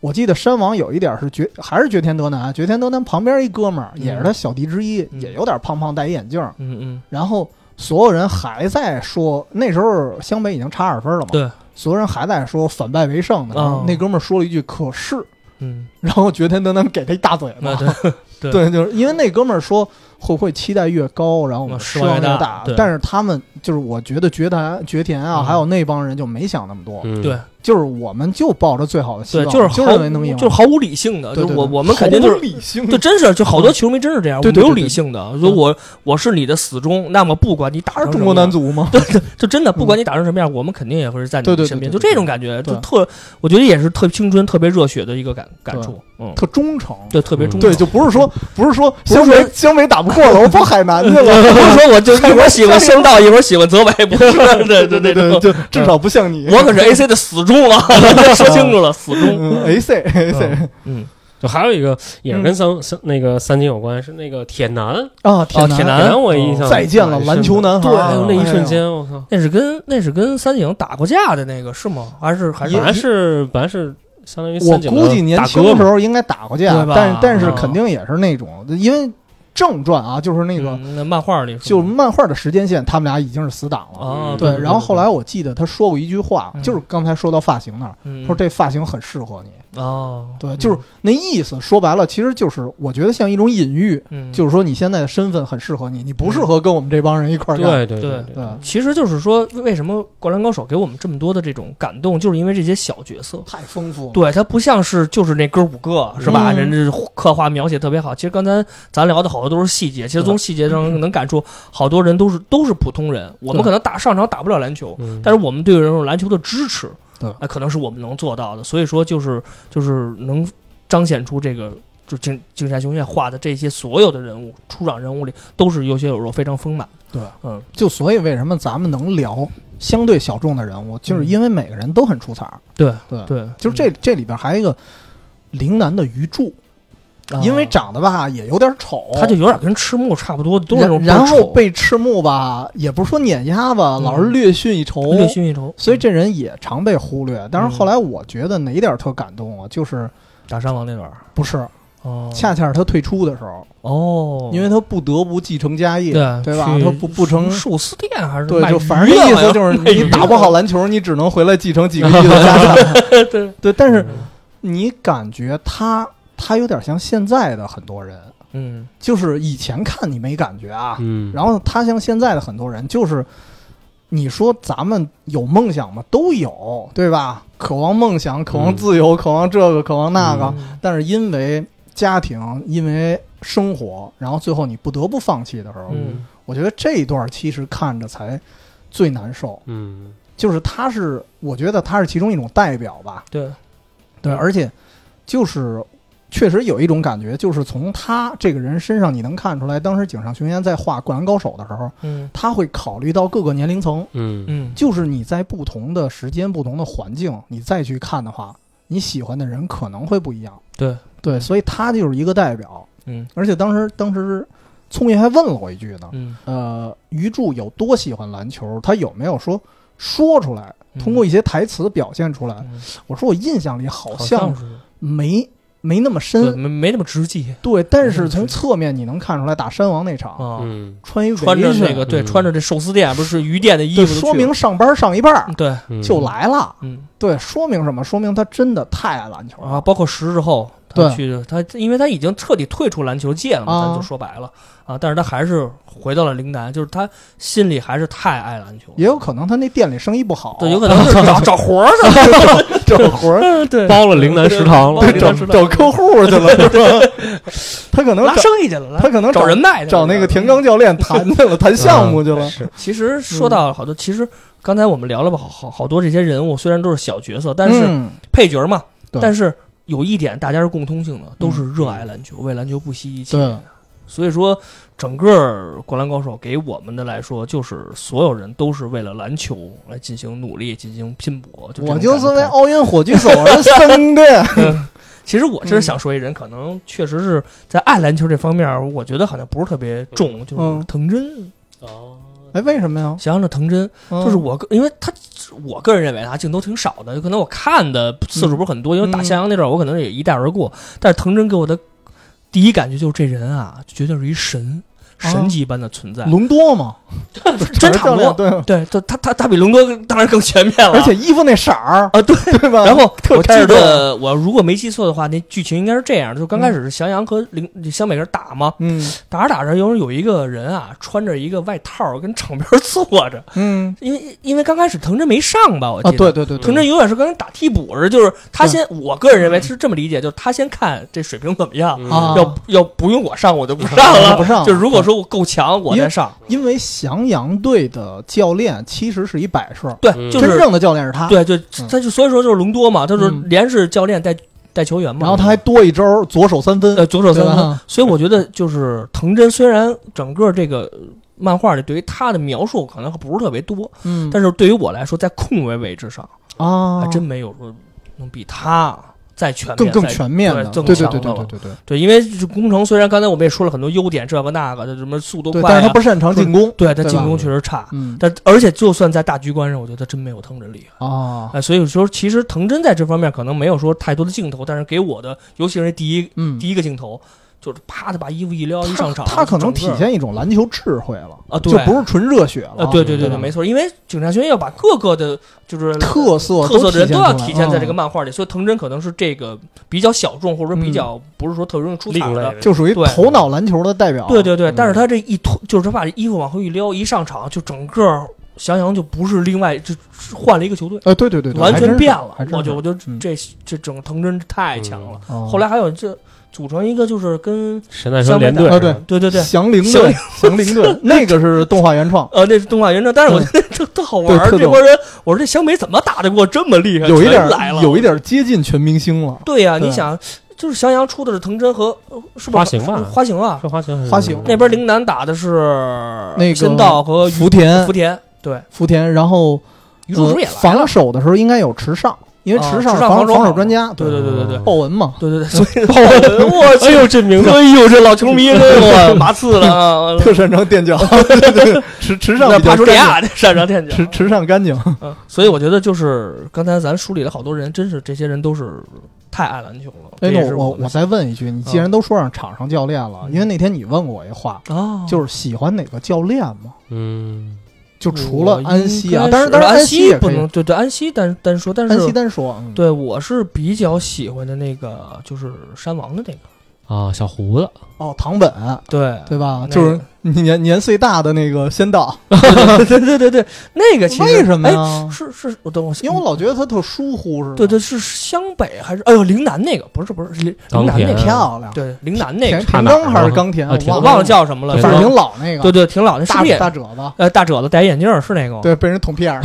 [SPEAKER 1] 我记得山王有一点是绝，还是绝田德南，绝田德南旁边一哥们儿
[SPEAKER 2] 嗯
[SPEAKER 1] 也是他小弟之一，
[SPEAKER 2] 嗯
[SPEAKER 1] 也有点胖胖，戴一眼镜儿，
[SPEAKER 2] 嗯嗯，
[SPEAKER 1] 然后所有人还在说，那时候湘北已经差二分了嘛，
[SPEAKER 2] 对，
[SPEAKER 1] 所有人还在说反败为胜呢。
[SPEAKER 2] 哦
[SPEAKER 1] 那哥们儿说了一句“可是
[SPEAKER 2] 嗯，”，
[SPEAKER 1] 然后绝天德能给他一大嘴
[SPEAKER 2] 那
[SPEAKER 1] 巴。
[SPEAKER 2] 对啊对
[SPEAKER 1] 对，就是因为那哥们儿说会不会期待越高，然后我们
[SPEAKER 2] 嗯
[SPEAKER 1] 失
[SPEAKER 2] 失
[SPEAKER 1] 望
[SPEAKER 2] 望
[SPEAKER 1] 越
[SPEAKER 2] 越大
[SPEAKER 1] 大
[SPEAKER 2] 对。
[SPEAKER 1] 但是他们就是我觉得绝田绝田啊，
[SPEAKER 2] 嗯
[SPEAKER 1] 还有那帮人就没想那么多，
[SPEAKER 3] 嗯
[SPEAKER 2] 对，
[SPEAKER 1] 就是我们就抱着最好的希
[SPEAKER 2] 对，
[SPEAKER 1] 望，
[SPEAKER 2] 是
[SPEAKER 1] 就
[SPEAKER 2] 毫
[SPEAKER 1] 认为能赢，
[SPEAKER 2] 就是毫无理性的，
[SPEAKER 1] 啊对
[SPEAKER 2] 就
[SPEAKER 1] 对
[SPEAKER 2] 我
[SPEAKER 1] 对
[SPEAKER 2] 我们肯定就是
[SPEAKER 1] 毫无理性嗯
[SPEAKER 2] 对，真是就好多球迷真是这样，
[SPEAKER 1] 对对对
[SPEAKER 2] 我没有
[SPEAKER 1] 对
[SPEAKER 2] 理性的。说我我是你的死忠，那么不管你打
[SPEAKER 1] 他
[SPEAKER 2] 成
[SPEAKER 1] 是
[SPEAKER 2] 什
[SPEAKER 1] 中
[SPEAKER 2] 么
[SPEAKER 1] 国男
[SPEAKER 2] 样，
[SPEAKER 1] 足吗？
[SPEAKER 2] 对对，就真的不管你打成什么样，我们肯定也会是在
[SPEAKER 1] 嗯对对
[SPEAKER 2] 你
[SPEAKER 1] 对
[SPEAKER 2] 身边。就
[SPEAKER 1] 对对
[SPEAKER 2] 这种感觉，
[SPEAKER 1] 对
[SPEAKER 2] 就特，我觉得也是特青春、特别热血的一个感感
[SPEAKER 1] 对
[SPEAKER 2] 触。嗯，
[SPEAKER 1] 特忠诚，
[SPEAKER 2] 对，特别忠
[SPEAKER 1] 对，
[SPEAKER 2] 诚。
[SPEAKER 1] 就不是说不是 说
[SPEAKER 2] 是说
[SPEAKER 1] 湘北湘北打不过了，我跑海南去了，
[SPEAKER 2] 不是说 我就一会儿喜欢香道，一会儿喜欢泽北，不是，对
[SPEAKER 1] 对
[SPEAKER 2] 对
[SPEAKER 1] 对，
[SPEAKER 2] 对。
[SPEAKER 1] 就至少不像你。
[SPEAKER 2] 我可是 AC 的死 忠啊，说清楚了，死忠。
[SPEAKER 1] 嗯，A C A C
[SPEAKER 3] 嗯
[SPEAKER 2] 嗯，
[SPEAKER 3] 就还有一个也是
[SPEAKER 1] 嗯
[SPEAKER 3] 跟三三那个三金有关，是那个铁男，
[SPEAKER 1] 啊，
[SPEAKER 2] 哦，铁
[SPEAKER 3] 铁
[SPEAKER 2] 男，
[SPEAKER 3] 男我印象
[SPEAKER 1] 再见了，篮球男孩
[SPEAKER 3] 对，哎
[SPEAKER 1] 儿。
[SPEAKER 3] 呦那一瞬间我靠，
[SPEAKER 2] 那是跟那是跟三井打过架的那个是吗？还是还是
[SPEAKER 3] 本来是本来是相当于
[SPEAKER 1] 哎呦，我
[SPEAKER 3] 三井的
[SPEAKER 1] 估计年
[SPEAKER 3] 大
[SPEAKER 1] 轻
[SPEAKER 3] 哥
[SPEAKER 1] 的时
[SPEAKER 3] 嘛，
[SPEAKER 1] 候应该打过架
[SPEAKER 2] 对，吧
[SPEAKER 1] 但但是
[SPEAKER 2] 嗯
[SPEAKER 1] 肯定也是那种，因为正传啊，就是那个
[SPEAKER 2] 嗯那漫画里
[SPEAKER 1] 就是是漫画的时间线，他们俩已经是死党了。
[SPEAKER 2] 啊，
[SPEAKER 3] 哦对
[SPEAKER 1] 对，然后后来我记得他说过一句话
[SPEAKER 2] 嗯，
[SPEAKER 1] 就是刚才说到发型那儿，
[SPEAKER 2] 嗯
[SPEAKER 1] 说这发型很适合你。
[SPEAKER 2] 哦，
[SPEAKER 1] 对，就是那意思，说白了，其实就是我觉得像一种隐喻，
[SPEAKER 2] 嗯，
[SPEAKER 1] 就是说你现在的身份很适合你，你不适合跟我们这帮人一块儿干。
[SPEAKER 3] 对对
[SPEAKER 2] 对
[SPEAKER 1] 对，嗯
[SPEAKER 2] 其实就是说，为什么《灌篮高手》给我们这么多的这种感动，就是因为这些小角色。
[SPEAKER 1] 太丰富了。
[SPEAKER 2] 对，它不像是就是那哥五个是吧？
[SPEAKER 1] 嗯
[SPEAKER 2] 人家刻画描写特别好。其实刚才咱聊的好多都是细节，其实从细节上能感出好多人都是都是普通人。我们
[SPEAKER 3] 对
[SPEAKER 2] 可能打上场打不了篮球，
[SPEAKER 3] 嗯，
[SPEAKER 2] 但是我们对这种篮球的支持，
[SPEAKER 1] 对
[SPEAKER 2] 哎，可能是我们能做到的。所以说，就是就是能彰显出这个，就金金山雄彦画的这些所有的人物出场人物里，都是有血有肉，非常丰满。
[SPEAKER 1] 对，
[SPEAKER 2] 嗯，
[SPEAKER 1] 就所以为什么咱们能聊相对小众的人物，就是
[SPEAKER 2] 嗯
[SPEAKER 1] 因为每个人都很出彩儿。
[SPEAKER 2] 对
[SPEAKER 1] 对，
[SPEAKER 2] 对，
[SPEAKER 1] 就是这这里边还有一个陵南的鱼柱，
[SPEAKER 2] 嗯，
[SPEAKER 1] 因为
[SPEAKER 2] 长
[SPEAKER 1] 长得吧也有点丑，
[SPEAKER 2] 他就有点跟赤木差不多，都是那种
[SPEAKER 1] 然然后
[SPEAKER 2] 被
[SPEAKER 1] 被赤木吧，也不是说碾压吧，
[SPEAKER 2] 嗯
[SPEAKER 1] 老是略逊一筹。
[SPEAKER 2] 略逊嗯一筹，嗯
[SPEAKER 1] 所以这人也常被忽略，但是后来我觉得哪一点特感动啊，就是
[SPEAKER 2] 打山王那段儿，
[SPEAKER 1] 不是，
[SPEAKER 2] 哦，
[SPEAKER 1] 恰恰是他退出的时候，
[SPEAKER 2] 哦，
[SPEAKER 1] 因为他不得不继承家业，
[SPEAKER 2] 对
[SPEAKER 1] 对吧？
[SPEAKER 2] 去
[SPEAKER 1] 他不不成，
[SPEAKER 2] 寿司店还是
[SPEAKER 1] 对，
[SPEAKER 2] 卖
[SPEAKER 1] 就
[SPEAKER 2] 鱼
[SPEAKER 1] 反正那
[SPEAKER 2] 的
[SPEAKER 1] 意
[SPEAKER 2] 好像
[SPEAKER 1] 思就是
[SPEAKER 2] 卖鱼
[SPEAKER 1] 你打不好篮球，你只能回来继承几个亿的家产。
[SPEAKER 2] 对，嗯
[SPEAKER 1] 对，但是你感觉他他有点像现在的很多人，
[SPEAKER 2] 嗯，
[SPEAKER 1] 就是以前看你没感觉啊，
[SPEAKER 3] 嗯，
[SPEAKER 1] 然后他像现在的很多人，就是你说咱们有梦想吗？都有，对吧？渴望梦想，渴望
[SPEAKER 3] 嗯
[SPEAKER 1] 自由，渴望这个，渴望那个，
[SPEAKER 2] 嗯
[SPEAKER 1] 但是因为家庭，因为生活，然后最后你不得不放弃的时候，
[SPEAKER 2] 嗯
[SPEAKER 1] 我觉得这一段其实看着才最难受。
[SPEAKER 3] 嗯
[SPEAKER 1] 就是他是，我觉得他是其中一种代表吧。
[SPEAKER 2] 对，
[SPEAKER 1] 对，
[SPEAKER 2] 嗯
[SPEAKER 1] 而且就是确实有一种感觉，就是从他这个人身上你能看出来，当时井上雄彦在画《灌篮高手》的时候，
[SPEAKER 2] 嗯
[SPEAKER 1] 他会考虑到各个年龄层，
[SPEAKER 3] 嗯
[SPEAKER 2] 嗯，
[SPEAKER 1] 就是你在不同的时间、不同的环境，你再去看的话，你喜欢的人可能会不一样。
[SPEAKER 2] 对
[SPEAKER 1] 对，所以他就是一个代表。
[SPEAKER 2] 嗯
[SPEAKER 1] 而且当时当时聪爷还问了我一句呢，
[SPEAKER 2] 嗯，
[SPEAKER 1] 呃，鱼柱有多喜欢篮球？他有没有说说出来？
[SPEAKER 2] 嗯
[SPEAKER 1] 通过一些台词表现出来。
[SPEAKER 2] 嗯
[SPEAKER 1] 我说我印象里好
[SPEAKER 2] 好像
[SPEAKER 1] 像
[SPEAKER 2] 是
[SPEAKER 1] 没没那么
[SPEAKER 2] 对嗯
[SPEAKER 1] 深，
[SPEAKER 2] 没没那么直接
[SPEAKER 1] 对，但是
[SPEAKER 2] 没那么
[SPEAKER 1] 从
[SPEAKER 2] 直
[SPEAKER 1] 侧面你能看出来，打山王那场
[SPEAKER 2] 啊。
[SPEAKER 3] 嗯
[SPEAKER 1] 穿一围
[SPEAKER 2] 穿着那
[SPEAKER 1] 裙
[SPEAKER 2] 个对，
[SPEAKER 3] 嗯
[SPEAKER 2] 穿着这寿司店不是鱼店的衣
[SPEAKER 1] 对，
[SPEAKER 2] 服都去了，
[SPEAKER 1] 说明上班上一半儿
[SPEAKER 2] 嗯对，
[SPEAKER 3] 嗯
[SPEAKER 1] 就来了。
[SPEAKER 2] 嗯
[SPEAKER 1] 对，说明什么？说明他真的太爱篮球了
[SPEAKER 2] 啊，包括十日后他
[SPEAKER 1] 对
[SPEAKER 2] 去他，因为他已经彻底退出篮球界了嘛，
[SPEAKER 1] 啊
[SPEAKER 2] 咱就说白了啊，但是他还是回到了陵南，就是他心里还是太爱篮球了，
[SPEAKER 1] 也有可能他那店里生意不好，
[SPEAKER 2] 对，有可能就是 找找活儿去
[SPEAKER 1] 找活儿，
[SPEAKER 2] 了，嗯对，
[SPEAKER 3] 包了陵南食堂了
[SPEAKER 2] 包
[SPEAKER 1] 对
[SPEAKER 2] 了陵
[SPEAKER 1] 找
[SPEAKER 2] 南食堂
[SPEAKER 1] 找客户去了， 是吧？他可能
[SPEAKER 2] 拉
[SPEAKER 1] 找
[SPEAKER 2] 生意去了，拉
[SPEAKER 1] 他可能
[SPEAKER 2] 找人脉去了，
[SPEAKER 1] 找那个田刚教练谈 去了，谈项目去了。
[SPEAKER 3] 嗯是
[SPEAKER 2] 其实说到好多，其实刚才我们聊了吧，好好好多这些人物虽然都是小角色，但是
[SPEAKER 1] 嗯
[SPEAKER 2] 配角嘛，
[SPEAKER 1] 对
[SPEAKER 2] 但是有一点大家是共通性的，都是热爱篮球，为篮球不惜一切。
[SPEAKER 1] 对
[SPEAKER 2] 所以说，整个《灌篮高手》给我们的来说，就是所有人都是为了篮球来进行努力、进行拼搏。就这种
[SPEAKER 1] 我就是
[SPEAKER 2] 感觉
[SPEAKER 1] 为奥运火炬手 而生的。
[SPEAKER 2] 其实我
[SPEAKER 1] 嗯
[SPEAKER 2] 真是想说，一人可能确实是在爱篮球这方面，我觉得好像不是特别重，就是
[SPEAKER 1] 嗯
[SPEAKER 2] 藤真。
[SPEAKER 3] 哦，
[SPEAKER 1] 哎，为什么呀？
[SPEAKER 2] 想想这藤真，
[SPEAKER 1] 嗯
[SPEAKER 2] 就是我个，因为他我个人认为他镜头挺少的，有可能我看的次
[SPEAKER 1] 嗯
[SPEAKER 2] 数不是很多，因为打向阳那段我可能也一带而过。但是藤真给我的第一感觉就是这人啊，绝对是一
[SPEAKER 1] 哦
[SPEAKER 2] 神，神级般的存在，
[SPEAKER 1] 隆多 嘛，
[SPEAKER 2] 真差
[SPEAKER 1] 漂
[SPEAKER 2] 不
[SPEAKER 1] 亮，
[SPEAKER 2] 多。
[SPEAKER 1] 对，
[SPEAKER 2] 对，他他他他比隆多当然更全面了，
[SPEAKER 1] 而且衣服那色儿，
[SPEAKER 2] 啊对。
[SPEAKER 1] 对吧？
[SPEAKER 2] 然后
[SPEAKER 1] 特
[SPEAKER 2] 我
[SPEAKER 1] 开
[SPEAKER 2] 记
[SPEAKER 1] 始动
[SPEAKER 2] 得，我如果没记错的话，那剧情应该是这样：就刚开始是降阳和林湘北人打嘛，
[SPEAKER 1] 嗯
[SPEAKER 2] 打着打着，有人有一个人啊，穿着一个外套跟场边坐着，
[SPEAKER 1] 嗯
[SPEAKER 2] 因为因为刚开始藤真没上吧，我记
[SPEAKER 1] 啊，
[SPEAKER 2] 得。
[SPEAKER 1] 对对对
[SPEAKER 2] 藤
[SPEAKER 1] 对，
[SPEAKER 2] 真永远是跟人打替补似的，就是他先，我个人认为是这么理解，就是他先看这水平怎么样，
[SPEAKER 1] 啊
[SPEAKER 2] 嗯要要不用我上我就不上
[SPEAKER 1] 我
[SPEAKER 2] 了，
[SPEAKER 1] 不上 嗯
[SPEAKER 2] 就如果说我够强，我再上。
[SPEAKER 1] 因为嗯翔阳队的教练其实是一摆设，
[SPEAKER 2] 对，
[SPEAKER 3] 嗯
[SPEAKER 2] 就
[SPEAKER 1] 真
[SPEAKER 2] 是
[SPEAKER 1] 正的教练是他。
[SPEAKER 2] 对，就
[SPEAKER 1] 嗯
[SPEAKER 2] 他就所以说就是隆多嘛，他就是
[SPEAKER 1] 嗯
[SPEAKER 2] 连是教练带带球员嘛，嗯
[SPEAKER 1] 然后他还多一招左手三分，
[SPEAKER 2] 呃左手三
[SPEAKER 1] 对
[SPEAKER 2] 分
[SPEAKER 1] 吧，嗯
[SPEAKER 2] 所以我觉得就是藤真虽然整个这个呃漫画里对于他的描述可能不是特别多，
[SPEAKER 1] 嗯，
[SPEAKER 2] 但是对于我来说，在控卫位置上
[SPEAKER 1] 啊，
[SPEAKER 2] 还真没有说能比他再全面
[SPEAKER 1] 更更
[SPEAKER 2] 再
[SPEAKER 1] 全面的，
[SPEAKER 2] 对更
[SPEAKER 1] 对对
[SPEAKER 2] 强
[SPEAKER 1] 对
[SPEAKER 2] 的
[SPEAKER 1] 对
[SPEAKER 2] 了
[SPEAKER 1] 对对对
[SPEAKER 2] 对，因为就是工程虽然刚才我们也说了很多优点，这个那个的，什么速度
[SPEAKER 1] 对，
[SPEAKER 2] 快、啊，
[SPEAKER 1] 但是他不擅长进攻，
[SPEAKER 2] 对他
[SPEAKER 1] 对吧
[SPEAKER 2] 进攻确实差。
[SPEAKER 1] 嗯
[SPEAKER 2] 但而且就算在大局观上，我觉得他真没有藤真厉害。
[SPEAKER 1] 啊，
[SPEAKER 2] 哎，所以说其实藤真在这方面可能没有说太多的镜头，但是给我的，尤其是那第一
[SPEAKER 1] 嗯，
[SPEAKER 2] 第一个镜头，就是啪的把衣服一撩一上场，
[SPEAKER 1] 他可能
[SPEAKER 2] 整
[SPEAKER 1] 体
[SPEAKER 2] 个
[SPEAKER 1] 现一种篮球智慧了，
[SPEAKER 2] 啊，对，
[SPEAKER 1] 就不是纯热血了，
[SPEAKER 2] 啊，对对对
[SPEAKER 1] 吧
[SPEAKER 2] 对，没错，因为警察学院要把各个的，就是
[SPEAKER 1] 特色
[SPEAKER 2] 特色的人
[SPEAKER 1] 都
[SPEAKER 2] 都要体现在这个
[SPEAKER 1] 漫，
[SPEAKER 2] 漫画里，所以藤真可能是这个比较小众，或者说比
[SPEAKER 1] 嗯嗯
[SPEAKER 2] 较不是说特别容易出彩
[SPEAKER 3] 另类
[SPEAKER 2] 的。
[SPEAKER 3] 的，
[SPEAKER 1] 就属于
[SPEAKER 2] 对
[SPEAKER 1] 头脑篮球的代表，啊
[SPEAKER 2] 对对对，
[SPEAKER 3] 嗯
[SPEAKER 2] 但是他这一脱，就是他把这衣服往后一撩，一上场就整个翔阳就不是另外，就换了一个球队，
[SPEAKER 1] 呃，对对对，对
[SPEAKER 2] 完
[SPEAKER 1] 还真
[SPEAKER 2] 全
[SPEAKER 1] 是
[SPEAKER 2] 变了
[SPEAKER 1] 还。真
[SPEAKER 2] 我
[SPEAKER 1] 是
[SPEAKER 2] 就我就
[SPEAKER 1] 嗯
[SPEAKER 2] 这这整个藤真
[SPEAKER 3] 嗯
[SPEAKER 2] 太强了。
[SPEAKER 1] 哦
[SPEAKER 2] 后来还有这组成一个就是跟
[SPEAKER 3] 神奈川联队
[SPEAKER 1] 啊对
[SPEAKER 2] 对对对，
[SPEAKER 1] 祥林
[SPEAKER 2] 祥
[SPEAKER 1] 队，祥林 队那个是动画原创，
[SPEAKER 2] 呃，那是动画原著，但是我觉得特特好玩
[SPEAKER 1] 嗯对
[SPEAKER 2] 儿。
[SPEAKER 1] 特
[SPEAKER 2] 这
[SPEAKER 1] 逗
[SPEAKER 2] 波人，我说这湘北怎么打得过这么厉害？
[SPEAKER 1] 有一点
[SPEAKER 2] 全来了，
[SPEAKER 1] 有一点接近全明星了，
[SPEAKER 2] 对呀、
[SPEAKER 1] 对啊
[SPEAKER 2] 你想，就是翔阳出的是藤真和呃是不是
[SPEAKER 3] 花形吧
[SPEAKER 2] 花形啊，
[SPEAKER 3] 说花形还是
[SPEAKER 1] 花形
[SPEAKER 2] 那边陵南打的是
[SPEAKER 1] 那个
[SPEAKER 2] 申道和
[SPEAKER 1] 福田
[SPEAKER 2] 呃福田，对，
[SPEAKER 1] 福田，然后
[SPEAKER 2] 于叔叔也
[SPEAKER 1] 呃
[SPEAKER 2] 来了，
[SPEAKER 1] 防守的时候应该有池上，因为
[SPEAKER 2] 啊
[SPEAKER 1] 池上
[SPEAKER 2] 池
[SPEAKER 1] 是
[SPEAKER 2] 上
[SPEAKER 1] 防
[SPEAKER 2] 防守好
[SPEAKER 1] 守专家，
[SPEAKER 2] 对对对对对
[SPEAKER 3] 嗯
[SPEAKER 1] 鲍文嘛，
[SPEAKER 2] 对对对，所 以
[SPEAKER 3] 我
[SPEAKER 2] 我
[SPEAKER 3] 哎呦，这名字
[SPEAKER 2] 哎呦，这老球迷给我麻刺了啊，
[SPEAKER 1] 特擅长 垫脚，对对对池池上
[SPEAKER 2] 那
[SPEAKER 1] 比较
[SPEAKER 2] 帕楚
[SPEAKER 1] 干
[SPEAKER 2] 利
[SPEAKER 1] 净
[SPEAKER 2] 亚这擅长垫脚，
[SPEAKER 1] 池池上干净，
[SPEAKER 2] 嗯，所以我觉得就是刚才咱梳理了好多人，真是这些人都是太爱篮球了。
[SPEAKER 1] 哎，
[SPEAKER 2] 这也
[SPEAKER 1] 那
[SPEAKER 2] 是
[SPEAKER 1] 我
[SPEAKER 2] 我
[SPEAKER 1] 我再问一句，你既然都说上场上教练了，
[SPEAKER 2] 嗯
[SPEAKER 1] 因为那天你问过我一话，
[SPEAKER 2] 啊，
[SPEAKER 1] 就是喜欢哪个教练吗？
[SPEAKER 3] 嗯，
[SPEAKER 1] 就除了
[SPEAKER 2] 我
[SPEAKER 1] 安西啊
[SPEAKER 2] 应，该
[SPEAKER 1] 当然
[SPEAKER 2] 是
[SPEAKER 1] 当然
[SPEAKER 2] 安
[SPEAKER 1] 西也
[SPEAKER 2] 不
[SPEAKER 1] 可以，
[SPEAKER 2] 能，对对安西单单说，但是
[SPEAKER 1] 安西单说，嗯，
[SPEAKER 2] 对，我是比较喜欢的那个，就是山王的那个，
[SPEAKER 3] 啊，小胡子，
[SPEAKER 1] 哦，唐本
[SPEAKER 2] 对
[SPEAKER 1] 对吧
[SPEAKER 2] 那？个
[SPEAKER 1] 就是年年岁大的那个仙道，
[SPEAKER 2] 对对对对对，那个其实
[SPEAKER 1] 为什么
[SPEAKER 2] 哎
[SPEAKER 1] 呀？
[SPEAKER 2] 是是，我等我，
[SPEAKER 1] 因为我老觉得他特疏忽似的，
[SPEAKER 2] 对对是湘北还是哎呦陵南那个不是不是陵陵
[SPEAKER 3] 钢
[SPEAKER 2] 南
[SPEAKER 3] 铁
[SPEAKER 2] 那个，
[SPEAKER 1] 漂亮，
[SPEAKER 2] 对陵南那
[SPEAKER 1] 田
[SPEAKER 2] 个，
[SPEAKER 1] 田
[SPEAKER 3] 哪儿
[SPEAKER 1] 刚还是
[SPEAKER 3] 了
[SPEAKER 1] 钢铁，
[SPEAKER 3] 啊田
[SPEAKER 2] 我
[SPEAKER 3] 刚
[SPEAKER 2] 忘了，叫什么了，
[SPEAKER 3] 对
[SPEAKER 1] 反
[SPEAKER 2] 反
[SPEAKER 1] 正
[SPEAKER 2] 正
[SPEAKER 1] 挺老那个，
[SPEAKER 2] 对对挺老的，是
[SPEAKER 1] 大
[SPEAKER 2] 不是也
[SPEAKER 1] 大褶子，
[SPEAKER 2] 呃大褶子戴眼镜儿是那个吗？
[SPEAKER 1] 对，被人捅屁眼儿。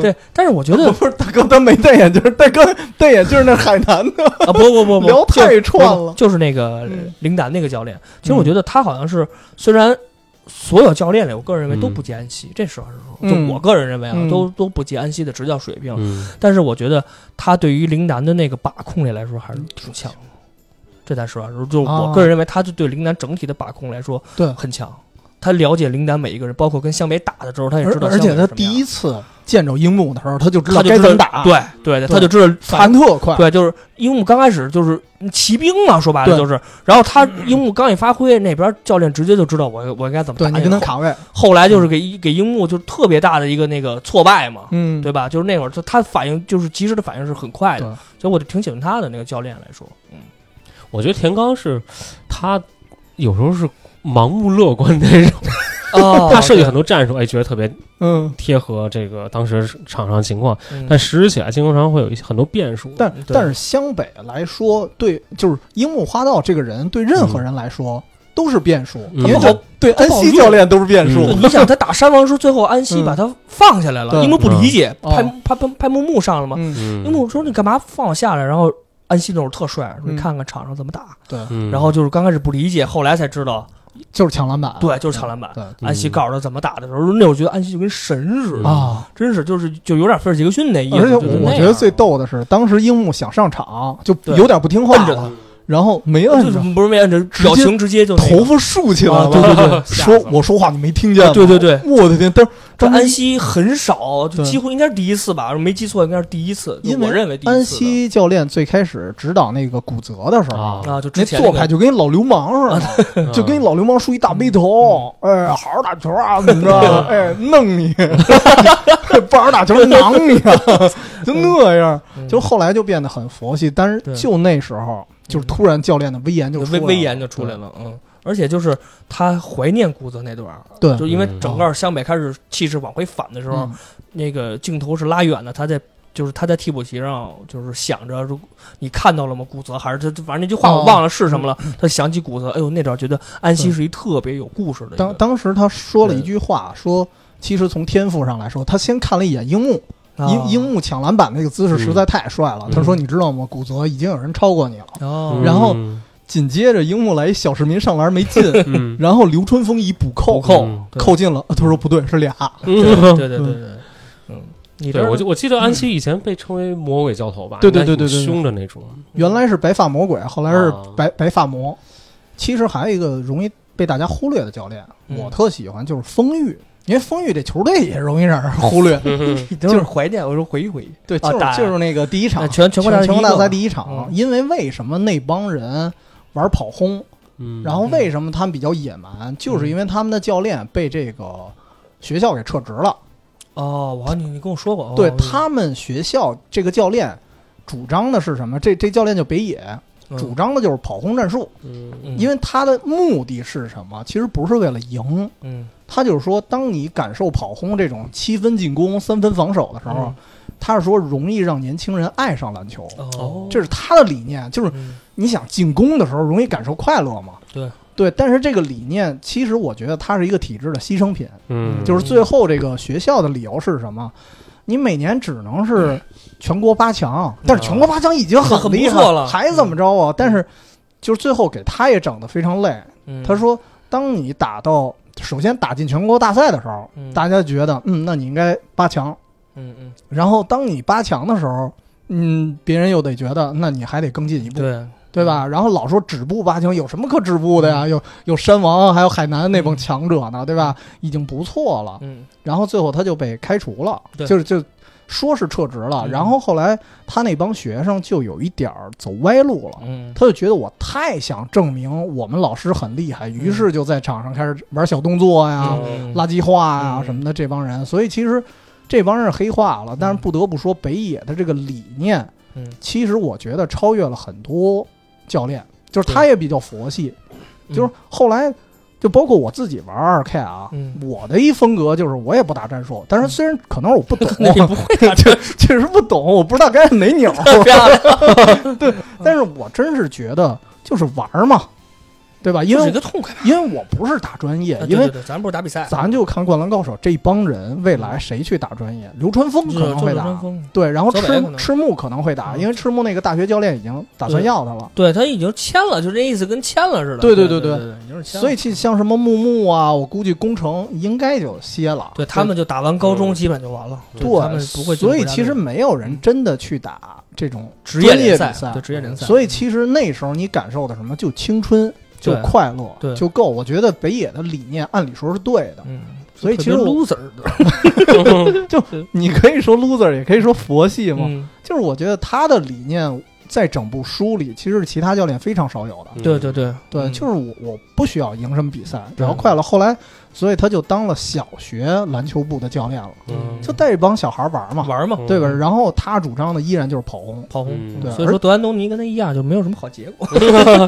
[SPEAKER 2] 对，但是我觉得
[SPEAKER 1] 不是大哥，他没戴眼镜儿，大哥戴眼镜儿那是海南 的，
[SPEAKER 2] 啊不不不不
[SPEAKER 1] 聊
[SPEAKER 2] 就
[SPEAKER 1] 太串
[SPEAKER 2] 不
[SPEAKER 1] 了
[SPEAKER 2] 是。就是那个
[SPEAKER 1] 嗯
[SPEAKER 2] 陵南那个教练。其实我觉得他好像是，虽然所有教练里，我个人认为都
[SPEAKER 3] 嗯
[SPEAKER 2] 不及安西，这实话实说，
[SPEAKER 1] 嗯
[SPEAKER 2] 就我个人认为啊，
[SPEAKER 1] 嗯
[SPEAKER 2] 都都不及安西的执教水平。
[SPEAKER 3] 嗯，
[SPEAKER 2] 但是我觉得他对于陵南的那个把控力来说还是挺强的，这咱实话实说。就
[SPEAKER 1] 啊
[SPEAKER 2] 我个人认为，他就对陵南整体的把控来说，
[SPEAKER 1] 对
[SPEAKER 2] 很强。他了解陵南每一个人，包括跟湘北打的时候，他也
[SPEAKER 1] 而
[SPEAKER 2] 知道湘北
[SPEAKER 1] 而
[SPEAKER 2] 是什
[SPEAKER 1] 且
[SPEAKER 2] 么样。
[SPEAKER 1] 他第一次见着樱木的时候，他就知
[SPEAKER 2] 他
[SPEAKER 1] 道
[SPEAKER 2] 就
[SPEAKER 1] 该
[SPEAKER 2] 知道
[SPEAKER 1] 怎么打，，
[SPEAKER 2] 对对，对
[SPEAKER 1] 对
[SPEAKER 2] 他就知道反
[SPEAKER 1] 弹特快，
[SPEAKER 2] 对，就是樱木刚开始就是嗯骑兵嘛，说白
[SPEAKER 1] 对
[SPEAKER 2] 了就是。然后他
[SPEAKER 1] 嗯
[SPEAKER 2] 樱木刚一发挥，那边教练直接就知道我我应该怎么打
[SPEAKER 1] 对
[SPEAKER 2] 你
[SPEAKER 1] 你
[SPEAKER 2] 了。
[SPEAKER 1] 跟他卡位，
[SPEAKER 2] 后来就是给给樱木就是特别大的一个那个挫败嘛，
[SPEAKER 1] 嗯，
[SPEAKER 2] 对吧？就是那会儿就他反应就是及时的反应是很快的，
[SPEAKER 1] 对
[SPEAKER 2] 所以我就挺喜欢他的那个教练来说，嗯，
[SPEAKER 3] 我觉得田刚是他有时候是盲目乐观那种，
[SPEAKER 2] 哦
[SPEAKER 3] 他设计很多战术，哎，觉得特别
[SPEAKER 1] 嗯，
[SPEAKER 3] 贴合这个当时场上情况，
[SPEAKER 2] 嗯
[SPEAKER 3] 但实施起来经常会有一些很多变数。
[SPEAKER 1] 但
[SPEAKER 2] 对
[SPEAKER 1] 但是湘北来说，对，就是樱木花道这个人，对任何人来
[SPEAKER 2] 嗯
[SPEAKER 1] 说都是变数，
[SPEAKER 3] 嗯
[SPEAKER 1] 因为
[SPEAKER 2] 他不
[SPEAKER 1] 这对
[SPEAKER 2] 好
[SPEAKER 1] 安西教练都是变数
[SPEAKER 3] 嗯，
[SPEAKER 2] 你想他打山王时，最后安西
[SPEAKER 1] 嗯
[SPEAKER 2] 把他放下来了，
[SPEAKER 1] 对
[SPEAKER 2] 樱木不理解，
[SPEAKER 1] 嗯
[SPEAKER 2] 派
[SPEAKER 1] 哦
[SPEAKER 2] 派派派木木上了嘛，
[SPEAKER 1] 嗯，
[SPEAKER 3] 嗯
[SPEAKER 2] 樱木说你干嘛放我下来？然后安西那会儿特帅，说
[SPEAKER 1] 嗯
[SPEAKER 2] 你看看场上怎么打。
[SPEAKER 1] 对，
[SPEAKER 3] 嗯
[SPEAKER 2] 然后就是刚开始不理解，后来才知道，
[SPEAKER 1] 就是抢篮板，
[SPEAKER 2] 对，就是抢篮板。
[SPEAKER 1] 对
[SPEAKER 3] 嗯
[SPEAKER 2] 安西告诉他怎么打的时候，那我觉得安西就跟神似的，
[SPEAKER 3] 嗯
[SPEAKER 1] 啊。
[SPEAKER 2] 真是就是就有点菲尔杰克逊那意思。
[SPEAKER 1] 而且
[SPEAKER 2] 就是
[SPEAKER 1] 我
[SPEAKER 2] 那样
[SPEAKER 1] 觉得最逗的是，当时樱木想上场，就
[SPEAKER 2] 对
[SPEAKER 1] 有点不听话
[SPEAKER 2] 摁着嗯
[SPEAKER 1] 了，然后没摁着，
[SPEAKER 2] 不是没摁着，表情直接就那个
[SPEAKER 1] 头发竖起来了。
[SPEAKER 2] 啊对对对
[SPEAKER 1] 说我说话你没听见吗？
[SPEAKER 2] 对对对，
[SPEAKER 1] 我的天！但是
[SPEAKER 2] 这
[SPEAKER 1] 张
[SPEAKER 2] 安
[SPEAKER 1] 安
[SPEAKER 2] 西很少，就
[SPEAKER 1] 对
[SPEAKER 2] 几乎应该是第一次吧，没记错应该是第一次，就
[SPEAKER 1] 因为
[SPEAKER 2] 我认为第一次的
[SPEAKER 1] 安西教练最开始指导那个骨折的时候，
[SPEAKER 3] 啊，
[SPEAKER 2] 啊，就之
[SPEAKER 1] 那
[SPEAKER 2] 前
[SPEAKER 1] 做
[SPEAKER 2] 那
[SPEAKER 1] 派
[SPEAKER 2] 个啊嗯
[SPEAKER 1] 就跟老流氓似的，
[SPEAKER 3] 嗯
[SPEAKER 1] 就跟老流氓梳一大背头，哎，好好打球啊，怎么
[SPEAKER 2] 嗯
[SPEAKER 1] 着？哎，弄你， 不好好 打球囊你啊，就那样。
[SPEAKER 2] 嗯
[SPEAKER 1] 就后来就变得很佛系，但是
[SPEAKER 2] 对
[SPEAKER 1] 就那时候，就是突然教练的威严就出来
[SPEAKER 2] 威
[SPEAKER 1] 了
[SPEAKER 2] 威严就出来了，嗯。而且就是他怀念骨折那段儿，
[SPEAKER 1] 对
[SPEAKER 2] 就因为
[SPEAKER 3] 嗯
[SPEAKER 2] 整个湘北开始气势往回反的时候，
[SPEAKER 1] 嗯
[SPEAKER 2] 那个镜头是拉远的，他在就是他在替补席上，就是想着，如你看到了吗？骨折还是他，反正那句话我忘了是什么了。
[SPEAKER 1] 嗯
[SPEAKER 2] 他想起骨折，哎呦，那阵儿觉得安西是一特别有故事的一
[SPEAKER 1] 当
[SPEAKER 2] 个，
[SPEAKER 1] 当时他说了一句话，说其实从天赋上来说，他先看了一眼樱木，
[SPEAKER 2] 啊
[SPEAKER 1] 樱樱木抢篮板那个姿势实在太帅了。
[SPEAKER 3] 嗯
[SPEAKER 1] 他说：“你知道吗？骨折已经有人超过你了。
[SPEAKER 2] 哦，
[SPEAKER 1] 然后
[SPEAKER 3] 嗯”
[SPEAKER 1] 紧接着樱木来一小市民上篮没进，
[SPEAKER 3] 嗯
[SPEAKER 1] 然后刘春风一补扣
[SPEAKER 2] 补扣
[SPEAKER 3] 嗯
[SPEAKER 2] 对
[SPEAKER 1] 扣进了。啊他说：“不对，是俩。
[SPEAKER 2] 对
[SPEAKER 3] 嗯
[SPEAKER 2] 对对对对，嗯，你这
[SPEAKER 3] 对，我就我记得安西以前被称为魔鬼教头吧，
[SPEAKER 1] 对对
[SPEAKER 3] 应
[SPEAKER 1] 对
[SPEAKER 3] 该
[SPEAKER 1] 对
[SPEAKER 3] 挺
[SPEAKER 1] 对对
[SPEAKER 3] 凶的那种，
[SPEAKER 1] 原来是白发魔鬼，后来是
[SPEAKER 3] 啊
[SPEAKER 1] 白、白发魔。其实还有一个容易被大家忽略的教练，
[SPEAKER 2] 嗯
[SPEAKER 1] 我特喜欢就是丰裕，因为丰裕这球队也容易让人忽 略。
[SPEAKER 2] 就是怀念，我说回忆回忆，
[SPEAKER 1] 对，就
[SPEAKER 2] 啊
[SPEAKER 1] 是、
[SPEAKER 2] 打
[SPEAKER 1] 就是那个第一场
[SPEAKER 2] 那全全国大
[SPEAKER 1] 全国大赛第
[SPEAKER 2] 一
[SPEAKER 1] 一场
[SPEAKER 2] 嗯，
[SPEAKER 1] 因为为什么那帮人玩跑轰，
[SPEAKER 3] 嗯，
[SPEAKER 1] 然后为什么他们比较野蛮，就是
[SPEAKER 2] 嗯
[SPEAKER 1] 因为他们的教练被这个学校给撤职了。
[SPEAKER 2] 个哦，我好像你你跟我说过，哦
[SPEAKER 1] 对他们学校这个教练主张的是什么？这这教练叫北野，
[SPEAKER 2] 嗯
[SPEAKER 1] 主张的就是跑轰战术，
[SPEAKER 3] 嗯
[SPEAKER 2] 嗯
[SPEAKER 1] 因为他的目的是什么？其实不是为了赢，
[SPEAKER 2] 嗯
[SPEAKER 1] 他就是说，当你感受跑轰这种七分进攻、三分防守的时候
[SPEAKER 2] 嗯，
[SPEAKER 1] 他是说容易让年轻人爱上篮球。
[SPEAKER 2] 哦，
[SPEAKER 1] 这是他的理念，就是
[SPEAKER 2] 嗯
[SPEAKER 1] 你想进攻的时候容易感受快乐嘛？
[SPEAKER 2] 对
[SPEAKER 1] 对，但是这个理念其实我觉得它是一个体制的牺牲品，
[SPEAKER 3] 嗯，
[SPEAKER 1] 就是最后这个学校的理由是什么？你每年只能是全国八强，但是全国八强已经
[SPEAKER 2] 嗯很
[SPEAKER 1] 厉
[SPEAKER 2] 不
[SPEAKER 1] 害
[SPEAKER 2] 错了
[SPEAKER 1] 还怎么着啊？但是就是最后给他也整得非常累。
[SPEAKER 2] 嗯
[SPEAKER 1] 他说，当你打到首先打进全国大赛的时候，
[SPEAKER 2] 嗯
[SPEAKER 1] 大家觉得嗯，那你应该八强。
[SPEAKER 2] 嗯嗯
[SPEAKER 1] 然后当你八强的时候，嗯，别人又得觉得那你还得更进一步。
[SPEAKER 2] 对
[SPEAKER 1] 对吧？然后老说止步八强，有什么可止步的呀？
[SPEAKER 2] 嗯
[SPEAKER 1] 有有山王，还有海南那帮强者呢，对吧？已经不错了。
[SPEAKER 2] 嗯
[SPEAKER 1] 然后最后他就被开除了，
[SPEAKER 2] 对
[SPEAKER 1] 就是就说是撤职了。
[SPEAKER 2] 嗯
[SPEAKER 1] 然后后来他那帮学生就有一点儿走歪路了，
[SPEAKER 2] 嗯
[SPEAKER 1] 哦他就觉得我太想证明我们老师很厉害，于是就在场上开始玩小动作呀、
[SPEAKER 2] 嗯
[SPEAKER 1] 垃圾话呀
[SPEAKER 2] 嗯
[SPEAKER 1] 什么的。这帮人，所以其实这帮人是黑化了。但是不得不说，北野的这个理念。
[SPEAKER 2] 嗯
[SPEAKER 1] 其实我觉得超越了很多教练，就是他也比较佛系，
[SPEAKER 2] 嗯
[SPEAKER 1] 就是后来就包括我自己玩二 K 啊，
[SPEAKER 2] 嗯
[SPEAKER 1] 我的一风格就是我也不打战术，但是虽然可能我不懂，
[SPEAKER 2] 那你不会打这
[SPEAKER 1] 确实不懂，我不知道该按哪 钮，
[SPEAKER 2] 漂亮，啊
[SPEAKER 1] 但是我真是觉得就是玩嘛，对吧？因
[SPEAKER 2] 就是一
[SPEAKER 1] 为
[SPEAKER 2] 个痛快，
[SPEAKER 1] 因为我不是打专业
[SPEAKER 2] 啊，对
[SPEAKER 1] 因为
[SPEAKER 2] 对对咱不是打比赛，
[SPEAKER 1] 咱就看《灌篮高手》这帮人未来谁去打专业，刘川枫
[SPEAKER 2] 就是
[SPEAKER 1] 可能会
[SPEAKER 2] 嗯就是
[SPEAKER 1] 打
[SPEAKER 2] 跟。风
[SPEAKER 1] 对，然后
[SPEAKER 2] 泽
[SPEAKER 1] 赤
[SPEAKER 2] 北可能
[SPEAKER 1] 赤木可能会打，
[SPEAKER 2] 嗯
[SPEAKER 1] 因为赤木那个大学教练已经打算
[SPEAKER 2] 对
[SPEAKER 1] 要他了。
[SPEAKER 2] 对他已经签了，就这意思，跟签了似的。
[SPEAKER 1] 对
[SPEAKER 2] 对
[SPEAKER 1] 对对
[SPEAKER 2] 对
[SPEAKER 1] 对
[SPEAKER 2] 对，已经是签了。
[SPEAKER 1] 所以，其实像什么木木啊，我估计工程应该就歇了。
[SPEAKER 2] 对他们就打完高中，基本就完了。
[SPEAKER 1] 对
[SPEAKER 2] 就他们不会进
[SPEAKER 1] 所
[SPEAKER 2] 入国
[SPEAKER 1] 以
[SPEAKER 2] 家队。
[SPEAKER 1] 其实没有人真的去打这种
[SPEAKER 2] 职业
[SPEAKER 1] 专
[SPEAKER 2] 联
[SPEAKER 1] 比
[SPEAKER 2] 赛
[SPEAKER 1] 赛
[SPEAKER 2] 对。职业联赛，
[SPEAKER 1] 所以其实那时候你感受的什么，就青春，就
[SPEAKER 2] 对
[SPEAKER 1] 快乐
[SPEAKER 2] 对，
[SPEAKER 1] 就够。我觉得北野的理念按理说是对的，
[SPEAKER 2] 嗯，
[SPEAKER 1] 所以其实
[SPEAKER 2] 特别
[SPEAKER 1] 我
[SPEAKER 2] loser 的
[SPEAKER 1] 你可以说 loser，也可以说佛系嘛。
[SPEAKER 2] 嗯，
[SPEAKER 1] 就是我觉得他的理念在整部书里，其实是其他教练非常少有的。
[SPEAKER 2] 对对对
[SPEAKER 1] 对，
[SPEAKER 2] 嗯
[SPEAKER 1] 就是我我不需要赢什么比赛，只
[SPEAKER 2] 对
[SPEAKER 1] 要快乐。后来，所以他就当了小学篮球部的教练了，
[SPEAKER 3] 嗯
[SPEAKER 1] 就带一帮小孩玩嘛，
[SPEAKER 2] 玩嘛，
[SPEAKER 1] 对吧？然后他主张的依然就是跑轰。
[SPEAKER 2] 跑轰。
[SPEAKER 3] 嗯
[SPEAKER 1] 对
[SPEAKER 2] 所以说，德安东尼跟他一样，就没有什么好结果。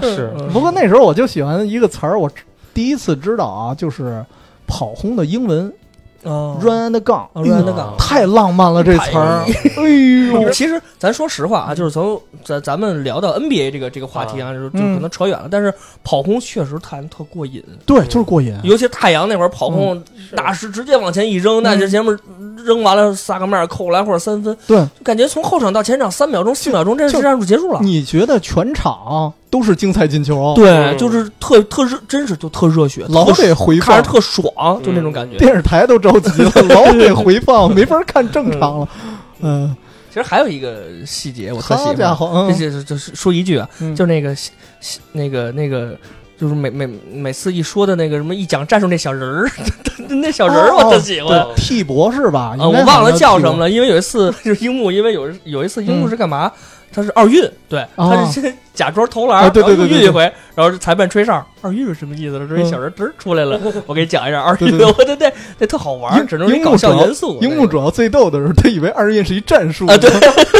[SPEAKER 3] 是
[SPEAKER 2] 嗯
[SPEAKER 1] 不过那时候我就喜欢一个词儿，我第一次知道啊，就是跑轰的英文
[SPEAKER 2] 哦
[SPEAKER 1] “run and gun”，
[SPEAKER 2] 哦，run and
[SPEAKER 1] 哎呦
[SPEAKER 2] gun
[SPEAKER 1] 太浪漫了这词儿，哎呦，
[SPEAKER 2] 嗯其实咱说实话啊，就是从咱咱们聊到 NBA 这个这个话题啊，就就
[SPEAKER 1] 嗯
[SPEAKER 2] 可能扯远了。但是跑轰确实看着特过瘾，
[SPEAKER 1] 对，就是过瘾。
[SPEAKER 2] 尤其是太阳那会儿跑轰，
[SPEAKER 1] 嗯
[SPEAKER 2] 大师直接往前一扔，那就前面扔完了撒个面扣篮或者三分，
[SPEAKER 1] 对，
[SPEAKER 2] 就感觉从后场到前场三秒钟、四秒钟，这
[SPEAKER 1] 就是
[SPEAKER 2] 战术结束了。
[SPEAKER 1] 你觉得全场都是精彩进球，
[SPEAKER 2] 对，
[SPEAKER 3] 嗯
[SPEAKER 2] 就是特特热，真是就特热血，
[SPEAKER 1] 老
[SPEAKER 2] 特
[SPEAKER 1] 得回
[SPEAKER 2] 看
[SPEAKER 1] 放
[SPEAKER 2] 着，特爽，就那种感觉。
[SPEAKER 1] 电视台都着急了，老得回放，没法看正常了。嗯，
[SPEAKER 2] 其实还有一个细节我特喜
[SPEAKER 1] 好
[SPEAKER 2] 欢，
[SPEAKER 1] 家伙，
[SPEAKER 2] 这
[SPEAKER 1] 嗯
[SPEAKER 2] 这这是说一句啊，
[SPEAKER 1] 嗯
[SPEAKER 2] 就那个西西那个那个，就是每每每次一说的那个什么一讲战术那小人儿， 那小人儿我特喜欢。
[SPEAKER 1] 哦对 T 博士吧，
[SPEAKER 2] 啊，
[SPEAKER 1] 应该
[SPEAKER 2] 我忘
[SPEAKER 1] 好
[SPEAKER 2] 了
[SPEAKER 1] 像
[SPEAKER 2] 叫
[SPEAKER 1] T
[SPEAKER 2] 什
[SPEAKER 1] 博
[SPEAKER 2] 么了，因为有一次 就是樱木，因为有有一次樱木
[SPEAKER 1] 嗯
[SPEAKER 2] 是干嘛？他是二运，对，
[SPEAKER 1] 哦
[SPEAKER 2] 他是先假装投篮，
[SPEAKER 1] 啊对对
[SPEAKER 2] 然后
[SPEAKER 1] 对对
[SPEAKER 2] 运一
[SPEAKER 1] 对嗯
[SPEAKER 2] 回，然后裁判吹哨，二运是什么意思呢？这一小人嘚儿出来 了，我给你讲一下二
[SPEAKER 1] 对
[SPEAKER 2] 运，
[SPEAKER 1] 对对
[SPEAKER 2] 我的那那特好玩儿，
[SPEAKER 1] 樱
[SPEAKER 2] 只能是
[SPEAKER 1] 樱木
[SPEAKER 2] 搞笑
[SPEAKER 1] 主要
[SPEAKER 2] 元素。
[SPEAKER 1] 樱木主要最逗的是，他以为二印是一战术
[SPEAKER 2] 啊对，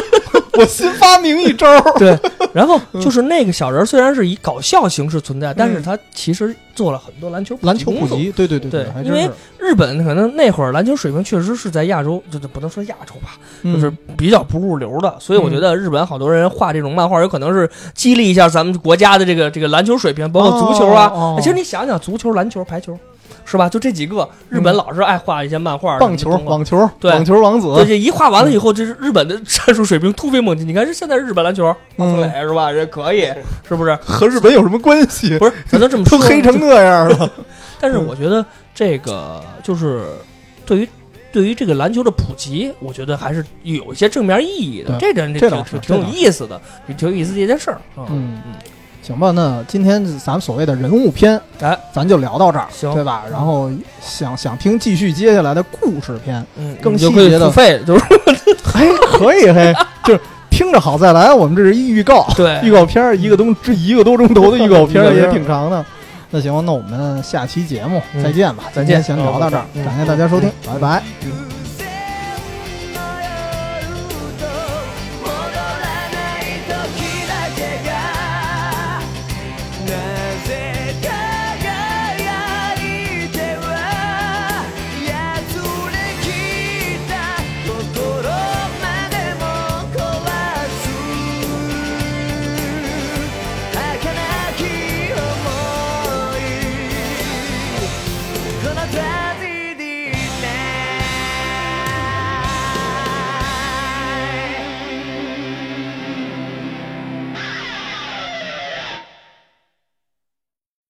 [SPEAKER 1] 我新发明一招 儿，
[SPEAKER 2] 对，然后
[SPEAKER 1] 嗯
[SPEAKER 2] 就是那个小人儿虽然是以搞笑形式存在，但是他其实做了很多篮球
[SPEAKER 1] 篮球普
[SPEAKER 2] 工作。
[SPEAKER 1] 及，对对对
[SPEAKER 2] 对
[SPEAKER 1] 还
[SPEAKER 2] 因
[SPEAKER 1] 真
[SPEAKER 2] 为
[SPEAKER 1] 是，
[SPEAKER 2] 日本可能那会儿篮球水平确实是在亚洲，就就不能说亚洲吧，
[SPEAKER 1] 嗯
[SPEAKER 2] 就是比较不入流的。所以我觉得日本好多人画这种漫画，有可能是激励一下咱们国家的这个这个篮球水平，包括足球啊。
[SPEAKER 1] 哦哦
[SPEAKER 2] 其实你想想，足球、篮球、排球，是吧？就这几个，日本
[SPEAKER 1] 嗯
[SPEAKER 2] 老是爱画一些漫画。
[SPEAKER 1] 棒球、网球、
[SPEAKER 2] 对
[SPEAKER 1] 网球王子，
[SPEAKER 2] 对，这一画完了以后，这是日本的战术水平突飞猛进。你看，这现在日本篮球，马特磊
[SPEAKER 1] 嗯
[SPEAKER 2] 是吧？人可以，是不是？
[SPEAKER 1] 和日本有什么关系？
[SPEAKER 2] 不是，咱都这么
[SPEAKER 1] 都
[SPEAKER 2] 说，
[SPEAKER 1] 黑成那样了，
[SPEAKER 2] 但
[SPEAKER 1] 嗯
[SPEAKER 2] 是我觉得这个就是对于对于这个篮球的普及，我觉得还是有一些正面意义的。这点
[SPEAKER 1] 这
[SPEAKER 2] 挺
[SPEAKER 1] 倒
[SPEAKER 2] 挺
[SPEAKER 1] 是
[SPEAKER 2] 挺
[SPEAKER 1] 这
[SPEAKER 2] 有
[SPEAKER 1] 倒是
[SPEAKER 2] 意思的，挺挺有意思的一件事儿。 嗯，
[SPEAKER 1] 嗯，行吧，那今天咱们所谓的人物篇，
[SPEAKER 2] 哎，
[SPEAKER 1] 咱就聊到这儿，
[SPEAKER 2] 行
[SPEAKER 1] 对吧？然后想想听继续接下来的故事篇，
[SPEAKER 2] 嗯，
[SPEAKER 1] 更
[SPEAKER 2] 你就
[SPEAKER 1] 细
[SPEAKER 2] 可以
[SPEAKER 1] 节
[SPEAKER 2] 付
[SPEAKER 1] 的
[SPEAKER 2] 费，就是
[SPEAKER 1] 嘿，可以嘿，就是听着好再来，我们这是一预告，
[SPEAKER 2] 对
[SPEAKER 1] 预告片儿一个东这一个多钟头的预告片
[SPEAKER 2] 一个
[SPEAKER 1] 儿
[SPEAKER 2] 多
[SPEAKER 1] 也
[SPEAKER 2] 钟
[SPEAKER 1] 挺长 的。那行，那我们下期节目
[SPEAKER 2] 嗯
[SPEAKER 1] 再见吧，
[SPEAKER 2] 再
[SPEAKER 1] 今天
[SPEAKER 2] 见
[SPEAKER 1] 先聊到这儿
[SPEAKER 2] 嗯，
[SPEAKER 1] 感谢大家收听，拜拜。
[SPEAKER 4] Good.